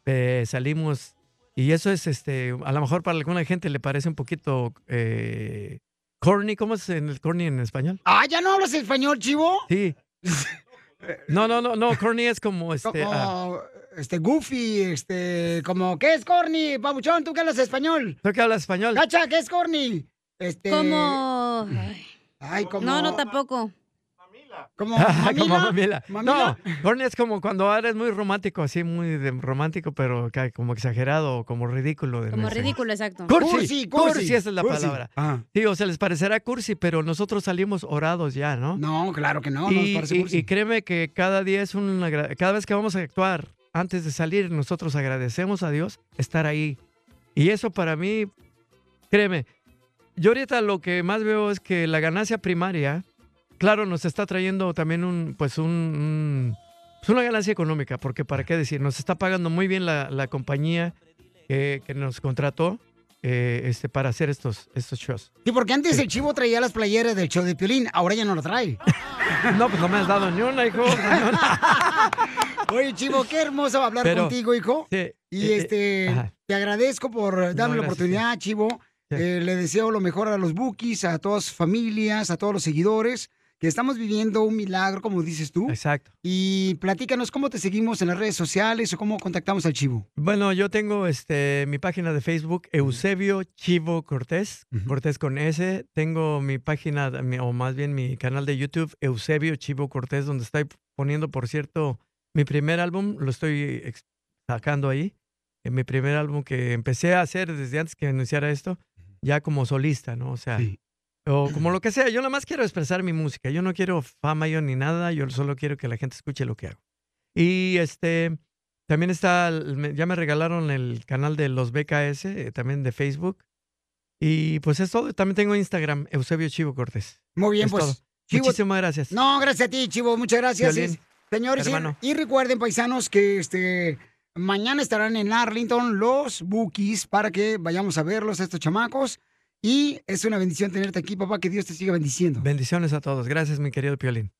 Speaker 18: eh, salimos y eso es, este, a lo mejor para alguna gente le parece un poquito eh, corny. ¿Cómo es en el corny en español?
Speaker 2: Ah, ¿ya no hablas español, chivo?
Speaker 18: Sí. No, no, no, no. Corny es como este. ah,
Speaker 2: Como, este, goofy, este, como, ¿qué es corny? Pabuchón, ¿tú que hablas español?
Speaker 18: ¿Tú que hablas español?
Speaker 2: Cacha, ¿qué es corny? Este...
Speaker 4: Como-
Speaker 2: Ay, como...
Speaker 4: No, no, tampoco.
Speaker 2: Como
Speaker 18: como
Speaker 2: mamila.
Speaker 18: mamila.
Speaker 2: Mamila.
Speaker 18: No, corny es como cuando eres muy romántico, así muy de- romántico, pero ca- como exagerado, o como ridículo. de-
Speaker 4: Como
Speaker 18: no sé.
Speaker 4: ridículo, exacto.
Speaker 18: Cursi, cursi, esa es la palabra.
Speaker 2: Ah.
Speaker 18: Sí, o sea, les parecerá cursi, pero nosotros salimos orados ya, ¿no?
Speaker 2: No, claro que no, no nos
Speaker 18: Y,
Speaker 2: parece
Speaker 18: y-
Speaker 2: cursi.
Speaker 18: y créeme que cada día es una gra- cada vez que vamos a actuar, antes de salir, nosotros agradecemos a Dios estar ahí. Y eso para mí, créeme, yo ahorita lo que más veo es que la ganancia primaria, claro, nos está trayendo también un, pues un, un- pues una ganancia económica, porque para qué decir, nos está pagando muy bien la, la compañía que, que nos contrató eh, este, para hacer estos, estos shows.
Speaker 2: Sí, porque antes el chivo traía las playeras del show de Piolín, ahora ya no lo trae.
Speaker 18: No, pues no me has dado ni una, hijo.
Speaker 2: Oye, chivo, qué hermoso hablar
Speaker 18: Pero-
Speaker 2: contigo, hijo.
Speaker 18: Sí,
Speaker 2: Y
Speaker 18: eh,
Speaker 2: este,
Speaker 18: ajá.
Speaker 2: te agradezco por darme la
Speaker 18: gracias,
Speaker 2: oportunidad, Chivo. Eh, le deseo lo mejor a los bookies, a todas sus familias, a todos los seguidores, que estamos viviendo un milagro, como dices tú.
Speaker 18: Exacto.
Speaker 2: Y platícanos cómo te seguimos en las redes sociales o cómo contactamos al Chivo.
Speaker 18: Bueno, yo tengo este mi página de Facebook, Eusebio Chivo Cortés, Cortés con S. Tengo mi página, mi- o más bien mi canal de YouTube, Eusebio Chivo Cortés, donde estoy poniendo, por cierto, mi primer álbum, lo estoy ex- sacando ahí. En mi primer álbum que empecé a hacer desde antes que anunciara esto, ya como solista, ¿no? O sea, o como lo que sea, yo nada más quiero expresar mi música. Yo no quiero fama yo ni nada, yo solo quiero que la gente escuche lo que hago. Y este, también está, el- me- ya me regalaron el canal de los BKS, eh, también de Facebook. Y pues es todo. También tengo Instagram, Eusebio Chivo Cortés.
Speaker 2: Muy bien,
Speaker 18: Es
Speaker 2: pues,
Speaker 18: todo.
Speaker 2: Chivo-
Speaker 18: Muchísimas gracias.
Speaker 2: No, gracias a ti, Chivo. Muchas gracias.
Speaker 18: Violín,
Speaker 2: Señores, y-
Speaker 18: hermano.
Speaker 2: y, recuerden, paisanos, que este mañana estarán en Arlington los Bookies para que vayamos a verlos a estos chamacos. Y es una bendición tenerte aquí, papá. Que Dios te siga bendiciendo.
Speaker 18: Bendiciones a todos. Gracias, mi querido Piolín.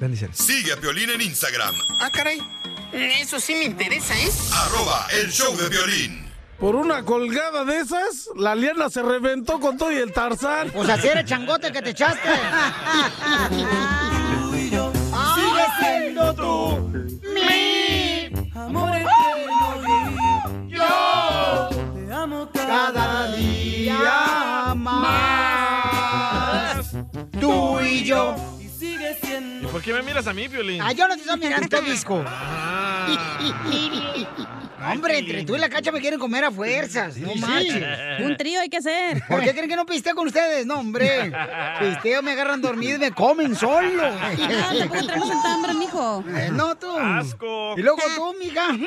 Speaker 18: Bendiciones.
Speaker 6: Sigue a Piolín en Instagram,
Speaker 8: Ah, caray. Eso sí me interesa, ¿eh? ¿es?
Speaker 6: arroba el show de violín.
Speaker 13: Por una colgada de esas, la liana se reventó con todo y el tarzán.
Speaker 2: Pues así era el changote que te echaste.
Speaker 10: Sigue siendo tú mi amor eterno. Yo te amo cada día más.
Speaker 2: Tú y yo.
Speaker 10: Y sigue siendo.
Speaker 3: ¿Y por qué me miras a mí, Piolín?
Speaker 2: Ah, yo no te estoy mirando, te disco. Ah. No, Hombre,
Speaker 3: Ay,
Speaker 2: entre
Speaker 3: Piolín.
Speaker 2: tú y la cacha me quieren comer a fuerzas. No
Speaker 3: Sí.
Speaker 2: manches.
Speaker 3: Un
Speaker 2: trío hay que hacer. ¿Por qué creen que no pisteo con ustedes? No, hombre. Pisteo, me agarran dormido y me comen solo.
Speaker 4: No, tampoco traemos tanta hambre, mijo.
Speaker 2: Eh, no, tú.
Speaker 4: Asco.
Speaker 2: Y luego tú, mija. Mm.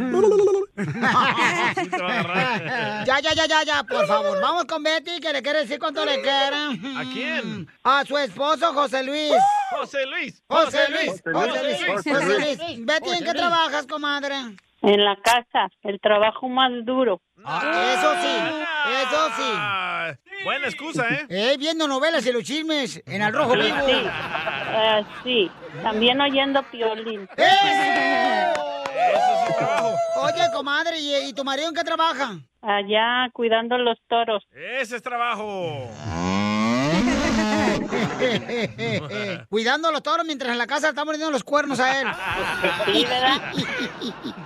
Speaker 2: ya, ya, ya, ya, ya, por favor. Vamos con Betty, que le quiere decir cuánto le queda. ¿A quién? A su esposo, José Luis.
Speaker 3: José Luis.
Speaker 2: José Luis, José Luis, José Luis. Betty, ¿en qué trabajas, comadre?
Speaker 1: En la casa, el trabajo más duro.
Speaker 2: Ah, Eso sí, eso sí.
Speaker 3: Buena excusa, ¿eh?
Speaker 2: Eh, viendo novelas y los chismes en el rojo vivo.
Speaker 1: Sí, ah, sí. También oyendo Piolín.
Speaker 2: Eh. Oye, comadre, ¿y, y tu marido en qué trabaja?
Speaker 1: Allá cuidando los toros.
Speaker 3: Ese es trabajo.
Speaker 2: Cuidando a los toros mientras en la casa le están poniendo los cuernos a él.
Speaker 1: Sí, ¿verdad?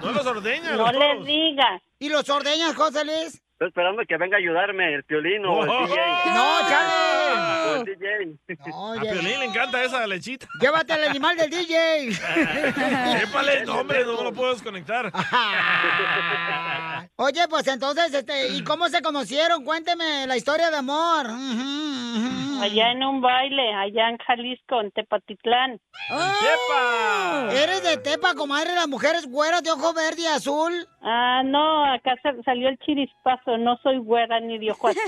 Speaker 3: No los ordeña.
Speaker 1: No
Speaker 3: los
Speaker 1: le
Speaker 3: toros.
Speaker 1: digas.
Speaker 2: ¿Y los ordeñas, José Luis?
Speaker 25: Estoy esperando que venga a ayudarme el Piolín o el Pues,
Speaker 3: Oh.
Speaker 25: DJ.
Speaker 2: ¡No,
Speaker 25: O el
Speaker 2: chale!
Speaker 25: DJ.
Speaker 3: A Piolín le encanta esa lechita.
Speaker 2: Llévate al animal del DJ.
Speaker 3: Épale, no, hombre, no lo puedo desconectar.
Speaker 2: Oye, pues entonces, este, ¿y cómo se conocieron? Cuénteme la historia de amor. Mm.
Speaker 1: Allá en un baile, allá en Jalisco, en Tepatitlán.
Speaker 2: ¡Tepa! ¡Oh! ¿Eres de Tepa, comadre? ¿Las mujeres güeras de ojo verde y azul?
Speaker 1: Ah, no, acá sa- salió el chirispazo. No soy güera ni de ojo azul.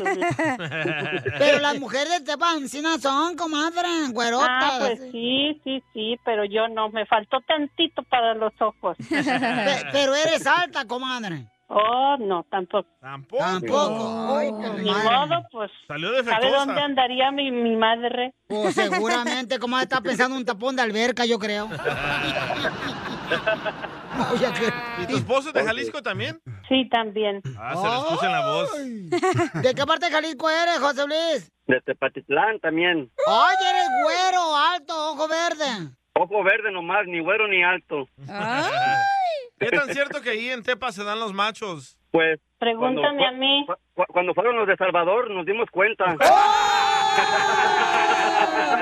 Speaker 2: Pero las mujeres de Tepa Encina son, comadre, güerotas.
Speaker 1: Ah, pues sí, sí, sí, pero yo no. Me faltó tantito para los ojos.
Speaker 2: Pe- Pero eres alta, comadre.
Speaker 1: Oh, no, tampoco.
Speaker 3: Tampoco.
Speaker 2: Tampoco. Ay,
Speaker 1: Ni modo, pues.
Speaker 3: Salió
Speaker 1: ¿Sabe
Speaker 3: defectuosa.
Speaker 1: dónde andaría mi, mi madre?
Speaker 2: Pues seguramente, como está pensando en un tapón de alberca, yo creo. Oye, que-
Speaker 3: ¿Y tu esposo es de Jalisco también?
Speaker 1: Sí, también.
Speaker 3: Ah, se le escucha en la voz.
Speaker 2: ¿De qué parte de Jalisco eres, José Luis?
Speaker 25: De Tepatitlán también.
Speaker 2: Ay, eres güero, alto, ojo verde.
Speaker 25: Ojo verde nomás, ni güero ni alto.
Speaker 3: ¿Qué tan cierto que ahí en Tepa se dan los machos?
Speaker 25: Pues.
Speaker 3: Pregúntame a
Speaker 25: mí. Cuando fueron los de Salvador nos dimos cuenta.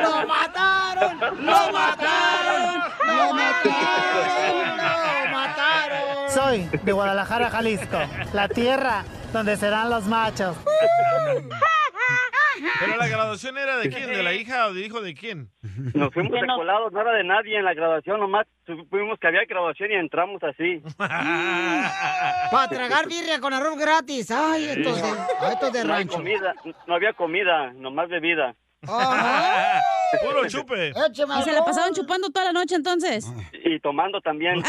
Speaker 2: ¡Lo mataron! ¡Lo mataron! ¡Lo mataron! ¡Lo mataron!
Speaker 26: Soy de Guadalajara, Jalisco, la tierra donde serán los machos.
Speaker 3: Pero la graduación era de quién, de la hija o de hijo de quién.
Speaker 25: Nos fuimos de colados, no era de nadie en la graduación, nomás supimos que había graduación y entramos así.
Speaker 2: Para tragar birria con arroz gratis. Ay, estos de, ay, estos de
Speaker 25: no, hay
Speaker 2: rancho.
Speaker 25: comida, no había comida, nomás bebida.
Speaker 3: Puro chupe.
Speaker 4: ¿Y se la pasaron chupando toda la noche entonces?
Speaker 25: Y tomando también.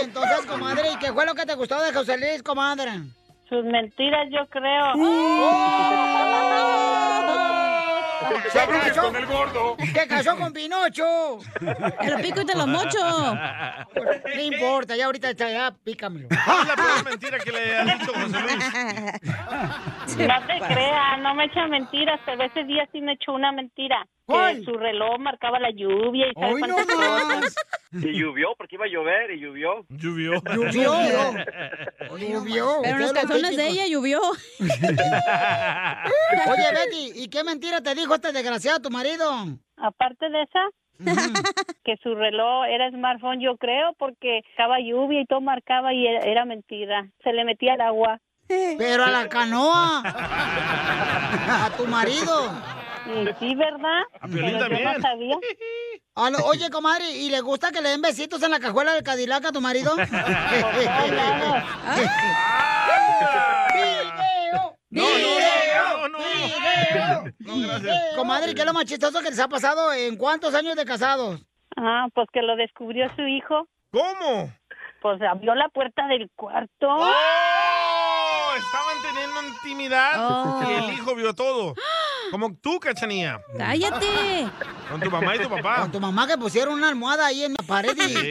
Speaker 2: Y entonces, comadre, ¿y qué fue lo que te gustó de José Luis, comadre?
Speaker 1: Sus mentiras, yo creo.
Speaker 2: ¡Oh! Se casó con el gordo. Se casó con Pinocho.
Speaker 4: Te lo pico y te lo mocho.
Speaker 2: No importa, ya ahorita está, ya pícamelo.
Speaker 3: ¿Cuál es la peor mentira que le han dicho José Luis?
Speaker 1: No te creas, no me echa mentiras, pero ese día sí me echó una mentira. Que
Speaker 25: ¿Cuál?
Speaker 1: su reloj marcaba la lluvia y sabe
Speaker 25: Hoy no
Speaker 1: cuántas
Speaker 25: más.
Speaker 1: cosas.
Speaker 25: Y llovió, porque iba a llover y llovió.
Speaker 3: Llovió.
Speaker 25: Llovió.
Speaker 2: Llovió.
Speaker 4: Pero en los calzones de ella llovió.
Speaker 2: pues Oye, Betty, ¿y qué mentira te dijo este desgraciado tu marido?
Speaker 1: Aparte de esa, que su reloj era smartphone, yo creo, porque estaba lluvia y todo marcaba y era, era mentira. Se le metía el agua.
Speaker 2: Pero a la canoa. A tu marido.
Speaker 1: Sí, ¿verdad?
Speaker 2: A
Speaker 1: Piolín Pero yo también. no sabía.
Speaker 2: oye, comadre, ¿y le gusta que le den besitos en la cajuela del Cadillac a tu marido? ¡Video! ¡Video! ¡Video! Comadre, ¿y ¿qué es lo más chistoso que les ha pasado en cuántos años de casados?
Speaker 1: Ah, pues que lo descubrió su hijo.
Speaker 3: ¿Cómo? ¡Ah!
Speaker 1: Pues abrió la puerta del cuarto.
Speaker 3: ¡Oh! Estaban teniendo intimidad
Speaker 1: Oh.
Speaker 3: y el hijo vio todo. Como tú, cachanía.
Speaker 2: ¡Cállate!
Speaker 3: Con tu mamá y tu papá.
Speaker 2: Con tu mamá que pusieron una almohada ahí en la pared y,
Speaker 3: Sí.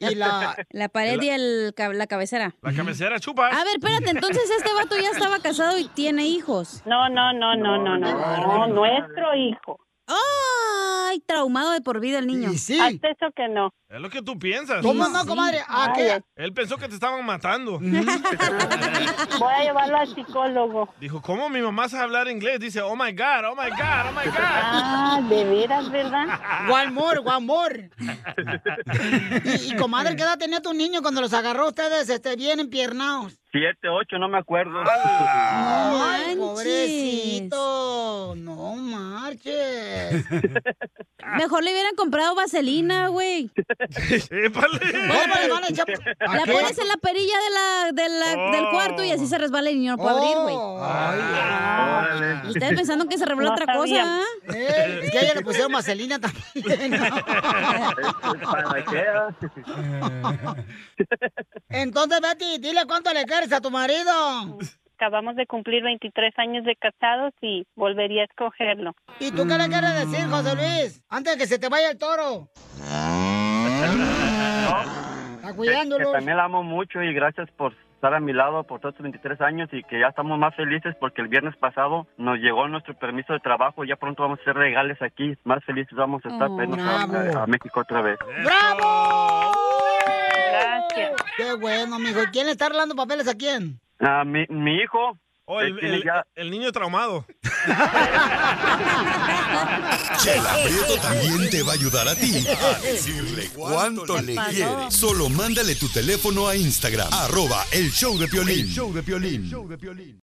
Speaker 2: y la...
Speaker 4: La pared y el, ca- la cabecera.
Speaker 3: La cabecera chupa.
Speaker 4: A ver, espérate, entonces este vato ya estaba casado y tiene hijos.
Speaker 1: No, no, no, no, no, no, no, nuestro hijo.
Speaker 4: ¡Ay! Traumado de por vida el niño.
Speaker 2: Hasta
Speaker 1: eso que no.
Speaker 3: Es lo que tú piensas.
Speaker 4: ¿Cómo no, Sí. comadre? ¿A qué? Ay.
Speaker 3: Él pensó que te estaban matando.
Speaker 1: Voy a llevarlo al psicólogo.
Speaker 3: Dijo, ¿cómo mi mamá sabe hablar inglés? Dice, oh my God, oh my God, oh my
Speaker 1: Ah, de veras, ¿verdad?
Speaker 2: One more, one more. Y, y, comadre, ¿qué edad tenía tu niño cuando los agarró ustedes este, bien empiernados?
Speaker 25: Siete, ocho, no me acuerdo.
Speaker 2: ¡Ay, pobrecito! Oh, No marches.
Speaker 4: Mejor le hubieran comprado vaselina, güey. pues,
Speaker 2: Épale, vale, chapa. ¿A
Speaker 4: La
Speaker 2: qué?
Speaker 4: pones en la perilla de la, de la- del cuarto y así se resbala y no puede abrir, güey. Y Ustedes pensando que se reveló
Speaker 2: No
Speaker 4: otra
Speaker 2: sabía.
Speaker 4: cosa. ¿ah?
Speaker 2: Eh, es que a ella le pusieron vaselina también. Entonces, Betty, dile cuánto le quieres a tu marido.
Speaker 1: Acabamos de cumplir 23 años de casados y volvería a escogerlo.
Speaker 2: ¿Y tú qué le quieres decir, José Luis? Antes de que se te vaya el toro. Está
Speaker 25: Que
Speaker 2: cuidándolo.
Speaker 25: también la amo mucho y gracias por estar a mi lado por todos estos 23 años y que ya estamos más felices porque el viernes pasado nos llegó nuestro permiso de trabajo. Ya pronto vamos a hacer regales aquí. Más felices vamos a estar para irnos a- a, a México otra vez.
Speaker 2: ¡Bravo! Gracias. Qué bueno, mijo. ¿Y quién le está arreglando papeles a quién?
Speaker 25: Ah, mi, mi hijo.
Speaker 3: Oh,
Speaker 25: él
Speaker 3: el,
Speaker 25: tiene
Speaker 3: el-
Speaker 25: ya-
Speaker 3: el niño traumado.
Speaker 6: Chela Prieto también te va a ayudar a ti a decirle cuánto le quieres. Solo mándale tu teléfono a Instagram, arroba el show de Piolín. show de Piolín.